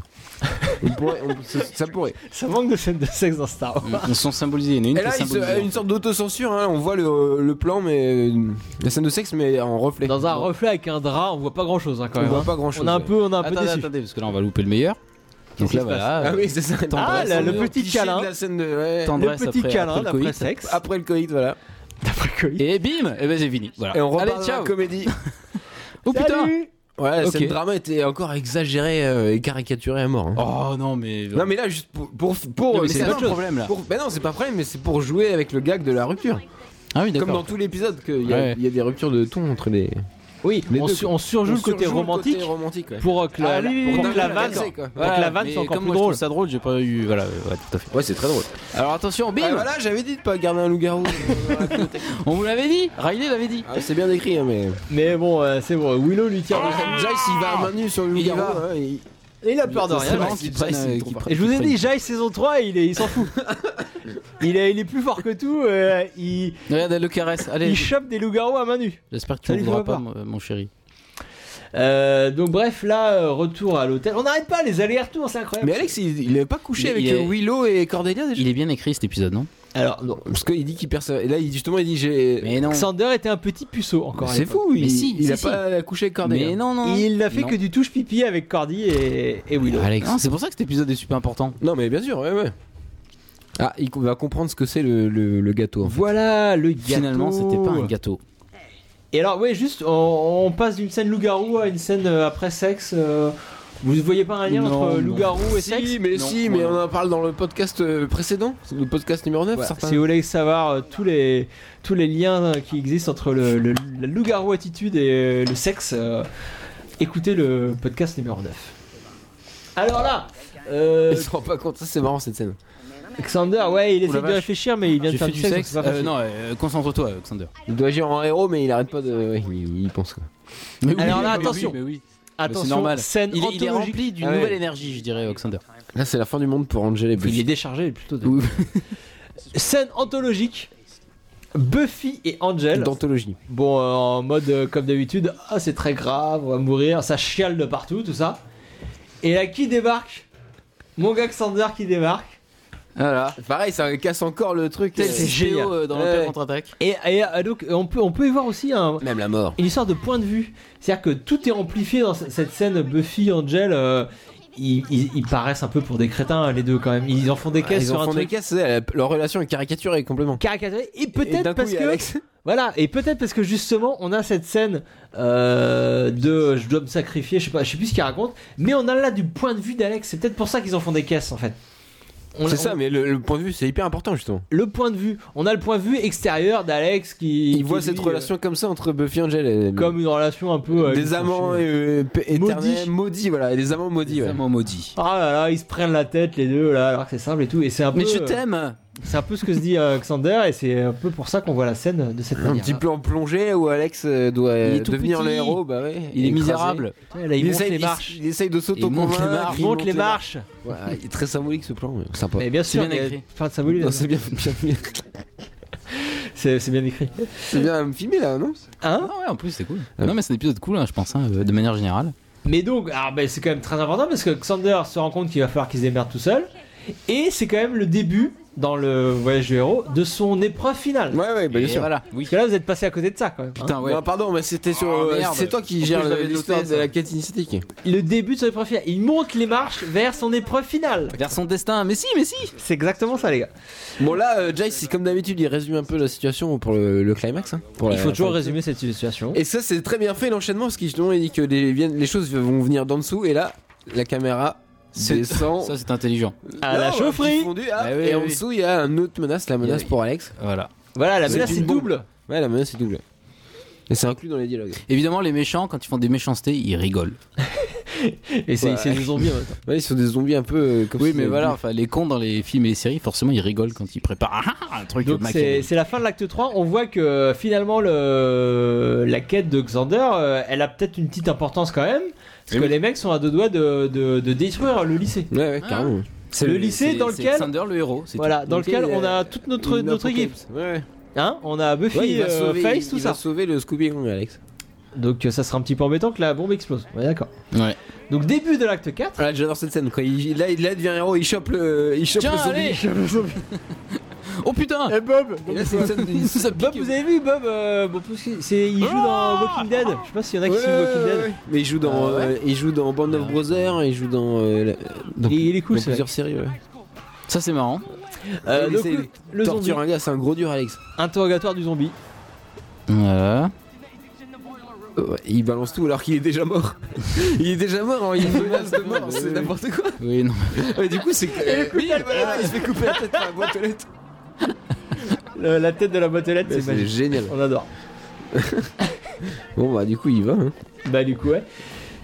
[SPEAKER 3] On pourrait- on- ça, ça pourrait.
[SPEAKER 1] Ça manque de scènes de sexe dans Star Wars.
[SPEAKER 2] Ils sont symbolisés. Il y en a une
[SPEAKER 3] Et
[SPEAKER 2] qui
[SPEAKER 3] là,
[SPEAKER 2] est
[SPEAKER 3] il se-
[SPEAKER 2] symbolisée.
[SPEAKER 3] une sorte d'autocensure. hein. On voit le, le plan, mais la scène de sexe, mais en reflet.
[SPEAKER 1] Dans un reflet avec un drap, on voit pas grand chose quand
[SPEAKER 3] On
[SPEAKER 1] même.
[SPEAKER 3] voit
[SPEAKER 1] hein.
[SPEAKER 3] pas grand chose.
[SPEAKER 1] On a un peu, on a un peu
[SPEAKER 2] Attendez,
[SPEAKER 1] déçu.
[SPEAKER 2] attendez, parce que là, on va louper le meilleur. Donc
[SPEAKER 1] qui
[SPEAKER 2] là,
[SPEAKER 1] se passe
[SPEAKER 2] voilà.
[SPEAKER 3] Ah oui, c'est ça.
[SPEAKER 2] Ah,
[SPEAKER 1] le- le
[SPEAKER 3] Tendresse,
[SPEAKER 1] petit
[SPEAKER 3] cliché
[SPEAKER 1] câlin.
[SPEAKER 3] de la scène de- ouais.
[SPEAKER 2] Tendresse
[SPEAKER 1] le Ah, petit
[SPEAKER 2] après-
[SPEAKER 1] câlin
[SPEAKER 2] après le
[SPEAKER 1] d'après
[SPEAKER 2] coït.
[SPEAKER 1] sexe.
[SPEAKER 3] Après le Covid, voilà.
[SPEAKER 1] D'après Covid.
[SPEAKER 2] Et bim Et ben c'est fini. Voilà.
[SPEAKER 3] Et on repart
[SPEAKER 2] Allez,
[SPEAKER 3] dans la
[SPEAKER 2] ciao
[SPEAKER 3] comédie.
[SPEAKER 2] Oh putain
[SPEAKER 1] Salut
[SPEAKER 3] Ouais, la
[SPEAKER 2] Ok.
[SPEAKER 3] scène drama était encore exagérée euh, et caricaturée à mort. hein.
[SPEAKER 2] Oh non, mais.
[SPEAKER 3] Non mais là juste pour pour, pour
[SPEAKER 2] Non,
[SPEAKER 3] mais
[SPEAKER 2] mais c'est
[SPEAKER 3] ça,
[SPEAKER 2] pas le problème là.
[SPEAKER 3] pour- ben non c'est pas vrai mais c'est pour jouer avec le gag de la rupture
[SPEAKER 2] Ah oui,
[SPEAKER 3] comme dans
[SPEAKER 2] d'accord.
[SPEAKER 3] tout l'épisode qu'il y, a-
[SPEAKER 2] Ouais.
[SPEAKER 3] il y a des ruptures de ton entre les
[SPEAKER 1] Oui,
[SPEAKER 3] Les
[SPEAKER 1] on,
[SPEAKER 3] deux,
[SPEAKER 1] su-
[SPEAKER 3] quoi.
[SPEAKER 1] on surjoue le côté romantique
[SPEAKER 3] ouais.
[SPEAKER 1] pour euh, que la,
[SPEAKER 2] Ah oui,
[SPEAKER 1] pour
[SPEAKER 2] oui,
[SPEAKER 1] que
[SPEAKER 2] oui,
[SPEAKER 1] la
[SPEAKER 2] oui,
[SPEAKER 1] vanne,
[SPEAKER 2] oui, oui,
[SPEAKER 3] quoi.
[SPEAKER 1] pour que la vanne
[SPEAKER 2] mais
[SPEAKER 1] soit encore
[SPEAKER 2] comme
[SPEAKER 1] plus
[SPEAKER 2] moi, je trouve
[SPEAKER 1] drôle.
[SPEAKER 2] ça drôle, j'ai pas eu. Voilà, ouais, tout à fait.
[SPEAKER 3] ouais c'est très drôle
[SPEAKER 2] Alors attention, bim
[SPEAKER 3] Ah, voilà j'avais dit de pas garder un loup-garou euh, dans la bibliothèque.
[SPEAKER 2] On vous l'avait dit Riley l'avait dit
[SPEAKER 3] Ah, c'est bien décrit hein, mais
[SPEAKER 1] Mais bon, euh, c'est bon. Willow lui tire.
[SPEAKER 3] Jace il va à main nue sur le
[SPEAKER 2] Il
[SPEAKER 3] loup-garou
[SPEAKER 2] va.
[SPEAKER 3] hein, il-
[SPEAKER 1] Et il a peur de
[SPEAKER 2] Ça, c'est
[SPEAKER 1] rien.
[SPEAKER 2] marrant
[SPEAKER 1] Jace.
[SPEAKER 2] qu'il
[SPEAKER 3] Jace,
[SPEAKER 2] prenne,
[SPEAKER 3] il
[SPEAKER 2] euh,
[SPEAKER 3] trouve
[SPEAKER 2] qu'il
[SPEAKER 3] pas.
[SPEAKER 2] prenne-
[SPEAKER 1] Et je vous ai
[SPEAKER 2] qu'il
[SPEAKER 1] dit, Jai saison 3, il est- il s'en fout. il, est, il est plus fort que tout. euh, il,
[SPEAKER 2] prenne. Regarde, elle le caresse. Allez,
[SPEAKER 1] il chope des loups-garous à main nue.
[SPEAKER 2] j'espère que
[SPEAKER 1] ça
[SPEAKER 2] tu ne
[SPEAKER 1] lui
[SPEAKER 2] voudras
[SPEAKER 1] fera
[SPEAKER 2] pas,
[SPEAKER 1] pas.
[SPEAKER 2] mon mon chéri.
[SPEAKER 1] Euh, donc bref, là, euh, retour à l'hôtel. On n'arrête pas les allers-retours, c'est incroyable.
[SPEAKER 3] mais Alex il, Ah. il avait pas couché
[SPEAKER 2] Il-
[SPEAKER 3] avec
[SPEAKER 2] il est-
[SPEAKER 3] euh, Willow et Cordelia déjà
[SPEAKER 2] Il est bien écrit cet épisode, non
[SPEAKER 1] Alors, non.
[SPEAKER 3] parce qu'il dit qu'il perce et là il- justement il dit j'ai
[SPEAKER 2] Mais non.
[SPEAKER 1] Xander était un petit puceau encore. à
[SPEAKER 3] c'est
[SPEAKER 1] l'époque.
[SPEAKER 3] fou il,
[SPEAKER 2] Mais si,
[SPEAKER 3] il
[SPEAKER 2] si,
[SPEAKER 3] a
[SPEAKER 2] si.
[SPEAKER 3] pas couché avec Cordelia
[SPEAKER 2] Mais non, non.
[SPEAKER 1] Il n'a fait
[SPEAKER 2] Non.
[SPEAKER 1] que du touche pipi avec Cordy et, et Willow.
[SPEAKER 2] Alex. Non, c'est pour ça que cet épisode est super important.
[SPEAKER 3] non mais bien sûr ouais ouais ah il co- va comprendre ce que c'est le, le- le gâteau en fait.
[SPEAKER 1] Voilà le gâteau.
[SPEAKER 2] Finalement, c'était pas un gâteau.
[SPEAKER 1] Et alors, ouais, juste, on, on passe d'une scène loup-garou à une scène euh, après sexe. euh, vous ne voyez pas un lien
[SPEAKER 2] Non,
[SPEAKER 1] entre
[SPEAKER 2] non.
[SPEAKER 1] loup-garou et sexe
[SPEAKER 3] Si, mais
[SPEAKER 2] Non,
[SPEAKER 3] si, mais
[SPEAKER 2] ouais.
[SPEAKER 3] on en parle dans le podcast euh, précédent, C'est le podcast numéro 9,
[SPEAKER 1] Voilà,
[SPEAKER 3] certains.
[SPEAKER 1] si vous voulez savoir euh, tous, les, tous les liens euh, qui existent entre le, le- la loup-garou attitude et euh, le sexe, euh, écoutez le podcast numéro 9. Alors là, euh,
[SPEAKER 3] Ils se rendent pas compte, ça c'est marrant cette scène.
[SPEAKER 1] Alexander, ouais, il
[SPEAKER 2] Ouh
[SPEAKER 1] essaie
[SPEAKER 2] Oh la
[SPEAKER 1] de
[SPEAKER 2] vache.
[SPEAKER 1] réfléchir, mais il vient de
[SPEAKER 2] J'ai
[SPEAKER 1] faire
[SPEAKER 2] fait
[SPEAKER 1] du
[SPEAKER 2] du
[SPEAKER 1] sexe.
[SPEAKER 2] sexe.
[SPEAKER 1] donc c'est pas
[SPEAKER 2] Euh,
[SPEAKER 1] facile.
[SPEAKER 2] non, euh, concentre-toi, Alexander.
[SPEAKER 3] Il doit agir en héros, mais il arrête pas de. ouais, il, il pense quoi.
[SPEAKER 2] Mais
[SPEAKER 1] Alors là,
[SPEAKER 2] mais
[SPEAKER 1] attention.
[SPEAKER 2] mais oui. c'est
[SPEAKER 1] Attention,
[SPEAKER 2] normal.
[SPEAKER 1] scène
[SPEAKER 2] Il, est- il est
[SPEAKER 1] anthologique.
[SPEAKER 2] rempli d'une
[SPEAKER 3] Ah ouais.
[SPEAKER 2] nouvelle énergie, je dirais, Alexander.
[SPEAKER 3] Là, c'est la fin du monde pour Angel
[SPEAKER 1] Il
[SPEAKER 3] et
[SPEAKER 1] est
[SPEAKER 3] Buffy.
[SPEAKER 1] déchargé plutôt. de-
[SPEAKER 3] Ou-
[SPEAKER 1] Scène anthologique. Buffy et Angel.
[SPEAKER 3] D'anthologie.
[SPEAKER 1] Bon, euh, en mode euh, comme d'habitude, ah c'est très grave, on va mourir, ça chiale de partout, tout ça. Et là, qui débarque Mon gars Xander qui débarque.
[SPEAKER 2] Voilà.
[SPEAKER 3] Pareil, ça casse encore le truc.
[SPEAKER 1] Tel
[SPEAKER 3] euh,
[SPEAKER 1] c'est génial.
[SPEAKER 2] dans
[SPEAKER 3] Ouais.
[SPEAKER 2] l'Empire contre-attaque.
[SPEAKER 1] Et, et, euh, donc, on peut, on peut y voir aussi un-
[SPEAKER 3] Même la mort.
[SPEAKER 1] une histoire de point de vue. C'est-à-dire que tout est amplifié dans ce- cette scène Buffy, Angel. euh, ils, ils- ils paraissent un peu pour des crétins, les deux quand même. Ils en font des caisses
[SPEAKER 3] Ah, Ils
[SPEAKER 1] sur
[SPEAKER 3] en
[SPEAKER 1] un
[SPEAKER 3] font des
[SPEAKER 1] truc.
[SPEAKER 3] caisses, c'est- la- leur relation est caricaturée complètement.
[SPEAKER 1] caricaturé. Et
[SPEAKER 3] Et d'un
[SPEAKER 1] peut-être
[SPEAKER 3] coup,
[SPEAKER 1] parce
[SPEAKER 3] il y a
[SPEAKER 1] que.
[SPEAKER 3] Alex.
[SPEAKER 1] Voilà, et peut-être parce que justement, on a cette scène euh, de euh, je dois me sacrifier, je sais pas, je sais plus ce qu'il raconte, mais on a là du point de vue d'Alex, c'est peut-être pour ça qu'ils en font des caisses en fait. On-
[SPEAKER 3] C'est
[SPEAKER 1] on-
[SPEAKER 3] ça, mais le, le point de vue, c'est hyper important justement.
[SPEAKER 1] Le point de vue, on a le point de vue extérieur d'Alex qui.
[SPEAKER 3] Il
[SPEAKER 1] qui,
[SPEAKER 3] voit
[SPEAKER 1] lui,
[SPEAKER 3] cette
[SPEAKER 1] euh,
[SPEAKER 3] relation comme ça entre Buffy et Angel. Et,
[SPEAKER 1] comme une relation un peu. euh,
[SPEAKER 3] des amants
[SPEAKER 1] franchise.
[SPEAKER 3] euh, p- éternels,
[SPEAKER 1] Maudits.
[SPEAKER 3] maudits, voilà, et des amants maudits. ouais.
[SPEAKER 2] Vraiment maudit.
[SPEAKER 1] Ah là là, ils se prennent la tête les deux là, alors que c'est simple et tout. Et c'est un peu.
[SPEAKER 2] Mais je
[SPEAKER 1] euh,
[SPEAKER 2] t'aime
[SPEAKER 1] C'est un peu ce que se dit euh, Xander, et c'est un peu pour ça qu'on voit la scène de cette
[SPEAKER 3] Un
[SPEAKER 1] manière.
[SPEAKER 3] petit peu en plongée où Alex euh, doit euh,
[SPEAKER 2] Il est tout
[SPEAKER 3] devenir
[SPEAKER 2] petit.
[SPEAKER 3] le héros, bah ouais.
[SPEAKER 2] Il est
[SPEAKER 3] écrasé.
[SPEAKER 2] misérable.
[SPEAKER 1] Là, ils
[SPEAKER 3] Il,
[SPEAKER 1] montent
[SPEAKER 3] essaye,
[SPEAKER 1] les
[SPEAKER 3] il-
[SPEAKER 1] marches.
[SPEAKER 3] il essaye de
[SPEAKER 2] Il monte les marches.
[SPEAKER 3] s'auto-convaincre.
[SPEAKER 1] Ils montent les marches.
[SPEAKER 3] Ouais, il est très symbolique ce plan, ouais. sympa.
[SPEAKER 1] Mais bien sûr,
[SPEAKER 2] bien
[SPEAKER 1] il y a-
[SPEAKER 2] écrit.
[SPEAKER 1] Enfin, ça voulait.
[SPEAKER 3] Non, c'est bien, bien, bien-
[SPEAKER 1] C'est c'est bien écrit.
[SPEAKER 3] c'est bien filmé là, non
[SPEAKER 1] Hein
[SPEAKER 2] Ah ouais, en plus, c'est cool. Non, mais c'est un épisode cool, hein, je pense, hein, euh, de manière générale.
[SPEAKER 1] Mais donc, ah ben, c'est quand même très important parce que Xander se rend compte qu'il va falloir qu'il se démerde tout seul. Et c'est quand même le début, dans le voyage du héros, de son épreuve finale.
[SPEAKER 3] Ouais, ouais, bah,
[SPEAKER 2] Et
[SPEAKER 3] bien sûr.
[SPEAKER 2] voilà. Oui.
[SPEAKER 1] Parce que là, vous êtes passé à côté de ça quand même. hein.
[SPEAKER 2] Putain, ouais.
[SPEAKER 3] Non, pardon, mais c'était sur.
[SPEAKER 2] Oh,
[SPEAKER 3] euh,
[SPEAKER 2] merde.
[SPEAKER 3] c'est toi
[SPEAKER 2] En
[SPEAKER 3] qui
[SPEAKER 2] plus,
[SPEAKER 3] gères
[SPEAKER 2] je l'avais
[SPEAKER 3] l'histoire
[SPEAKER 2] noté,
[SPEAKER 3] de
[SPEAKER 2] ça.
[SPEAKER 3] la quête initiatique.
[SPEAKER 1] Hein Le début de son épreuve finale. Il monte les marches vers son épreuve finale.
[SPEAKER 2] Vers son destin. Mais si, mais si
[SPEAKER 1] C'est exactement ça, les gars.
[SPEAKER 3] Bon, là, euh, Jace, c'est comme d'habitude, il résume un peu la situation pour le, le climax. hein, pour
[SPEAKER 1] Il
[SPEAKER 3] la-
[SPEAKER 1] faut toujours
[SPEAKER 3] pour-
[SPEAKER 1] résumer cette situation.
[SPEAKER 3] Et ça, c'est très bien fait l'enchaînement parce qu'il justement, il dit que les, viennent- les choses vont venir d'en dessous et là, la caméra
[SPEAKER 2] C'est-
[SPEAKER 3] descend.
[SPEAKER 2] Ça, c'est intelligent.
[SPEAKER 1] à la
[SPEAKER 3] Non,
[SPEAKER 1] chaufferie.
[SPEAKER 3] petit fondu, ah,
[SPEAKER 2] Bah oui,
[SPEAKER 3] et en
[SPEAKER 2] oui.
[SPEAKER 3] dessous, il y a une autre menace, la menace
[SPEAKER 2] oui.
[SPEAKER 3] pour Alex.
[SPEAKER 2] Voilà.
[SPEAKER 1] Voilà, la
[SPEAKER 3] C'est
[SPEAKER 1] menace
[SPEAKER 3] une
[SPEAKER 1] est
[SPEAKER 3] bombe.
[SPEAKER 1] double.
[SPEAKER 3] Ouais, la menace est double. Et c'est inclus dans les dialogues.
[SPEAKER 2] Évidemment, les méchants, quand ils font des méchancetés, ils rigolent.
[SPEAKER 1] Et c'est
[SPEAKER 3] Ouais.
[SPEAKER 1] c'est hein. des zombies en même temps.
[SPEAKER 3] Ouais, ils sont des zombies un peu euh, comme
[SPEAKER 2] Oui,
[SPEAKER 3] si-
[SPEAKER 2] mais voilà, enfin, les cons dans les films et les séries, forcément, ils rigolent quand ils préparent Ah, ah, ah, un truc
[SPEAKER 1] Donc c'est
[SPEAKER 2] macabre.
[SPEAKER 1] c'est la fin de l'acte 3, on voit que finalement le, la quête de Xander, euh, elle a peut-être une petite importance quand même, parce
[SPEAKER 2] Eh
[SPEAKER 1] que
[SPEAKER 2] oui.
[SPEAKER 1] les mecs sont à deux doigts de, de- de détruire le lycée.
[SPEAKER 3] Ouais,
[SPEAKER 2] Ah.
[SPEAKER 3] ouais, carrément.
[SPEAKER 2] C'est
[SPEAKER 1] le lycée
[SPEAKER 2] c'est-
[SPEAKER 1] dans
[SPEAKER 2] c'est
[SPEAKER 1] lequel-
[SPEAKER 2] Xander, le héros. c'est
[SPEAKER 1] Voilà, dans
[SPEAKER 3] Donc,
[SPEAKER 1] lequel
[SPEAKER 3] il y a
[SPEAKER 1] on a toute notre,
[SPEAKER 3] Une
[SPEAKER 1] notre équipe.
[SPEAKER 3] apocalypse. Ouais, ouais.
[SPEAKER 1] Hein on a Buffy,
[SPEAKER 3] Ouais, il va
[SPEAKER 1] euh,
[SPEAKER 3] sauver,
[SPEAKER 1] Face,
[SPEAKER 3] il-
[SPEAKER 1] tout
[SPEAKER 3] il
[SPEAKER 1] ça.
[SPEAKER 3] va sauver le Scooby Gang, Alex.
[SPEAKER 2] tout.
[SPEAKER 1] Donc euh, ça sera un petit peu embêtant que la bombe explose. Ouais, d'accord.
[SPEAKER 2] Ouais.
[SPEAKER 1] Donc début de l'acte 4.
[SPEAKER 3] Ah, J'adore cette scène. Quoi. Il, là, il là, il devient héros, il chope le, il chope
[SPEAKER 2] Tiens,
[SPEAKER 3] le zombie.
[SPEAKER 2] allez
[SPEAKER 3] Il chope le zombie.
[SPEAKER 2] Oh putain
[SPEAKER 3] Et Bob Et là, c'est une scène de- ça
[SPEAKER 1] Bob, vous avez vu Bob euh, bon, parce que c'est- Il joue dans Walking Dead. Je sais pas s'il y en a qui
[SPEAKER 3] Ah Ouais,
[SPEAKER 1] suivent Walking Dead.
[SPEAKER 3] ouais, ouais. Mais il joue dans,
[SPEAKER 1] Euh,
[SPEAKER 3] euh, il joue dans Band of Brothers, il joue dans, euh, la- dans-
[SPEAKER 1] Et il est cool,
[SPEAKER 3] dans
[SPEAKER 1] c'est
[SPEAKER 3] plusieurs séries. ouais.
[SPEAKER 2] Ça c'est marrant.
[SPEAKER 1] Euh,
[SPEAKER 3] Il
[SPEAKER 1] donc,
[SPEAKER 3] essaie-
[SPEAKER 1] le- le
[SPEAKER 3] torture
[SPEAKER 1] zombie.
[SPEAKER 3] un gars, c'est un gros dur, Alex.
[SPEAKER 1] Interrogatoire du zombie.
[SPEAKER 2] Voilà.
[SPEAKER 3] Ouais, il balance tout alors qu'il est déjà mort. il est déjà mort, hein, il menace de mort, c'est n'importe quoi.
[SPEAKER 2] Oui, non.
[SPEAKER 3] Ouais, du coup, c'est que. Oui, voilà, il se fait couper la tête par la boîte aux lettres.
[SPEAKER 1] Le- la tête de la boîte aux lettres,
[SPEAKER 3] Ouais,
[SPEAKER 1] c'est
[SPEAKER 3] C'est
[SPEAKER 1] magique.
[SPEAKER 3] génial.
[SPEAKER 1] On adore.
[SPEAKER 3] Bon, bah, du coup, il va. hein.
[SPEAKER 1] Bah du coup ouais.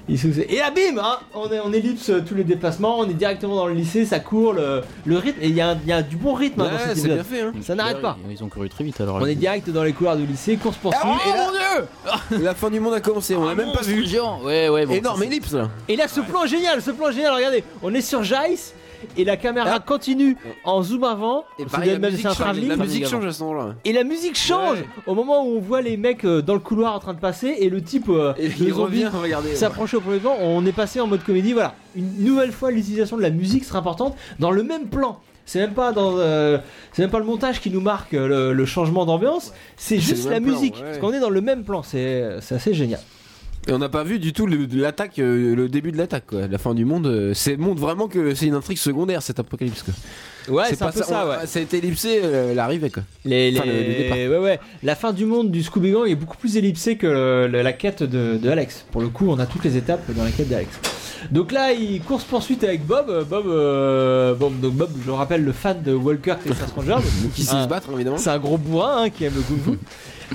[SPEAKER 1] Il se- Et là bim hein, on, est, on ellipse euh, tous les déplacements, on est directement dans le lycée, ça court, le, le rythme, et il y, a un- il y a du bon rythme hein, dans
[SPEAKER 3] Ouais,
[SPEAKER 1] cet
[SPEAKER 3] c'est bien
[SPEAKER 1] épisode.
[SPEAKER 3] fait, hein.
[SPEAKER 1] Ça n'arrête pas.
[SPEAKER 2] Ils ont couru très vite alors. Oh,
[SPEAKER 1] On est direct dans les couloirs du lycée, course poursuite.
[SPEAKER 3] Et là-
[SPEAKER 2] Dieu
[SPEAKER 3] La fin du monde a commencé, on l'a même pas vu.
[SPEAKER 2] Géant. Ouais, ouais, bon.
[SPEAKER 3] Énorme
[SPEAKER 2] ça, c'est-
[SPEAKER 3] ellipse là.
[SPEAKER 1] Et là ce plan est génial, ce plan est génial, regardez, on est sur Jace et la caméra
[SPEAKER 3] Ah.
[SPEAKER 1] continue en zoom avant,
[SPEAKER 3] Et
[SPEAKER 1] parce
[SPEAKER 3] pareil,
[SPEAKER 1] que
[SPEAKER 3] la
[SPEAKER 1] même si
[SPEAKER 3] musique
[SPEAKER 1] c'est un
[SPEAKER 3] change- la
[SPEAKER 1] travelling.
[SPEAKER 3] musique change à ce moment-là.
[SPEAKER 1] Et la musique change
[SPEAKER 3] Ouais.
[SPEAKER 1] au moment où on voit les mecs euh, dans le couloir en train de passer et le type euh,
[SPEAKER 3] Et
[SPEAKER 1] le
[SPEAKER 3] il
[SPEAKER 1] zombie
[SPEAKER 3] revient, regardez.
[SPEAKER 1] s'approche au premier plan, on est passé en mode comédie, voilà. Une nouvelle fois, l'utilisation de la musique sera importante dans le même plan. C'est même pas dans, euh, c'est même pas le montage qui nous marque euh, le, le changement d'ambiance, c'est
[SPEAKER 3] C'est
[SPEAKER 1] juste
[SPEAKER 3] le
[SPEAKER 1] la
[SPEAKER 3] même plan,
[SPEAKER 1] musique.
[SPEAKER 3] ouais.
[SPEAKER 1] Parce qu'on est dans le même plan, c'est c'est assez génial.
[SPEAKER 3] Et on n'a pas vu du tout le- de l'attaque, euh, le début de l'attaque, quoi. La fin du monde, euh, c'est montre vraiment que c'est une intrigue secondaire cet apocalypse, quoi.
[SPEAKER 1] Ouais,
[SPEAKER 3] pas on- C'est ellipsé euh, l'arrivée, quoi.
[SPEAKER 1] Les,
[SPEAKER 3] Enfin,
[SPEAKER 1] les-
[SPEAKER 3] le- le départ.
[SPEAKER 1] ouais, ouais. La fin du monde du Scooby Gang est beaucoup plus ellipsée que le- le- la quête de, de Alex. Pour le coup, on a toutes les étapes dans la quête d'Alex. Donc là, il course poursuite avec Bob. Bob, euh, bon, donc Bob, je rappelle, le fan de Walker Texas Rangers.
[SPEAKER 3] Qui sait
[SPEAKER 1] Ah.
[SPEAKER 3] se battre, évidemment.
[SPEAKER 1] C'est un gros bourrin hein, qui aime le kung fu.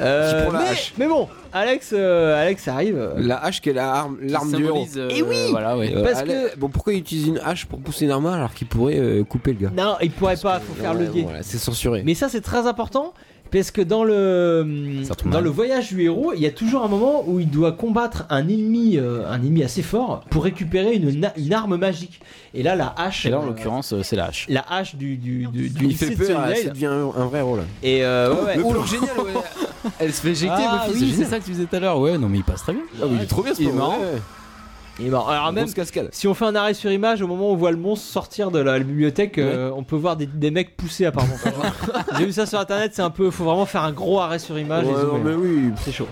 [SPEAKER 1] Euh,
[SPEAKER 3] Qui prend la
[SPEAKER 1] mais,
[SPEAKER 3] hache.
[SPEAKER 1] mais bon, Alex, euh, Alex arrive. euh,
[SPEAKER 3] La hache qui est la arme- l'arme du héros.
[SPEAKER 2] symbolise, euh,
[SPEAKER 1] Eh oui
[SPEAKER 2] Voilà, ouais.
[SPEAKER 3] Euh,
[SPEAKER 1] Parce
[SPEAKER 3] allez, Bon, pourquoi il utilise une hache pour pousser une arme alors qu'il pourrait euh, couper le gars
[SPEAKER 1] Non, il pourrait pas, faut faire
[SPEAKER 3] Ouais,
[SPEAKER 1] levier.
[SPEAKER 3] voilà, C'est censuré.
[SPEAKER 1] Mais ça, c'est très important parce que dans le
[SPEAKER 2] Ça retourne
[SPEAKER 1] dans
[SPEAKER 2] mal.
[SPEAKER 1] le voyage du héros, il y a toujours un moment où il doit combattre un ennemi, euh, un ennemi assez fort pour récupérer une, na- une arme magique. Et là, la hache.
[SPEAKER 2] Et là en
[SPEAKER 1] euh,
[SPEAKER 2] l'occurrence euh, c'est la hache.
[SPEAKER 1] La hache du, du, du, du
[SPEAKER 3] il fait
[SPEAKER 1] lycée de
[SPEAKER 3] peur,
[SPEAKER 1] Sunnydale.
[SPEAKER 3] ça devient un, un vrai héros là.
[SPEAKER 1] Et euh, ouais, ouais.
[SPEAKER 3] Le plan génial, ouais. Elle se fait éjecter,
[SPEAKER 1] Ah,
[SPEAKER 3] Buffy,
[SPEAKER 1] oui,
[SPEAKER 3] c'est génial.
[SPEAKER 2] ça que tu faisais tout à l'heure. Ouais, non mais il passe très bien.
[SPEAKER 3] Ah, mais il est trop bien ce
[SPEAKER 2] Il est
[SPEAKER 3] plan,
[SPEAKER 2] marrant.
[SPEAKER 3] ouais.
[SPEAKER 1] Et bon, alors même
[SPEAKER 3] Grosse cascade.
[SPEAKER 1] Si on fait un arrêt sur image, au moment où on voit le monstre sortir de la, la bibliothèque, euh, on peut voir des, des mecs pousser apparemment. J'ai vu ça sur internet, c'est un peu. Faut vraiment faire un gros arrêt sur image. et
[SPEAKER 3] Ouais, non,
[SPEAKER 1] zoomer.
[SPEAKER 3] mais oui.
[SPEAKER 1] C'est chaud.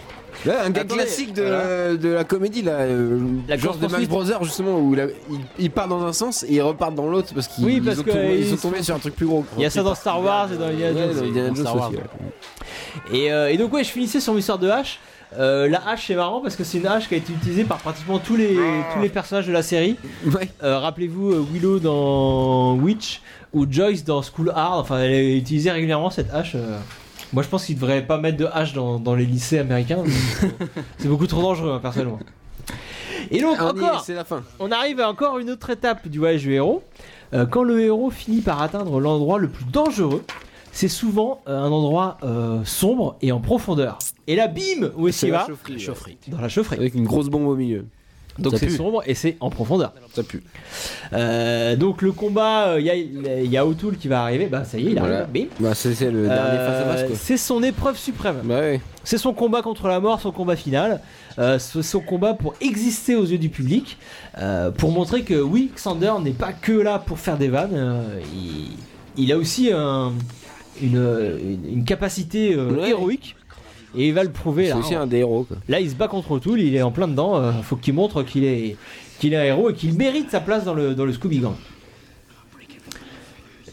[SPEAKER 3] Là, un gars
[SPEAKER 1] Attendez,
[SPEAKER 3] classique de,
[SPEAKER 1] voilà.
[SPEAKER 3] de la comédie, là, euh,
[SPEAKER 1] La
[SPEAKER 3] genre de Smash
[SPEAKER 1] course-poursuite.
[SPEAKER 3] Brothers, justement, où la- ils, ils partent dans un sens et ils repartent dans l'autre parce qu'ils
[SPEAKER 1] Oui,
[SPEAKER 3] ils
[SPEAKER 1] parce
[SPEAKER 3] ont
[SPEAKER 1] que
[SPEAKER 3] tombé- ils
[SPEAKER 1] ils
[SPEAKER 3] sont tombés sur un truc plus gros.
[SPEAKER 1] Il y a ça dans Star Wars et dans Indiana
[SPEAKER 3] Ouais,
[SPEAKER 1] Jones.
[SPEAKER 3] dans Indiana
[SPEAKER 2] Dans Star
[SPEAKER 3] Jones
[SPEAKER 2] Wars.
[SPEAKER 3] aussi, ouais.
[SPEAKER 1] Et, euh, et donc, ouais, je finissais sur l'histoire de hache. Euh, la hache, c'est marrant parce que c'est une hache qui a été utilisée par pratiquement tous les, tous les personnages de la série.
[SPEAKER 3] Ouais.
[SPEAKER 1] Euh, Rappelez-vous euh, Willow dans Witch ou Joyce dans School Hard. Enfin, elle utilisait régulièrement cette hache. euh. Moi, je pense qu'ils devraient pas mettre de hache dans, dans les lycées américains. parce que C'est beaucoup trop dangereux, hein, personnellement. Et donc,
[SPEAKER 3] Ah, On y est,
[SPEAKER 1] encore,
[SPEAKER 3] C'est la fin.
[SPEAKER 1] on arrive à encore une autre étape du voyage du héros. Euh, quand le héros finit par atteindre l'endroit le plus dangereux, c'est souvent euh, un endroit euh, sombre et en profondeur. Et là, bim, où est-ce
[SPEAKER 3] C'est
[SPEAKER 1] qu'il
[SPEAKER 3] la
[SPEAKER 1] va
[SPEAKER 3] chaufferie.
[SPEAKER 2] Chaufferie.
[SPEAKER 1] Dans la chaufferie.
[SPEAKER 3] Avec une grosse bombe au milieu.
[SPEAKER 1] Donc
[SPEAKER 2] Ça
[SPEAKER 1] c'est
[SPEAKER 2] pue.
[SPEAKER 1] sombre et c'est en profondeur.
[SPEAKER 3] Ça pue.
[SPEAKER 1] Euh, donc le combat, il y, a O'Toole qui va arriver, bah ça y est, il
[SPEAKER 3] Voilà.
[SPEAKER 1] arrive. bim.
[SPEAKER 3] Bah, c'est c'est le dernier
[SPEAKER 1] Euh,
[SPEAKER 3] face à face, quoi.
[SPEAKER 1] c'est son épreuve suprême.
[SPEAKER 3] Bah ouais.
[SPEAKER 1] C'est son combat contre la mort, son combat final, euh, c'est son combat pour exister aux yeux du public, euh, pour montrer que oui, Xander n'est pas que là pour faire des vannes, euh, il, il a aussi un- une, une- une capacité euh,
[SPEAKER 3] Ouais.
[SPEAKER 1] héroïque. Et il va le prouver
[SPEAKER 3] C'est
[SPEAKER 1] là.
[SPEAKER 3] aussi un des héros, quoi.
[SPEAKER 1] Là, il se bat contre O'Toole, il est en plein dedans. euh, faut qu'il montre qu'il est, qu'il est un héros et qu'il mérite sa place dans le, dans le Scooby Gang.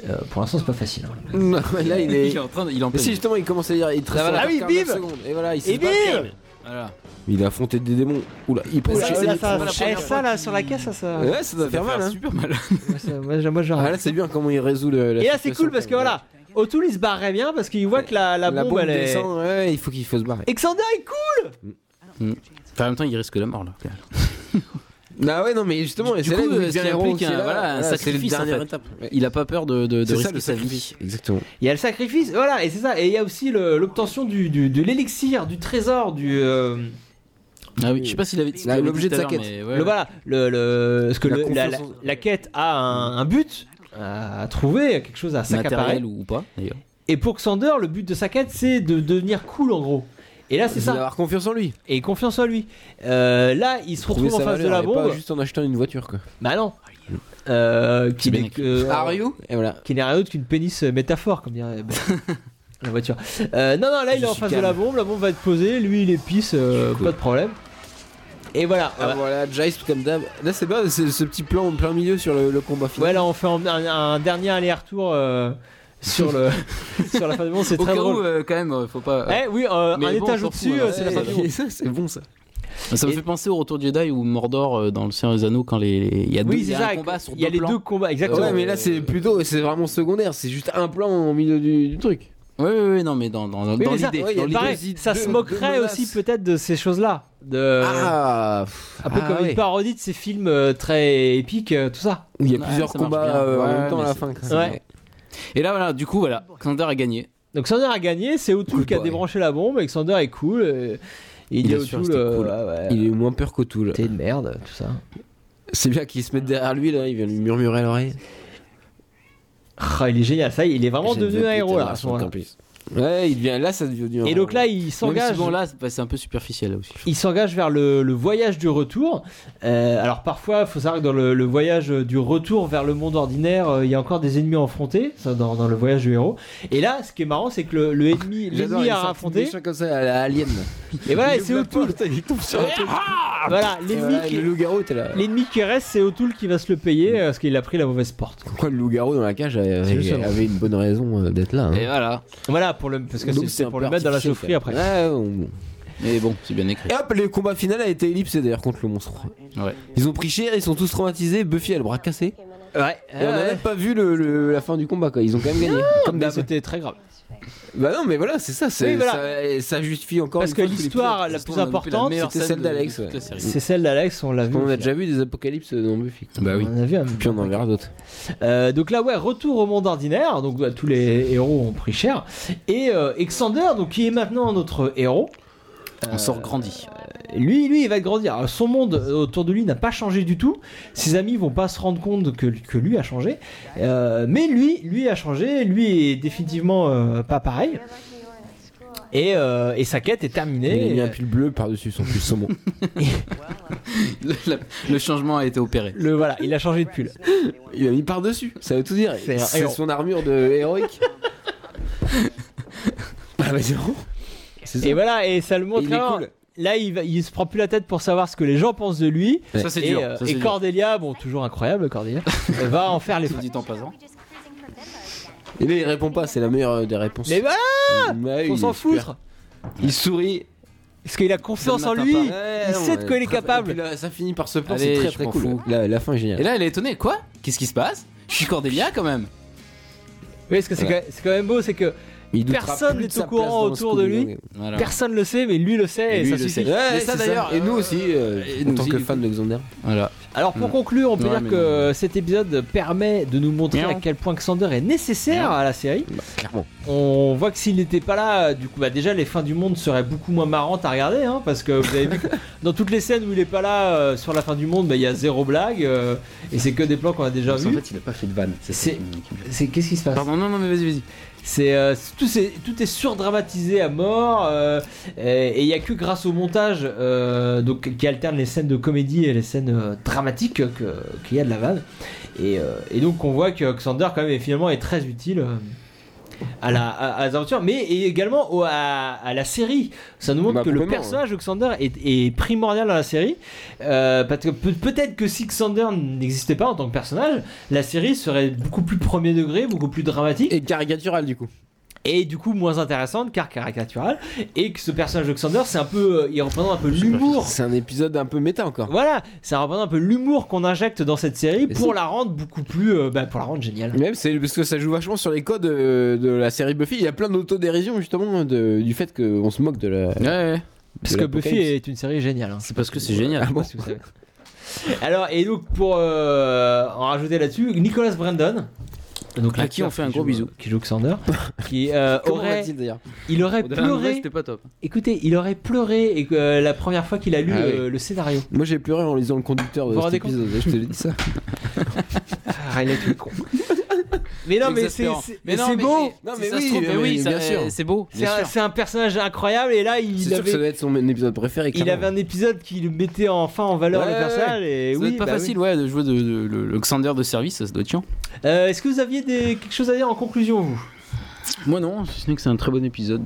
[SPEAKER 1] Euh, pour l'instant, c'est pas facile. hein.
[SPEAKER 3] Là, il est.
[SPEAKER 2] Il est en train de- il est en
[SPEAKER 3] Mais
[SPEAKER 2] pleine.
[SPEAKER 3] si justement il commence à dire il te reste
[SPEAKER 1] Ah, voilà.
[SPEAKER 3] encore
[SPEAKER 1] Ah oui,
[SPEAKER 3] 49
[SPEAKER 1] bim
[SPEAKER 3] secondes. Et voilà, il s'est
[SPEAKER 1] Et bim
[SPEAKER 2] Voilà.
[SPEAKER 3] Il a affronté des démons. Oula, il prend
[SPEAKER 1] Oula, oula,
[SPEAKER 3] cher.
[SPEAKER 2] c'est
[SPEAKER 1] ça,
[SPEAKER 2] la
[SPEAKER 1] ça-
[SPEAKER 2] première
[SPEAKER 1] eh,
[SPEAKER 2] fois
[SPEAKER 1] ça, là, sur la caisse, ça, ça.
[SPEAKER 3] Ouais, ça doit
[SPEAKER 2] Ça
[SPEAKER 3] faire
[SPEAKER 2] va
[SPEAKER 3] mal.
[SPEAKER 2] faire
[SPEAKER 3] Hein.
[SPEAKER 2] super mal.
[SPEAKER 1] Moi, ça- moi, moi, j'arrête.
[SPEAKER 3] Ah, là, c'est bien comment il résout le. la
[SPEAKER 1] Et là, c'est
[SPEAKER 3] situation.
[SPEAKER 1] cool parce que voilà, O'Toole il se barre très bien parce qu'il voit que la, la,
[SPEAKER 3] La
[SPEAKER 1] bombe,
[SPEAKER 3] bombe
[SPEAKER 1] elle est.
[SPEAKER 3] descend, ouais, il faut qu'il faut se barrer.
[SPEAKER 1] Et que Xander est cool
[SPEAKER 2] Enfin, en même temps, il risque la mort là.
[SPEAKER 3] Ah ouais, non, mais justement, et
[SPEAKER 2] Du
[SPEAKER 3] c'est là
[SPEAKER 2] coup,
[SPEAKER 3] où il
[SPEAKER 2] euh, ce qui
[SPEAKER 3] devient héros.
[SPEAKER 2] implique
[SPEAKER 3] c'est
[SPEAKER 1] hein,
[SPEAKER 2] un,
[SPEAKER 3] là,
[SPEAKER 2] voilà, un
[SPEAKER 3] voilà, c'est le
[SPEAKER 2] sacrifice en
[SPEAKER 3] dernier
[SPEAKER 2] fait.
[SPEAKER 3] étape. Ouais.
[SPEAKER 2] Il a pas peur de, de, de
[SPEAKER 3] C'est ça
[SPEAKER 2] risquer
[SPEAKER 3] le
[SPEAKER 2] sa
[SPEAKER 3] sacrifice.
[SPEAKER 2] vie.
[SPEAKER 3] Exactement.
[SPEAKER 1] Il y a le sacrifice, voilà, et c'est ça. Et il y a aussi le- l'obtention du, du- de l'élixir, du trésor, du. euh,
[SPEAKER 2] Ah oui, je sais pas s'il avait
[SPEAKER 3] Là,
[SPEAKER 2] l'avait
[SPEAKER 3] l'objet
[SPEAKER 2] dit
[SPEAKER 3] de
[SPEAKER 2] tout à
[SPEAKER 3] sa
[SPEAKER 2] l'heure,
[SPEAKER 3] quête.
[SPEAKER 2] mais ouais,
[SPEAKER 1] le,
[SPEAKER 2] ouais.
[SPEAKER 1] voilà, le, le- parce que
[SPEAKER 3] La
[SPEAKER 1] le- la, la,
[SPEAKER 3] confiance en-
[SPEAKER 1] la quête a un, un but à trouver, quelque chose à s'accaparer.
[SPEAKER 2] matériel ou ou pas d'ailleurs.
[SPEAKER 1] Et pour Xander, le but de sa quête, c'est de devenir cool en gros. Et là, c'est
[SPEAKER 3] Il faut
[SPEAKER 1] ça.
[SPEAKER 3] avoir confiance en lui.
[SPEAKER 1] Et confiance en lui. Euh, là, il se retrouve
[SPEAKER 3] Trouver
[SPEAKER 1] en
[SPEAKER 3] sa
[SPEAKER 1] face de
[SPEAKER 3] valeur,
[SPEAKER 1] la
[SPEAKER 3] et pas
[SPEAKER 1] bombe.
[SPEAKER 3] juste en achetant une voiture quoi.
[SPEAKER 1] Bah non. Euh, qui
[SPEAKER 2] bien.
[SPEAKER 1] n'est que-
[SPEAKER 3] Ah, Are you Et voilà.
[SPEAKER 1] qui n'est rien d'autre qu'une pénis euh, métaphore, comme dirait euh, la voiture. Euh, non, non, là il
[SPEAKER 3] Je
[SPEAKER 1] est en
[SPEAKER 3] suis
[SPEAKER 1] face
[SPEAKER 3] calme.
[SPEAKER 1] de la bombe, la bombe va être posée, lui il est pisse, euh, pas de problème. Et voilà. Euh,
[SPEAKER 3] Ah, voilà, Jace comme d'hab. Là c'est pas c'est ce petit plan en plein milieu sur le, le combat final.
[SPEAKER 1] Ouais, là on fait un, un- un dernier aller-retour euh, sur, le, sur la fin du monde, c'est
[SPEAKER 2] Au
[SPEAKER 1] très
[SPEAKER 2] cas
[SPEAKER 1] drôle.
[SPEAKER 2] où, euh, quand même, euh, faut pas.
[SPEAKER 1] Eh oui, euh,
[SPEAKER 2] Mais
[SPEAKER 1] un
[SPEAKER 2] bon,
[SPEAKER 1] étage
[SPEAKER 2] on s'en
[SPEAKER 1] au-dessus,
[SPEAKER 2] fout,
[SPEAKER 1] euh,
[SPEAKER 2] là.
[SPEAKER 1] c'est la fin du monde.
[SPEAKER 3] Et ça, c'est bon ça.
[SPEAKER 2] Ça me
[SPEAKER 1] Et-
[SPEAKER 2] fait penser au Retour de Jedi ou Mordor euh, dans le Seigneur des Anneaux quand les il y a deux
[SPEAKER 1] Oui,
[SPEAKER 2] il y
[SPEAKER 1] c'est
[SPEAKER 2] a
[SPEAKER 1] ça.
[SPEAKER 2] un combat sur
[SPEAKER 1] Il y a
[SPEAKER 2] deux
[SPEAKER 1] les
[SPEAKER 2] plans.
[SPEAKER 1] deux combats, exactement.
[SPEAKER 3] Ouais, mais là c'est plutôt c'est vraiment secondaire, c'est juste un plan au milieu du, du truc.
[SPEAKER 2] Oui, oui, oui, non, mais dans dans,
[SPEAKER 1] Oui,
[SPEAKER 2] dans
[SPEAKER 1] mais ça,
[SPEAKER 2] l'idée.
[SPEAKER 3] ouais, il y
[SPEAKER 2] dans
[SPEAKER 3] a
[SPEAKER 2] l'idée.
[SPEAKER 1] pareil,
[SPEAKER 3] deux-
[SPEAKER 1] ça se
[SPEAKER 3] deux-
[SPEAKER 1] moquerait
[SPEAKER 3] deux
[SPEAKER 1] aussi
[SPEAKER 3] menaces.
[SPEAKER 1] peut-être de ces choses-là. De...
[SPEAKER 3] Ah, pff,
[SPEAKER 1] un peu
[SPEAKER 3] ah,
[SPEAKER 1] comme
[SPEAKER 3] ouais.
[SPEAKER 1] une parodie de ces films euh, très épiques, euh, tout ça.
[SPEAKER 3] Où il y a
[SPEAKER 2] Ouais,
[SPEAKER 3] plusieurs
[SPEAKER 2] ça marche
[SPEAKER 3] combats
[SPEAKER 2] bien.
[SPEAKER 3] euh, en
[SPEAKER 2] Ouais,
[SPEAKER 3] même temps à
[SPEAKER 2] mais
[SPEAKER 3] la
[SPEAKER 2] c'est-
[SPEAKER 3] fin. quoi.
[SPEAKER 2] c'est
[SPEAKER 1] Ouais.
[SPEAKER 2] vrai. Et là voilà, du coup voilà, Xander a gagné.
[SPEAKER 1] Donc Sander a gagné, c'est O'Toole
[SPEAKER 3] Cool
[SPEAKER 1] qui a
[SPEAKER 3] boy.
[SPEAKER 1] débranché la bombe, et que Sander est cool. euh, et il,
[SPEAKER 2] Il
[SPEAKER 1] dit à
[SPEAKER 2] assure,
[SPEAKER 1] O'Toole,
[SPEAKER 2] c'était
[SPEAKER 1] euh,
[SPEAKER 2] cool.
[SPEAKER 1] ouais,
[SPEAKER 3] Il est moins peur qu'Otoul.
[SPEAKER 1] t'es une merde, tout ça.
[SPEAKER 3] C'est bien qu'il se mette derrière lui là, il vient lui murmurer à l'oreille.
[SPEAKER 1] Ah, il est génial, ça, y est, il est vraiment
[SPEAKER 3] J'ai
[SPEAKER 1] devenu
[SPEAKER 3] une
[SPEAKER 1] un héros là. à ce
[SPEAKER 3] détermination
[SPEAKER 1] moment-là.
[SPEAKER 3] qu'en plus. Ouais, il devient là, ça devient du
[SPEAKER 1] Et donc là, il
[SPEAKER 2] Même si,
[SPEAKER 1] s'engage.
[SPEAKER 2] bon là, c'est bah, c'est un peu superficiel là aussi.
[SPEAKER 1] Il s'engage vers le, le voyage du retour. Euh, alors parfois, faut savoir que dans le, le voyage euh, du retour vers le monde ordinaire, euh, il y a encore des ennemis à affronter, ça, dans, dans le voyage du héros. Et là, ce qui est marrant, c'est que le, le ennemi, l'ennemi à affronter,
[SPEAKER 3] comme ça à la alien.
[SPEAKER 1] et voilà, et
[SPEAKER 3] Il
[SPEAKER 1] c'est Ah,
[SPEAKER 3] ouvre la
[SPEAKER 1] O'Toole.
[SPEAKER 3] porte, Il tombe sur un truc.
[SPEAKER 1] Voilà,
[SPEAKER 3] Et
[SPEAKER 1] l'ennemi
[SPEAKER 3] voilà,
[SPEAKER 1] qui-
[SPEAKER 3] Le loup-garou, t'es là.
[SPEAKER 1] l'ennemi qui reste, c'est O'Toole qui va se le payer euh, parce qu'il a pris la mauvaise porte.
[SPEAKER 3] Pourquoi le loup-garou dans la cage
[SPEAKER 1] C'est juste
[SPEAKER 3] avait,
[SPEAKER 1] ça.
[SPEAKER 3] avait une bonne raison euh, d'être là hein.
[SPEAKER 2] Et voilà.
[SPEAKER 1] Voilà, pour le, parce que
[SPEAKER 3] Donc
[SPEAKER 1] c'est- c'est
[SPEAKER 3] un
[SPEAKER 1] pour
[SPEAKER 3] peu
[SPEAKER 1] le mettre dans la
[SPEAKER 3] artificiel,
[SPEAKER 1] chaufferie
[SPEAKER 3] quoi.
[SPEAKER 1] après.
[SPEAKER 3] Ouais, on-
[SPEAKER 2] Mais bon, c'est bien écrit.
[SPEAKER 3] Et hop, le combat final a été ellipsé d'ailleurs contre le monstre.
[SPEAKER 2] Ouais.
[SPEAKER 3] Ils ont pris cher, ils sont tous traumatisés. Buffy a le bras cassé.
[SPEAKER 1] Ouais,
[SPEAKER 3] Et on n'a même pas vu le- le- la fin du combat quoi. Ils ont quand même gagné. Comme
[SPEAKER 1] Bah,
[SPEAKER 3] d'hab.
[SPEAKER 1] c'était très grave.
[SPEAKER 3] Bah non, mais voilà, c'est ça. c'est-
[SPEAKER 1] Oui, voilà.
[SPEAKER 3] ça- et ça, justifie encore.
[SPEAKER 1] Parce
[SPEAKER 3] une
[SPEAKER 1] que
[SPEAKER 3] fois tous les
[SPEAKER 1] l'histoire la
[SPEAKER 3] épisodes.
[SPEAKER 2] Ça se
[SPEAKER 1] plus
[SPEAKER 2] trouve, on a loupé la
[SPEAKER 1] importante,
[SPEAKER 2] meilleure
[SPEAKER 3] c'était
[SPEAKER 2] scène
[SPEAKER 3] celle
[SPEAKER 2] de-
[SPEAKER 3] d'Alex,
[SPEAKER 2] de toute la
[SPEAKER 3] ouais.
[SPEAKER 2] série.
[SPEAKER 1] c'est celle d'Alex, on l'a vu. Ah
[SPEAKER 3] On a déjà vu des apocalypses dans Buffy. quoi.
[SPEAKER 2] Bah oui.
[SPEAKER 1] On a vu un-
[SPEAKER 3] Puis on en verra d'autres.
[SPEAKER 1] Euh, donc là, ouais, retour au monde ordinaire. Donc bah, tous les héros ont pris cher. Et euh, Xander, donc qui est maintenant notre héros,
[SPEAKER 2] On sort grandi.
[SPEAKER 1] lui, lui, il va grandir. Alors, son monde euh, autour de lui n'a pas changé du tout. Ses amis vont pas se rendre compte que, que lui a changé. Euh, mais lui, lui a changé. Lui est définitivement euh, pas pareil. Et, euh, et sa quête est terminée.
[SPEAKER 3] Il a mis un pull bleu par-dessus son pull saumon.
[SPEAKER 2] Le, la- le changement a été opéré.
[SPEAKER 1] Le voilà, il a changé de pull.
[SPEAKER 3] Il a mis par-dessus, ça veut tout dire.
[SPEAKER 1] C'est un
[SPEAKER 3] C'est
[SPEAKER 1] héros.
[SPEAKER 3] son armure de héroïque. ah bah c'est bon. C'est ça.
[SPEAKER 1] Et voilà, et ça le montre.
[SPEAKER 3] Il est
[SPEAKER 1] alors,
[SPEAKER 3] cool.
[SPEAKER 1] Là, il, va, il se prend plus la tête pour savoir ce que les gens pensent de lui.
[SPEAKER 2] Ça c'est
[SPEAKER 1] et,
[SPEAKER 2] dur.
[SPEAKER 1] euh,
[SPEAKER 2] ça,
[SPEAKER 1] et
[SPEAKER 2] c'est dur.
[SPEAKER 1] Cordelia, bon, toujours incroyable, Cordelia, va en faire les
[SPEAKER 2] Tout
[SPEAKER 1] frais.
[SPEAKER 2] dit en passant.
[SPEAKER 3] Et là il répond pas, c'est la meilleure euh, des réponses.
[SPEAKER 1] Mais voilà,
[SPEAKER 3] Ouais, il
[SPEAKER 1] on
[SPEAKER 3] est
[SPEAKER 1] s'en
[SPEAKER 3] super.
[SPEAKER 1] foutre
[SPEAKER 3] Il sourit.
[SPEAKER 1] Parce qu'il a confiance
[SPEAKER 2] Ça ne
[SPEAKER 1] en
[SPEAKER 2] m'atteint
[SPEAKER 1] lui
[SPEAKER 3] Ouais,
[SPEAKER 1] Il
[SPEAKER 3] non,
[SPEAKER 1] sait de quoi il est
[SPEAKER 3] très-
[SPEAKER 1] capable.
[SPEAKER 3] et puis là, ça finit par ce plan,
[SPEAKER 2] Allez,
[SPEAKER 3] c'est très
[SPEAKER 2] je
[SPEAKER 3] très
[SPEAKER 2] m'en
[SPEAKER 3] cool.
[SPEAKER 2] fous.
[SPEAKER 3] La, la fin est géniale.
[SPEAKER 2] Et là, elle est étonnée. Quoi Qu'est-ce qui se passe Je suis Cordelia quand même.
[SPEAKER 1] Oui, ce que c'est quand, c'est quand même beau, c'est que
[SPEAKER 3] Il doutera
[SPEAKER 1] personne
[SPEAKER 3] plus de
[SPEAKER 1] n'est
[SPEAKER 3] sa
[SPEAKER 1] au courant
[SPEAKER 3] place dans
[SPEAKER 1] autour de lui.
[SPEAKER 3] Scooby-Doo.
[SPEAKER 2] Voilà.
[SPEAKER 1] personne le sait, mais lui le sait, et,
[SPEAKER 2] Et
[SPEAKER 1] ça
[SPEAKER 2] lui, il le
[SPEAKER 1] suffit.
[SPEAKER 2] sait.
[SPEAKER 3] Ouais,
[SPEAKER 2] Mais
[SPEAKER 3] c'est
[SPEAKER 2] ça,
[SPEAKER 3] ça
[SPEAKER 2] d'ailleurs,
[SPEAKER 3] d'ailleurs. Et
[SPEAKER 2] euh,
[SPEAKER 3] nous aussi, euh,
[SPEAKER 2] et
[SPEAKER 3] en
[SPEAKER 2] nous
[SPEAKER 3] tant
[SPEAKER 2] aussi,
[SPEAKER 3] que
[SPEAKER 2] du
[SPEAKER 3] fans
[SPEAKER 2] coup.
[SPEAKER 3] de Xander.
[SPEAKER 2] Voilà.
[SPEAKER 1] Alors
[SPEAKER 9] Mm.
[SPEAKER 1] pour conclure, on peut
[SPEAKER 2] Ouais,
[SPEAKER 1] dire
[SPEAKER 2] mais
[SPEAKER 1] que
[SPEAKER 2] non.
[SPEAKER 1] euh, cet épisode permet de nous montrer
[SPEAKER 2] Miaou.
[SPEAKER 1] à quel point Xander est nécessaire
[SPEAKER 2] Miaou.
[SPEAKER 1] à la série.
[SPEAKER 9] Bah,
[SPEAKER 3] Clairement.
[SPEAKER 1] On voit que s'il n'était pas là, euh, du coup, bah déjà les fins du monde seraient beaucoup moins marrantes à regarder, hein, parce que vous avez vu, que dans toutes les scènes où il est pas là euh, sur la fin du monde, bah, il y a zéro blague, euh, et c'est que des plans qu'on a déjà
[SPEAKER 9] En
[SPEAKER 1] vus.
[SPEAKER 9] fait, il a pas fait de vanne. C'est
[SPEAKER 1] C'est- C'est qu'est-ce qui se passe
[SPEAKER 2] Pardon, non, non, mais vas-y, vas-y.
[SPEAKER 1] C'est euh, c'est- tout, est, tout est surdramatisé à mort euh, et il y a que grâce au montage euh, donc qui alterne les scènes de comédie et les scènes euh, dramatiques que- qu'il y a de la vanne. Et, euh, et donc on voit que Xander quand même est- finalement est très utile. euh, à la à, à les aventures, mais et également au- à, à la série. Ça nous montre
[SPEAKER 3] Bah,
[SPEAKER 1] que le
[SPEAKER 3] complètement,
[SPEAKER 1] personnage de Xander est, est primordial dans la série. euh, parce que peut- peut-être que si Xander n'existait pas en tant que personnage, la série serait beaucoup plus premier degré, beaucoup plus dramatique
[SPEAKER 3] Et caricatural du coup.
[SPEAKER 1] et du coup moins intéressante car caricaturale et que ce personnage de Xander c'est un peu euh, il représente un peu l'humour
[SPEAKER 3] C'est un épisode un peu méta encore.
[SPEAKER 1] voilà ça représente un peu l'humour qu'on injecte dans cette série
[SPEAKER 3] Mais
[SPEAKER 1] pour la rendre beaucoup plus euh, bah, pour la rendre géniale
[SPEAKER 3] Même c'est parce que ça joue vachement sur les codes euh, de la série Buffy. Il y a plein d'autodérision justement de- du fait qu'on se moque de la.
[SPEAKER 2] Ouais, ouais.
[SPEAKER 1] parce
[SPEAKER 3] de
[SPEAKER 1] que
[SPEAKER 3] l'apocalypse.
[SPEAKER 1] Buffy est une série géniale hein.
[SPEAKER 2] C'est parce que c'est génial.
[SPEAKER 1] Je sais pas si vous savez. alors et donc pour euh, en rajouter là-dessus Nicolas Brandon donc
[SPEAKER 2] À qui on fait un
[SPEAKER 1] l'acteur
[SPEAKER 2] gros
[SPEAKER 1] joue-
[SPEAKER 2] bisou.
[SPEAKER 1] qui joue Xander qui euh,
[SPEAKER 3] Comment
[SPEAKER 1] aurait
[SPEAKER 3] va-t-il, d'ailleurs
[SPEAKER 1] il aurait
[SPEAKER 2] Au dernier nouvelle,
[SPEAKER 1] pleuré
[SPEAKER 2] c'était pas top.
[SPEAKER 1] écoutez il aurait pleuré et que, euh, la première fois qu'il a lu
[SPEAKER 3] Ah oui.
[SPEAKER 1] euh, le scénario
[SPEAKER 3] Moi j'ai pleuré en lisant le conducteur de
[SPEAKER 1] Vous vous
[SPEAKER 3] cet
[SPEAKER 1] rendez compte
[SPEAKER 3] épisode. Je te l'ai dit ça.
[SPEAKER 1] Riley, tu es con. Mais non, mais c'est
[SPEAKER 2] exaspérant.
[SPEAKER 1] c'est-
[SPEAKER 2] Mais non,
[SPEAKER 1] c'est
[SPEAKER 2] mais-
[SPEAKER 1] beau.
[SPEAKER 3] Non,
[SPEAKER 2] si
[SPEAKER 3] mais
[SPEAKER 2] ça
[SPEAKER 3] oui,
[SPEAKER 2] se trouve,
[SPEAKER 3] mais oui,
[SPEAKER 2] ça-
[SPEAKER 3] bien sûr.
[SPEAKER 2] C'est beau.
[SPEAKER 1] C'est un, c'est un personnage incroyable et là
[SPEAKER 3] C'est
[SPEAKER 1] il
[SPEAKER 3] sûr que ça
[SPEAKER 1] avait,
[SPEAKER 3] doit être son épisode préféré.
[SPEAKER 1] il avait un épisode qui le mettait enfin en valeur
[SPEAKER 3] Ouais,
[SPEAKER 1] le
[SPEAKER 3] ouais,
[SPEAKER 1] personnage et
[SPEAKER 2] Ça doit
[SPEAKER 1] oui.
[SPEAKER 2] être pas
[SPEAKER 1] bah oui.
[SPEAKER 2] facile, ouais, de jouer de, de- le, le Xander de service, ça doit être chiant.
[SPEAKER 1] Euh, Est-ce que vous aviez des- quelque chose à dire en conclusion vous
[SPEAKER 2] Moi non, si ce n'est que c'est un très bon épisode.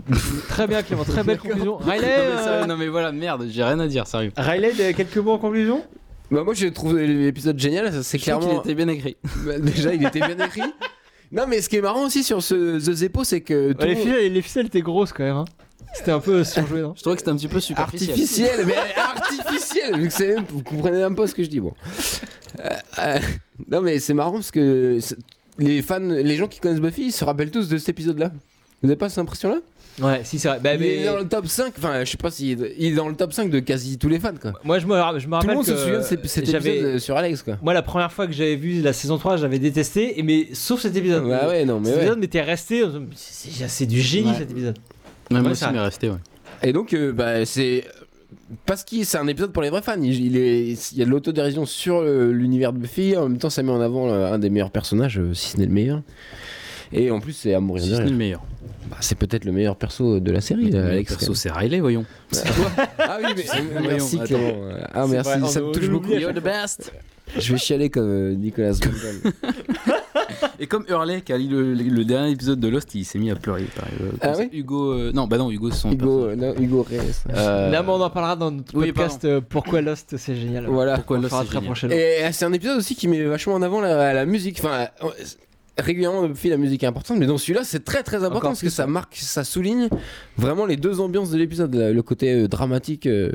[SPEAKER 1] Très bien Clément, très belle conclusion. Riley,
[SPEAKER 2] non, mais
[SPEAKER 1] euh,
[SPEAKER 2] ça- non, mais voilà, merde, j'ai rien à dire, sérieux.
[SPEAKER 1] Riley, des- quelques mots en conclusion
[SPEAKER 3] Bah, moi, j'ai trouvé l'épisode génial. ça, C'est
[SPEAKER 2] Je trouve qu'il
[SPEAKER 3] clairement.
[SPEAKER 2] était bien écrit.
[SPEAKER 3] Bah, déjà, il était bien écrit. Non, mais ce qui est marrant aussi sur ce The Zeppo, c'est que. tout
[SPEAKER 1] Ouais, les,
[SPEAKER 3] le monde-
[SPEAKER 1] ficelles, les ficelles étaient grosses quand même. hein. C'était un peu surjoué non
[SPEAKER 2] Je trouvais que c'était un petit peu superficiel.
[SPEAKER 3] Artificiel, mais artificiel, vu que c'est même, vous comprenez même pas ce que je dis. Bon, Euh, euh, non, mais c'est marrant parce que c'est- les fans, les gens qui connaissent Buffy, ils se rappellent tous de cet épisode-là. Vous n'avez pas cette impression-là
[SPEAKER 1] Ouais, si c'est vrai. Bah,
[SPEAKER 3] Il
[SPEAKER 1] mais-
[SPEAKER 3] est dans le top 5, enfin, je sais pas s'il est- il est dans le top 5 de quasi tous les fans, quoi.
[SPEAKER 1] Moi je me, ra- je me
[SPEAKER 3] Tout
[SPEAKER 1] rappelle
[SPEAKER 3] le monde se
[SPEAKER 1] que
[SPEAKER 3] souvient de cet cet
[SPEAKER 1] j'avais-
[SPEAKER 3] épisode euh, sur Alex, quoi.
[SPEAKER 1] Moi la première fois que j'avais vu la saison 3 j'avais détesté et mais sauf cet épisode.
[SPEAKER 3] Bah ouais, non, mais
[SPEAKER 1] cet
[SPEAKER 3] ouais.
[SPEAKER 1] épisode m'était resté. en disant, C'est c'est- c'est du génie
[SPEAKER 2] Ouais.
[SPEAKER 1] cet épisode.
[SPEAKER 2] Ouais,
[SPEAKER 1] Ouais,
[SPEAKER 2] moi
[SPEAKER 1] ça-
[SPEAKER 2] aussi, mais resté, ouais.
[SPEAKER 3] Et donc, euh, bah, c'est. Parce que c'est un épisode pour les vrais fans. Il, il est, il y a de l'autodérision sur euh, l'univers de Buffy. En même temps, ça met en avant euh, un des meilleurs personnages, euh, si ce n'est le meilleur. Et en plus, c'est à mourir
[SPEAKER 2] Si
[SPEAKER 3] de
[SPEAKER 2] ce n'est
[SPEAKER 3] rire.
[SPEAKER 2] le meilleur.
[SPEAKER 3] Bah, c'est peut-être le meilleur perso de la série, euh, Alex.
[SPEAKER 2] Perso, c'est Riley, voyons.
[SPEAKER 3] Ah oui, mais merci
[SPEAKER 2] Voyons,
[SPEAKER 3] Clément. Ah
[SPEAKER 1] C'est
[SPEAKER 3] merci,
[SPEAKER 1] vrai, on
[SPEAKER 3] ça me
[SPEAKER 1] nous-
[SPEAKER 3] touche
[SPEAKER 1] nous
[SPEAKER 3] beaucoup.
[SPEAKER 1] l'oublie à chaque
[SPEAKER 2] best.
[SPEAKER 3] Je vais chialer comme euh, Nicolas Baldwin.
[SPEAKER 2] Et comme Hurley, qui a lu le, le- le dernier épisode de Lost, il s'est mis à pleurer. par- euh, comme
[SPEAKER 3] Ah
[SPEAKER 2] ça.
[SPEAKER 3] oui
[SPEAKER 2] Hugo. euh, non, bah non, Hugo, c'est son.
[SPEAKER 3] Hugo, euh, non, Hugo Reyes.
[SPEAKER 2] personnage. Euh,
[SPEAKER 1] Là mais on en parlera dans notre
[SPEAKER 2] oui,
[SPEAKER 1] podcast euh, Pourquoi Lost c'est génial.
[SPEAKER 3] Voilà.
[SPEAKER 2] Pourquoi
[SPEAKER 1] on le
[SPEAKER 2] Lost,
[SPEAKER 1] fera
[SPEAKER 2] c'est
[SPEAKER 1] très
[SPEAKER 2] génial.
[SPEAKER 1] prochainement.
[SPEAKER 3] Et euh, c'est un épisode aussi qui met vachement en avant la, la musique. Enfin, euh, régulièrement, depuis la musique est importante, mais dans celui-là, c'est très très important
[SPEAKER 1] Encore
[SPEAKER 3] parce que
[SPEAKER 1] plus,
[SPEAKER 3] ça marque, ça souligne vraiment les deux ambiances de l'épisode. là, Le côté euh, dramatique euh,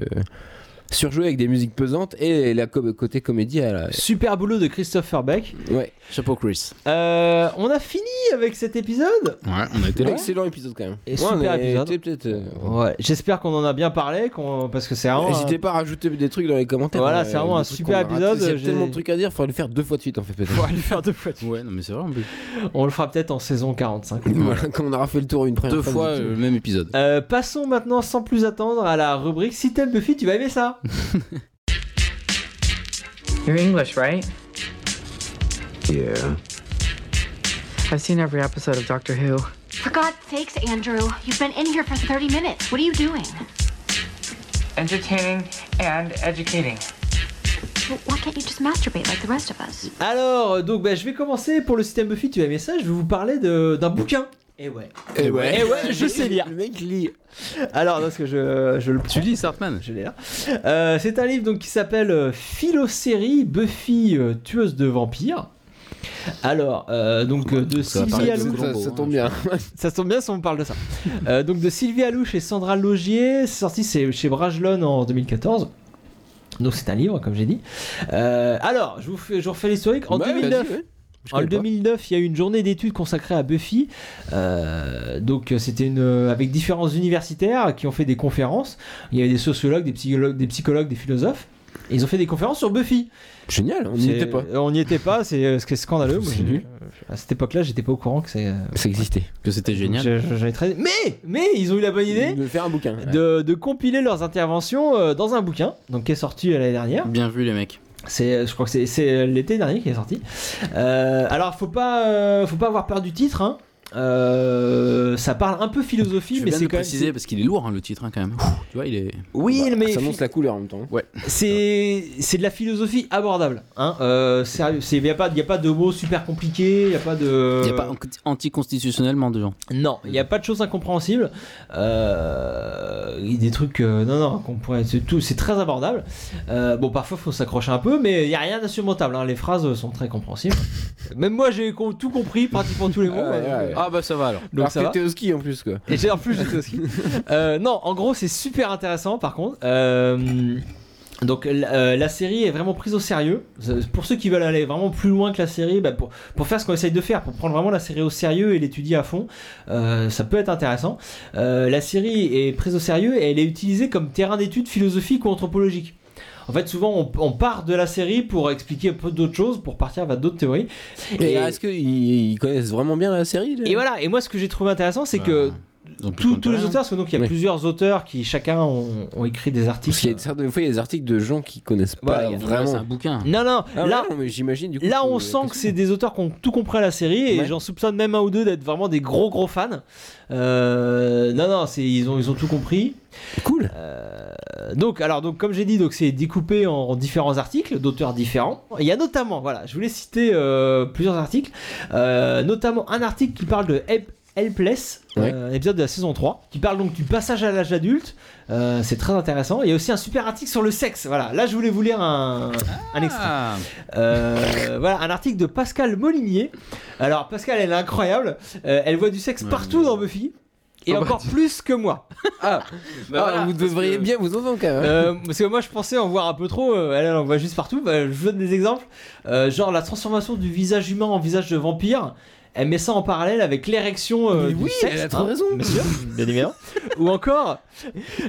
[SPEAKER 3] surjoué avec des musiques pesantes et la co- côté comédie. à la-
[SPEAKER 1] Super boulot de Christopher Beck.
[SPEAKER 3] Ouais,
[SPEAKER 2] Chapeau, Chris.
[SPEAKER 1] Euh, on a fini avec cet épisode.
[SPEAKER 2] Ouais, on a été là.
[SPEAKER 3] excellent épisode quand même.
[SPEAKER 1] Et super
[SPEAKER 3] on est-
[SPEAKER 1] épisode.
[SPEAKER 3] t'es peut-être, euh,
[SPEAKER 1] Ouais, j'espère qu'on en a bien parlé qu'on- parce que c'est vraiment. euh,
[SPEAKER 3] N'hésitez pas à rajouter des trucs dans les commentaires.
[SPEAKER 1] Voilà,
[SPEAKER 3] hein,
[SPEAKER 1] c'est vraiment
[SPEAKER 3] des
[SPEAKER 1] un
[SPEAKER 3] trucs
[SPEAKER 1] super
[SPEAKER 3] qu'on a ratés.
[SPEAKER 1] épisode,
[SPEAKER 3] Il y a tellement
[SPEAKER 1] j'ai-
[SPEAKER 3] de trucs à dire, faudrait le faire deux fois de suite en fait peut-être.
[SPEAKER 1] On va le faire deux fois.
[SPEAKER 2] Ouais, non, mais c'est vrai en plus.
[SPEAKER 1] On le fera peut-être en saison 45.
[SPEAKER 3] Voilà, quand on aura fait le tour une première
[SPEAKER 2] Deux
[SPEAKER 3] fois.
[SPEAKER 2] fois
[SPEAKER 3] du-
[SPEAKER 2] euh, le même épisode.
[SPEAKER 1] Euh, passons maintenant sans plus attendre à la rubrique Si t'aimes Buffy, tu vas aimer ça.
[SPEAKER 9] You're English, right?
[SPEAKER 10] Yeah.
[SPEAKER 9] I've seen every episode of Doctor Who.
[SPEAKER 7] For God's sakes, Andrew, you've been in here for 30 minutes. What are you doing?
[SPEAKER 9] Entertaining and educating.
[SPEAKER 7] Well, Why can't you just masturbate like the rest of us?
[SPEAKER 1] Alors, euh, donc bah, je vais commencer pour le Si t'aimes Buffy, tu vas aimer ça. Je vais vous parler de- d'un bouquin. Et ouais.
[SPEAKER 3] Eh ouais.
[SPEAKER 1] Eh ouais, je sais lire.
[SPEAKER 3] Le mec lit.
[SPEAKER 1] Alors, parce que je, je le
[SPEAKER 2] Tu lis Sartman
[SPEAKER 1] Je l'ai là. Euh, c'est un livre donc qui s'appelle euh, Phyllosérie Buffy euh, tueuse de vampires. Alors, euh, donc euh, de
[SPEAKER 2] Ça va
[SPEAKER 1] Sylvie
[SPEAKER 2] parler de
[SPEAKER 1] Alou-
[SPEAKER 2] Google.
[SPEAKER 3] Ça,
[SPEAKER 2] Colombo,
[SPEAKER 3] ça
[SPEAKER 2] hein,
[SPEAKER 3] tombe bien.
[SPEAKER 1] Ça se tombe bien si on parle de ça. Euh, donc de Sylvie Alouche et Sandra Logier, c'est sorti c'est- chez Bragelonne en 2014. Donc c'est un livre, comme j'ai dit. Euh, alors, je vous, fais, je vous refais l'historique. En
[SPEAKER 3] Ouais,
[SPEAKER 1] 2009,
[SPEAKER 3] Bah vas-y, ouais. Je
[SPEAKER 1] en
[SPEAKER 3] connais pas.
[SPEAKER 1] 2009, il y a eu une journée d'études consacrée à Buffy. Euh, donc euh, c'était une euh, avec différents universitaires qui ont fait des conférences. Il y avait des sociologues, des psychologues, des psychologues, des philosophes. Et ils ont fait des conférences sur Buffy.
[SPEAKER 3] Génial, on n'y
[SPEAKER 1] C'est-
[SPEAKER 3] était pas.
[SPEAKER 1] euh, On n'y était pas. C'est euh, ce qui est scandaleux. Moi,
[SPEAKER 3] C'est
[SPEAKER 1] j'ai-
[SPEAKER 3] nul.
[SPEAKER 1] À cette époque-là, j'étais pas au courant que c'est. euh,
[SPEAKER 3] Ça existait.
[SPEAKER 2] Que c'était génial.
[SPEAKER 1] je- je- j'avais très- Mais, mais ils ont eu la bonne idée
[SPEAKER 3] De faire un bouquin.
[SPEAKER 1] de, de compiler leurs interventions euh, dans un bouquin, donc qui est sorti euh, l'année dernière.
[SPEAKER 2] Bien vu, les mecs.
[SPEAKER 1] C'est, euh, je crois que c'est, c'est l'été dernier qui est sorti. Euh, alors, faut pas, euh, faut pas avoir peur du titre. hein. Euh, ça parle un peu philosophie,
[SPEAKER 2] Je vais
[SPEAKER 1] mais
[SPEAKER 2] bien
[SPEAKER 1] c'est
[SPEAKER 2] le
[SPEAKER 1] quand même.
[SPEAKER 2] préciser parce qu'il est lourd hein, le titre hein, quand même. tu vois, il est.
[SPEAKER 1] Oui,
[SPEAKER 3] Bah,
[SPEAKER 1] mais
[SPEAKER 3] Ça annonce la couleur en même temps.
[SPEAKER 1] c'est, c'est de la philosophie abordable. Hein. Euh, sérieux, c'est, y a pas, y a pas de mots super compliqués, y a pas de.
[SPEAKER 2] Il n'y a pas anticonstitutionnellement de gens.
[SPEAKER 1] Non, il n'y a pas de choses incompréhensibles. Euh, il y a des trucs. euh, non, non, qu'on pourrait- c'est tout, c'est très abordable. Euh, bon, parfois, faut s'accrocher un peu, mais il n'y a rien d'insurmontable. hein, les phrases euh, sont très compréhensibles. Même moi, j'ai com- tout compris, pratiquement tous les mots.
[SPEAKER 3] Ah ouais,
[SPEAKER 1] euh,
[SPEAKER 3] ouais, ouais.
[SPEAKER 2] Ah bah ça va alors.
[SPEAKER 1] Donc
[SPEAKER 3] Alors
[SPEAKER 1] ça va.
[SPEAKER 3] que t'es au ski en plus quoi.
[SPEAKER 1] Et j'ai en plus j'étais au ski. Euh, non, en gros c'est super intéressant par contre. Euh, donc l- euh, la série est vraiment prise au sérieux. C'est- Pour ceux qui veulent aller vraiment plus loin que la série, bah, pour, pour faire ce qu'on essaye de faire, pour prendre vraiment la série au sérieux et l'étudier à fond, euh, ça peut être intéressant. Euh, la série est prise au sérieux et elle est utilisée comme terrain d'étude philosophique ou anthropologique. En fait, souvent, on, on part de la série pour expliquer un peu d'autres choses, pour partir vers d'autres théories.
[SPEAKER 3] Et, est-ce qu'ils ils connaissent vraiment bien la série les-
[SPEAKER 1] Et voilà, et moi ce que j'ai trouvé intéressant, c'est que
[SPEAKER 2] Ils ont plus
[SPEAKER 1] tous,
[SPEAKER 2] compte
[SPEAKER 1] tous les
[SPEAKER 2] rien.
[SPEAKER 1] auteurs, parce que donc il y a
[SPEAKER 3] Oui.
[SPEAKER 1] plusieurs auteurs qui chacun ont, ont écrit des articles.
[SPEAKER 3] Parce qu'il y a certaines fois, il y a des articles de gens qui connaissent
[SPEAKER 1] Bah, il
[SPEAKER 3] pas
[SPEAKER 1] y a-
[SPEAKER 2] Ouais, C'est
[SPEAKER 3] vraiment.
[SPEAKER 2] un bouquin.
[SPEAKER 1] Non, non,
[SPEAKER 3] Ah ouais,
[SPEAKER 1] là,
[SPEAKER 3] non, mais j'imagine du coup. euh,
[SPEAKER 1] Là,
[SPEAKER 3] que-
[SPEAKER 1] on sent que c'est des auteurs qui ont tout compris à la série et
[SPEAKER 3] Ouais.
[SPEAKER 1] j'en soupçonne même un ou deux d'être vraiment des gros gros fans. Euh, non, non, c'est- ils ont, ils ont tout compris.
[SPEAKER 3] cool.
[SPEAKER 1] Euh, Donc, alors, donc, comme j'ai dit, donc c'est découpé en différents articles d'auteurs différents. Il y a notamment, voilà, je voulais citer euh, plusieurs articles, Euh, notamment un article qui parle de Help- Helpless,
[SPEAKER 3] Ouais.
[SPEAKER 1] euh, épisode de la saison 3, qui parle donc du passage à l'âge adulte. Euh, c'est très intéressant. Il y a aussi un super article sur le sexe. Voilà, là, je voulais vous lire un, un extrait.
[SPEAKER 2] Ah,
[SPEAKER 1] Euh, voilà, un article de Pascal Molinier. Alors, Pascal, elle est incroyable. Euh, elle voit du sexe partout dans Buffy. Et
[SPEAKER 2] Ah bah,
[SPEAKER 1] encore plus que moi.
[SPEAKER 3] Ah,
[SPEAKER 2] bah
[SPEAKER 3] ah,
[SPEAKER 2] voilà,
[SPEAKER 3] vous
[SPEAKER 2] parce
[SPEAKER 3] devriez
[SPEAKER 2] que-
[SPEAKER 3] bien vous entendre quand même. hein.
[SPEAKER 1] Euh, parce que moi, je pensais en voir un peu trop. euh, Elle, elle en voit juste partout. Bah, je vous donne des exemples. Euh, genre la transformation du visage humain en visage de vampire. Elle met ça en parallèle avec l'érection euh,
[SPEAKER 3] Mais
[SPEAKER 1] du
[SPEAKER 3] oui,
[SPEAKER 1] sexe.
[SPEAKER 3] elle a trop raison.
[SPEAKER 1] monsieur, bien évidemment. Ou encore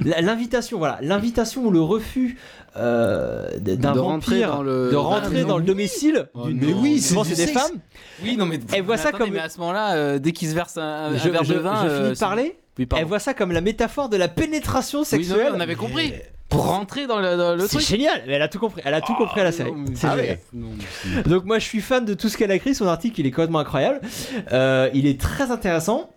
[SPEAKER 1] la- l'invitation. Voilà, l'invitation ou le refus euh, d'un
[SPEAKER 2] de rentrer
[SPEAKER 1] vampire
[SPEAKER 2] dans le.
[SPEAKER 1] de rentrer
[SPEAKER 2] Ah, mais
[SPEAKER 1] dans le
[SPEAKER 2] non.
[SPEAKER 1] domicile.
[SPEAKER 2] Oh
[SPEAKER 1] d'une-
[SPEAKER 2] non. Mais oui,
[SPEAKER 1] souvent,
[SPEAKER 2] c'est
[SPEAKER 1] c'est
[SPEAKER 2] du
[SPEAKER 1] des
[SPEAKER 2] sexe.
[SPEAKER 1] femmes.
[SPEAKER 2] Oui, non, mais.
[SPEAKER 1] Elle voit
[SPEAKER 2] mais
[SPEAKER 1] Eh, ça
[SPEAKER 2] attendez,
[SPEAKER 1] comme-
[SPEAKER 2] Mais à ce moment-là, euh, dès qu'il se verse un, un
[SPEAKER 1] je,
[SPEAKER 2] verre
[SPEAKER 1] je-
[SPEAKER 2] de vin.
[SPEAKER 1] je
[SPEAKER 2] euh,
[SPEAKER 1] finis de
[SPEAKER 2] c'est-
[SPEAKER 1] parler.
[SPEAKER 2] Oui, pardon.
[SPEAKER 1] Elle voit ça comme la métaphore de la pénétration
[SPEAKER 2] Oui, non, mais
[SPEAKER 1] sexuelle.
[SPEAKER 2] on avait compris. Pour rentrer dans le, dans le
[SPEAKER 1] C'est
[SPEAKER 2] truc. Oh,
[SPEAKER 1] génial, mais elle a tout compris, elle a tout compris à la série.
[SPEAKER 2] Non, mais-
[SPEAKER 1] C'est
[SPEAKER 2] Ah
[SPEAKER 1] génial.
[SPEAKER 2] ouais. Non, mais-
[SPEAKER 1] Donc moi je suis fan de tout ce qu'elle a écrit, son article il est complètement incroyable, Euh, il est très intéressant.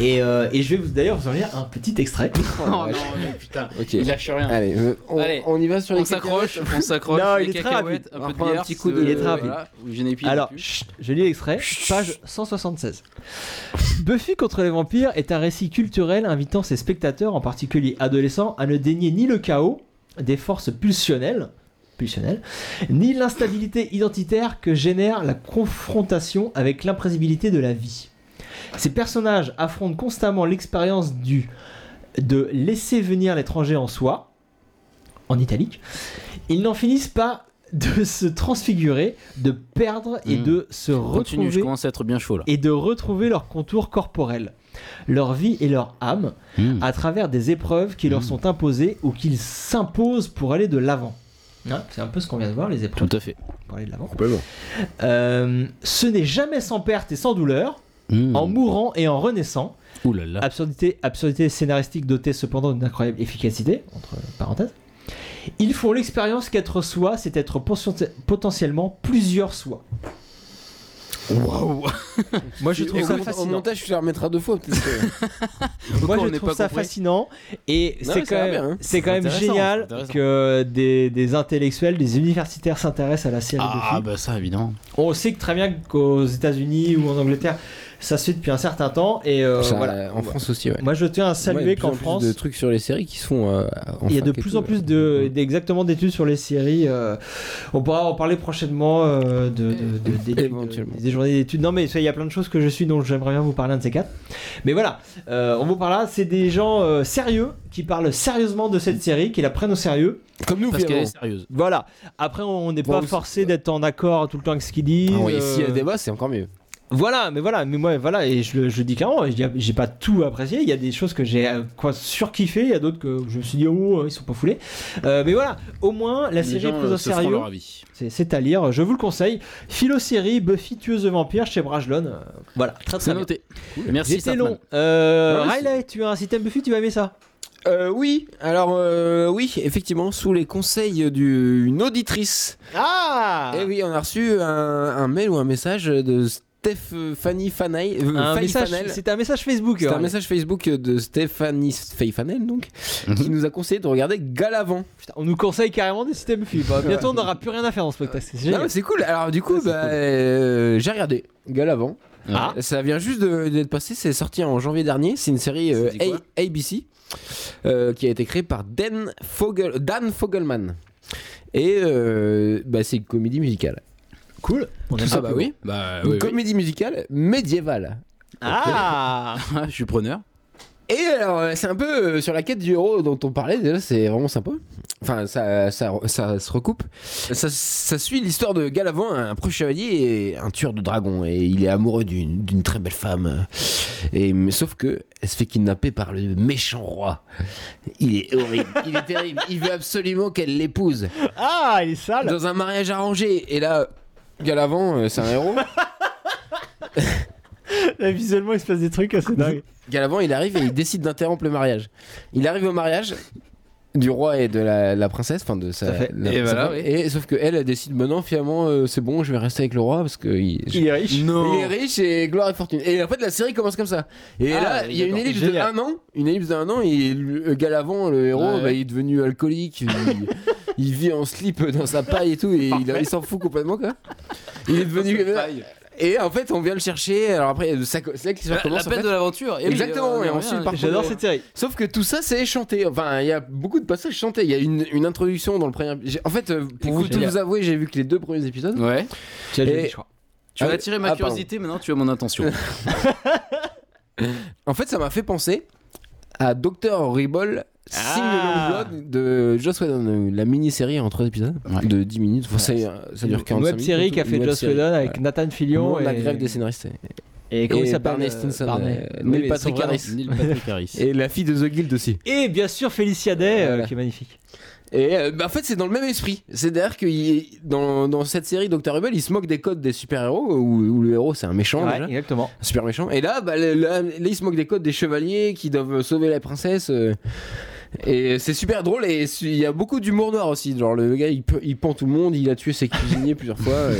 [SPEAKER 1] Et, euh, et je vais vous d'ailleurs vous en lire un petit extrait.
[SPEAKER 2] Oh, non, mais putain.
[SPEAKER 3] Ok.
[SPEAKER 2] Il lâche rien.
[SPEAKER 3] Allez, euh, on,
[SPEAKER 2] Allez,
[SPEAKER 3] on y va sur les
[SPEAKER 2] On s'accroche, on s'accroche.
[SPEAKER 1] Non,
[SPEAKER 2] les
[SPEAKER 1] il est très
[SPEAKER 2] cacahuètes,
[SPEAKER 1] rapide.
[SPEAKER 2] un
[SPEAKER 3] On
[SPEAKER 2] peu de
[SPEAKER 3] prend un
[SPEAKER 2] bière, euh,
[SPEAKER 3] petit coup
[SPEAKER 1] de- Il est très rapide.
[SPEAKER 2] voilà, ou je n'ai plus,
[SPEAKER 1] Alors,
[SPEAKER 2] j'ai plus.
[SPEAKER 1] chut, je lis l'extrait, page 176. Buffy contre les vampires est un récit culturel invitant ses spectateurs, en particulier adolescents, à ne dénier ni le chaos des forces pulsionnelles, pulsionnelles ni l'instabilité identitaire que génère la confrontation avec l'imprévisibilité de la vie. Ces personnages affrontent constamment l'expérience du de laisser venir l'étranger en soi, en italique. Ils n'en finissent pas de se transfigurer, de perdre et
[SPEAKER 2] Mm.
[SPEAKER 1] de se
[SPEAKER 2] Continue, je
[SPEAKER 1] retrouver
[SPEAKER 2] commence à être bien chaud là.
[SPEAKER 1] et de retrouver leur contour corporel, leur vie et leur âme
[SPEAKER 2] Mm.
[SPEAKER 1] à travers des épreuves qui leur sont imposées ou qu'ils s'imposent pour aller de l'avant. Hein, c'est un peu ce qu'on vient de voir, les épreuves
[SPEAKER 2] Tout à fait.
[SPEAKER 1] pour aller de l'avant.
[SPEAKER 3] Complètement.
[SPEAKER 1] Euh, ce n'est jamais sans perte et sans douleur,
[SPEAKER 2] Mm.
[SPEAKER 1] en mourant et en renaissant.
[SPEAKER 2] Ouh là là.
[SPEAKER 1] Absurdité, absurdité scénaristique dotée cependant d'une incroyable efficacité, entre parenthèses. Ils font l'expérience qu'être soi, c'est être potien- potentiellement plusieurs soi.
[SPEAKER 2] Waouh.
[SPEAKER 1] Moi je
[SPEAKER 3] Et
[SPEAKER 1] trouve
[SPEAKER 3] au
[SPEAKER 1] ça
[SPEAKER 3] mont- Au
[SPEAKER 1] fascinant.
[SPEAKER 3] montage, je la remettrai deux fois. peut-être que-
[SPEAKER 1] Moi
[SPEAKER 2] Pourquoi on
[SPEAKER 1] je
[SPEAKER 2] n'est
[SPEAKER 1] trouve
[SPEAKER 2] pas
[SPEAKER 1] ça
[SPEAKER 2] compris
[SPEAKER 1] fascinant et
[SPEAKER 3] Non,
[SPEAKER 1] c'est
[SPEAKER 3] mais
[SPEAKER 1] quand
[SPEAKER 3] ça va
[SPEAKER 1] même,
[SPEAKER 3] bien, hein.
[SPEAKER 1] c'est quand même
[SPEAKER 2] C'est intéressant, c'est
[SPEAKER 1] génial
[SPEAKER 2] intéressant.
[SPEAKER 1] que des, des intellectuels, des universitaires s'intéressent à la série de
[SPEAKER 2] Ah bah ça évidemment.
[SPEAKER 1] On sait que très bien qu'aux États-Unis ou en Angleterre, ça se fait depuis un certain temps et euh,
[SPEAKER 3] Ça,
[SPEAKER 1] voilà.
[SPEAKER 3] En France aussi, ouais.
[SPEAKER 1] Moi je tiens à
[SPEAKER 3] Ouais,
[SPEAKER 1] saluer
[SPEAKER 3] il y a de plus
[SPEAKER 1] qu'en
[SPEAKER 3] en plus
[SPEAKER 1] France,
[SPEAKER 3] de trucs sur les séries qui sont. euh, en
[SPEAKER 1] Il y a de
[SPEAKER 3] fac et
[SPEAKER 1] plus
[SPEAKER 3] tout,
[SPEAKER 1] en plus
[SPEAKER 3] ouais.
[SPEAKER 1] de, d'exactement d'études sur les séries. euh, on pourra en parler prochainement euh, de, de- de- d'études,
[SPEAKER 3] Éventuellement.
[SPEAKER 1] euh, des journées d'études. Non, mais tu sais, il y a plein de choses que je suis dont j'aimerais bien vous parler un de ces quatre. Mais voilà, euh, on vous parlera. C'est des gens euh, sérieux qui parlent sérieusement de cette série, qui la prennent au sérieux.
[SPEAKER 3] Comme nous,
[SPEAKER 2] Parce qu'elle est
[SPEAKER 3] finalement.
[SPEAKER 2] sérieuse.
[SPEAKER 1] Voilà. Après, on n'est
[SPEAKER 3] Bon,
[SPEAKER 1] pas
[SPEAKER 3] vous-
[SPEAKER 1] forcé d'être en accord tout le temps avec ce qu'ils disent.
[SPEAKER 3] Ah ouais,
[SPEAKER 1] euh,
[SPEAKER 3] S'il y a débat, c'est encore mieux.
[SPEAKER 1] voilà, mais voilà, mais moi, voilà, et je, le- je le dis clairement, il y a- j'ai pas tout apprécié. Il y a des choses que j'ai euh, quoi surkiffé, il y a d'autres que je me suis dit oh ils sont pas foulés. Euh, mais voilà, au moins la
[SPEAKER 2] Les
[SPEAKER 1] série
[SPEAKER 2] gens,
[SPEAKER 1] est prise
[SPEAKER 2] euh,
[SPEAKER 1] au
[SPEAKER 2] se feront
[SPEAKER 1] sérieux.
[SPEAKER 2] leur avis.
[SPEAKER 1] C'est- C'est à lire, je vous le conseille. Philo série Buffy tueuse de vampires chez Brajlon. Euh, voilà, très très
[SPEAKER 2] C'est
[SPEAKER 1] bien.
[SPEAKER 2] noté. Merci
[SPEAKER 1] C'était
[SPEAKER 2] Sartman.
[SPEAKER 1] long. Euh,
[SPEAKER 3] Ouais,
[SPEAKER 1] Riley, tu as un système Buffy, tu vas aimer ça.
[SPEAKER 3] Euh, oui, alors euh, oui, effectivement, sous les conseils d'une auditrice.
[SPEAKER 1] Ah
[SPEAKER 3] Et oui, on a reçu un, un mail ou un message de Stéphanie Fanel. euh,
[SPEAKER 1] un
[SPEAKER 3] Faye
[SPEAKER 1] message,
[SPEAKER 3] Fanel.
[SPEAKER 1] c'était un message Facebook.
[SPEAKER 3] C'est un
[SPEAKER 1] hein.
[SPEAKER 3] message Facebook de Stéphanie Faye Fanel, donc, qui nous a conseillé de regarder Galavant.
[SPEAKER 1] Putain, on nous conseille carrément des systèmes Buffy. Bah, bientôt on n'aura plus rien à faire dans ce podcast. C'est
[SPEAKER 3] Non,
[SPEAKER 1] génial.
[SPEAKER 3] mais c'est cool. Alors du coup,
[SPEAKER 1] c'est
[SPEAKER 3] bah, euh, j'ai regardé Galavant.
[SPEAKER 1] Ah.
[SPEAKER 3] Ça vient juste de- d'être passé. C'est sorti en janvier dernier. C'est une série euh,
[SPEAKER 2] dit quoi
[SPEAKER 3] A- ABC euh, qui a été créée par Dan, Fogel, Dan Fogelman. Et euh, bah, c'est une comédie musicale.
[SPEAKER 1] cool. On aime
[SPEAKER 3] Ah bah oui.
[SPEAKER 2] Bah
[SPEAKER 3] Une
[SPEAKER 2] oui, oui.
[SPEAKER 3] comédie musicale médiévale.
[SPEAKER 1] Ah
[SPEAKER 2] Ah, je suis preneur.
[SPEAKER 3] Et alors, euh, c'est un peu euh, sur la quête du héros dont on parlait, déjà, c'est vraiment sympa. Enfin, ça, ça, ça se recoupe. Ça, ça suit l'histoire de Galavant, un proche chevalier et un tueur de dragons. Et il est amoureux d'une d'une très belle femme. Et, mais sauf que, elle se fait kidnapper par le méchant roi. Il est horrible, il est terrible. Il veut absolument qu'elle l'épouse.
[SPEAKER 1] Ah, il est sale
[SPEAKER 3] Dans un mariage arrangé. Et là, Galavant, euh, c'est un héros.
[SPEAKER 1] Là, visuellement, il se passe des trucs assez dingues.
[SPEAKER 3] Galavant, il arrive et il décide d'interrompre le mariage. Il arrive au mariage du roi et de la, la princesse, enfin de sa.
[SPEAKER 1] Tout à fait.
[SPEAKER 3] la-
[SPEAKER 2] Et
[SPEAKER 3] sa
[SPEAKER 2] voilà,
[SPEAKER 3] femme.
[SPEAKER 2] oui.
[SPEAKER 3] Et sauf que elle, elle décide, bah non, finalement, euh, c'est bon, je vais rester avec le roi parce que il, je-
[SPEAKER 1] Il est riche.
[SPEAKER 3] Il est riche et gloire et fortune. Et en fait, la série commence comme ça. Et
[SPEAKER 2] Ah,
[SPEAKER 3] là, il y a une
[SPEAKER 2] d'accord.
[SPEAKER 3] ellipse
[SPEAKER 1] Génial.
[SPEAKER 3] de un an. Une ellipse d'un an. Et le- euh, Galavant, le héros,
[SPEAKER 2] Ouais.
[SPEAKER 3] bah, il est devenu alcoolique. Il, il vit en slip dans sa paille et tout. Et il, il s'en fout complètement, quoi. Il est devenu.
[SPEAKER 1] euh,
[SPEAKER 3] Et en fait, on vient le chercher. Alors après, ça- c'est là que
[SPEAKER 2] La,
[SPEAKER 3] l'histoire
[SPEAKER 2] la
[SPEAKER 3] commence. en
[SPEAKER 2] peine
[SPEAKER 3] fait.
[SPEAKER 2] de l'aventure. Et oui,
[SPEAKER 3] Exactement,
[SPEAKER 2] euh,
[SPEAKER 3] et
[SPEAKER 2] non,
[SPEAKER 3] ensuite,
[SPEAKER 2] rien,
[SPEAKER 3] par-
[SPEAKER 1] J'adore
[SPEAKER 3] Ouais.
[SPEAKER 1] cette série.
[SPEAKER 3] Sauf que tout ça, c'est chanté. Enfin, il y a beaucoup de passages chantés. Il y a une, une introduction dans le premier. j'ai- En fait, euh, pour vous
[SPEAKER 2] Écoute,
[SPEAKER 3] tout
[SPEAKER 2] j'ai-
[SPEAKER 3] vous avouer, j'ai vu que les deux premiers épisodes.
[SPEAKER 2] Ouais.
[SPEAKER 1] Tu as
[SPEAKER 3] Et-
[SPEAKER 1] déjà dit, je crois.
[SPEAKER 2] bah, Tu
[SPEAKER 3] Ah,
[SPEAKER 2] as attiré ma
[SPEAKER 3] ah, pardon.
[SPEAKER 2] curiosité, maintenant tu as mon attention.
[SPEAKER 3] En fait, ça m'a fait penser à Docteur Ribble, Signe
[SPEAKER 2] Ah.
[SPEAKER 3] de Youngblood de Joss Whedon, euh, la mini-série en trois épisodes
[SPEAKER 2] Ouais.
[SPEAKER 3] de 10 minutes. Enfin, c'est, euh, ça dure 45
[SPEAKER 1] Une
[SPEAKER 3] minutes.
[SPEAKER 1] web série qu'a fait Joss Whedon avec Nathan Fillion
[SPEAKER 3] Lyon
[SPEAKER 1] et.
[SPEAKER 3] La grève des scénaristes.
[SPEAKER 1] Et comment
[SPEAKER 3] et
[SPEAKER 1] il s'appelle
[SPEAKER 3] Barney
[SPEAKER 1] euh,
[SPEAKER 3] Stinson,
[SPEAKER 1] Barney.
[SPEAKER 3] euh,
[SPEAKER 1] Oui,
[SPEAKER 3] Neil
[SPEAKER 1] mais
[SPEAKER 3] Patrick
[SPEAKER 1] son vrai
[SPEAKER 3] Harris.
[SPEAKER 2] Neil Patrick Harris.
[SPEAKER 3] Et la fille de The Guild aussi.
[SPEAKER 1] nom. Et bien sûr, Félicia Day, euh,
[SPEAKER 3] Voilà.
[SPEAKER 1] qui est magnifique.
[SPEAKER 3] Et euh, bah, en fait, c'est dans le même esprit. C'est-à-dire que il- dans, dans cette série Docteur Ribble, il se moque des codes des super-héros où, où le héros c'est un méchant
[SPEAKER 1] Ouais,
[SPEAKER 3] déjà.
[SPEAKER 1] exactement.
[SPEAKER 3] Super méchant. Et là, bah, le- là, là, il se moque des codes des chevaliers qui doivent sauver la princesse. euh, et c'est super drôle. Et su- il y a beaucoup d'humour noir aussi. Genre, le gars, il, pe- il pend tout le monde. Il a tué ses cuisiniers plusieurs fois. euh.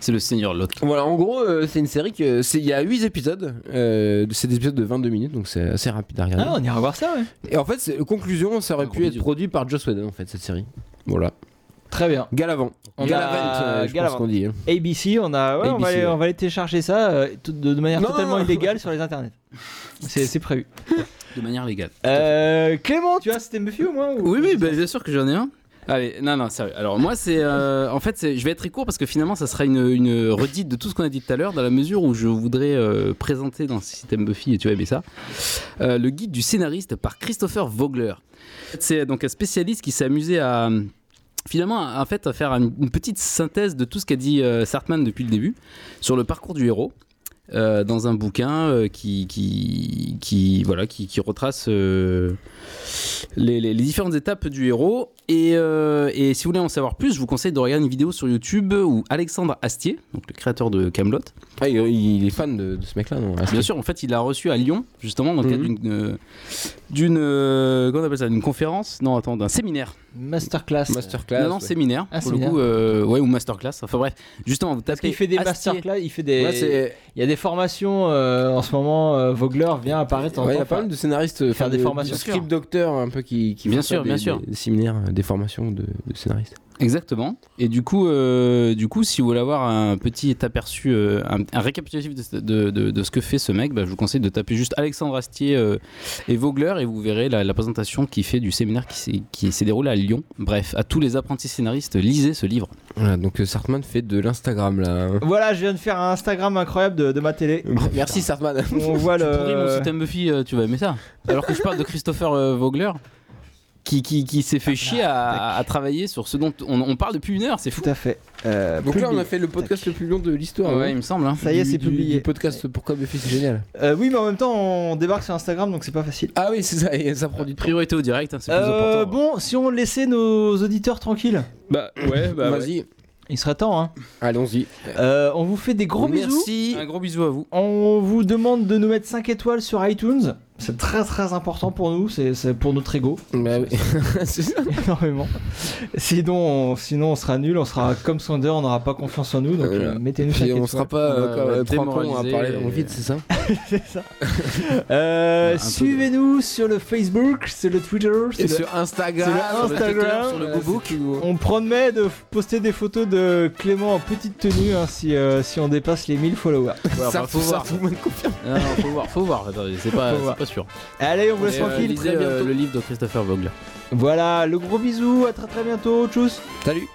[SPEAKER 2] C'est le Seigneur Lot.
[SPEAKER 3] Voilà, en gros, euh, c'est une série que. c'est- Il y a 8 épisodes. euh, c'est des épisodes de 22 minutes. Donc, c'est assez rapide à regarder.
[SPEAKER 1] Ah, on ira voir ça, ouais.
[SPEAKER 3] et en fait, c'est- conclusion, ça aurait
[SPEAKER 2] Un
[SPEAKER 3] pu
[SPEAKER 2] gros
[SPEAKER 3] être
[SPEAKER 2] bisou.
[SPEAKER 3] produit par Joss Whedon, en fait, cette série. Voilà.
[SPEAKER 1] Très bien.
[SPEAKER 3] Galavant.
[SPEAKER 1] On a-
[SPEAKER 3] Galavant, euh, je pense
[SPEAKER 1] Galavant.
[SPEAKER 3] qu'on dit. hein.
[SPEAKER 1] ABC, on a, ouais, on, va
[SPEAKER 3] ABC,
[SPEAKER 1] aller,
[SPEAKER 3] ouais.
[SPEAKER 1] on va aller télécharger ça euh, tout- de, de manière
[SPEAKER 3] Non,
[SPEAKER 1] totalement
[SPEAKER 3] non, non.
[SPEAKER 1] illégale sur les internets. C'est c'est prévu.
[SPEAKER 2] De manière légale.
[SPEAKER 1] Euh, Clément, tu as c'était Buffy au moins ou-
[SPEAKER 2] Oui, oui,
[SPEAKER 3] ben,
[SPEAKER 2] bah, bien sûr que j'en ai un. Allez, non, non, sérieux. Alors, moi, c'est. euh, en fait, c'est- je vais être très court parce que finalement, ça sera une, une redite de tout ce qu'on a dit tout à l'heure, dans la mesure où je voudrais euh, présenter dans ce système Buffy, et tu vas aimer ça, euh, le guide du scénariste par Christopher Vogler. C'est euh, donc un spécialiste qui s'est amusé à. euh, Finalement, à- en fait, à faire une une petite synthèse de tout ce qu'a dit euh, Sartman depuis le début sur le parcours du héros euh, dans un bouquin euh, qui, qui, qui, voilà, qui, qui retrace euh, les, les- les différentes étapes du héros. Et, euh, et si vous voulez en savoir plus, je vous conseille de regarder une vidéo sur YouTube où Alexandre Astier, donc le créateur de Camelot,
[SPEAKER 3] Ah, il, il est fan de, de ce mec-là, non
[SPEAKER 2] bien sûr, en fait, il l'a reçu à Lyon, justement, dans le cadre
[SPEAKER 3] Mhm.
[SPEAKER 2] d'une. euh, d'une. euh, comment on appelle ça D'une conférence Non, attends, d'un séminaire.
[SPEAKER 1] Masterclass.
[SPEAKER 3] Masterclass.
[SPEAKER 2] non, non,
[SPEAKER 3] ouais.
[SPEAKER 2] séminaire.
[SPEAKER 1] Ah,
[SPEAKER 2] pour le
[SPEAKER 1] séminaire.
[SPEAKER 2] coup, euh, ouais, ou masterclass. Enfin bref, justement, vous tapez.
[SPEAKER 1] Parce qu'il fait des
[SPEAKER 2] Astier.
[SPEAKER 1] masterclass, il fait des.
[SPEAKER 3] Ouais, c'est-
[SPEAKER 1] il y a des formations euh, en ce moment. euh, Vogler vient apparaître en
[SPEAKER 3] Ouais, il y
[SPEAKER 1] temps
[SPEAKER 3] a pas mal de scénaristes euh,
[SPEAKER 1] faire
[SPEAKER 3] enfin,
[SPEAKER 1] des
[SPEAKER 3] de-
[SPEAKER 1] formations.
[SPEAKER 3] de script docteur un peu qui, qui
[SPEAKER 2] Bien
[SPEAKER 3] font ça,
[SPEAKER 2] sûr,
[SPEAKER 3] des-
[SPEAKER 2] bien sûr.
[SPEAKER 3] des séminaires euh, des formations de, de scénaristes
[SPEAKER 2] Exactement. Et du coup, euh, du coup, si vous voulez avoir un petit aperçu, euh, un, un récapitulatif de, de- de- de ce que fait ce mec, bah, je vous conseille de taper juste Alexandre Astier euh, et Vogler et vous verrez la, la présentation qu'il fait du séminaire qui s'est- qui s'est déroulé à Lyon. Bref, à tous les apprentis scénaristes, lisez ce livre.
[SPEAKER 3] voilà donc euh, Sartman fait de l'Instagram là hein.
[SPEAKER 1] Voilà, je viens de faire un Instagram incroyable de, de ma télé.
[SPEAKER 3] merci Sartman
[SPEAKER 1] Où on voit
[SPEAKER 2] Pourri mon
[SPEAKER 1] le.
[SPEAKER 2] système Buffy, euh, tu vas aimer ça. Alors que je parle de Christopher euh, Vogler. Qui, qui, qui s'est fait chier à, à travailler sur ce dont on, on parle depuis une heure, c'est fou.
[SPEAKER 1] Tout à fait. Euh,
[SPEAKER 3] donc là on
[SPEAKER 1] publié.
[SPEAKER 3] a fait le podcast le plus long de l'histoire
[SPEAKER 2] Ouais,
[SPEAKER 3] hein.
[SPEAKER 2] il me semble. hein.
[SPEAKER 1] Ça y est,
[SPEAKER 3] Du-
[SPEAKER 1] c'est
[SPEAKER 3] du-
[SPEAKER 1] publié.
[SPEAKER 3] du podcast pourquoi Buffy c'est génial
[SPEAKER 1] Euh, oui, mais en même temps, on débarque sur Instagram, donc c'est pas facile.
[SPEAKER 3] ah oui c'est ça et ça prend du prix
[SPEAKER 2] Priorité au direct, hein, c'est plus
[SPEAKER 1] Euh,
[SPEAKER 2] important.
[SPEAKER 1] bon, si on laissait nos auditeurs tranquilles,
[SPEAKER 2] Bah ouais, bah ouais.
[SPEAKER 3] vas-y
[SPEAKER 1] il serait temps. Hein.
[SPEAKER 3] allons-y
[SPEAKER 1] Euh, on vous fait des gros bisous.
[SPEAKER 3] merci
[SPEAKER 2] Un gros bisou à vous.
[SPEAKER 1] On vous demande de nous mettre 5 étoiles sur iTunes. C'est très très important pour nous, c'est c'est pour notre ego,
[SPEAKER 3] Bah oui. C'est ça.
[SPEAKER 1] énormément. Sinon, on, sinon on sera nul, on sera comme Sander, on n'aura pas confiance en nous, donc
[SPEAKER 3] Voilà.
[SPEAKER 1] euh, mettez-nous 5
[SPEAKER 3] Puis
[SPEAKER 1] étoiles.
[SPEAKER 3] on euh. sera pas
[SPEAKER 2] On
[SPEAKER 3] euh,
[SPEAKER 2] va-
[SPEAKER 3] comme,
[SPEAKER 2] on va
[SPEAKER 3] euh, trois cons à
[SPEAKER 2] démoraliser
[SPEAKER 3] parler dans le
[SPEAKER 2] et-
[SPEAKER 3] vide c'est ça
[SPEAKER 1] C'est ça. Euh,
[SPEAKER 2] Un peu de-
[SPEAKER 1] Suivez-nous sur le Facebook, sur le Twitter, sur
[SPEAKER 3] et
[SPEAKER 1] le-
[SPEAKER 3] sur Instagram
[SPEAKER 1] sur le Instagram,
[SPEAKER 2] sur le
[SPEAKER 3] Voilà,
[SPEAKER 2] Google.
[SPEAKER 3] c'est tout.
[SPEAKER 1] On promet de f- poster des photos de Clément en petite tenue hein, si, euh, si on dépasse les 1000 followers.
[SPEAKER 2] Voilà,
[SPEAKER 3] Ça,
[SPEAKER 2] enfin, faut
[SPEAKER 3] ça,
[SPEAKER 2] voir.
[SPEAKER 3] tout le monde confirme.
[SPEAKER 2] Non, non, faut voir, faut voir. Attendez, c'est pas,
[SPEAKER 1] Faut
[SPEAKER 2] c'est
[SPEAKER 1] voir.
[SPEAKER 2] pas sûr.
[SPEAKER 1] Allez, on vous laisse
[SPEAKER 2] Mais, euh,
[SPEAKER 1] tranquille.
[SPEAKER 2] lisez,
[SPEAKER 1] Très
[SPEAKER 2] euh,
[SPEAKER 1] bientôt.
[SPEAKER 2] le livre de Christopher Vogler.
[SPEAKER 1] Voilà, le gros bisou, à très très bientôt, tchuss
[SPEAKER 3] salut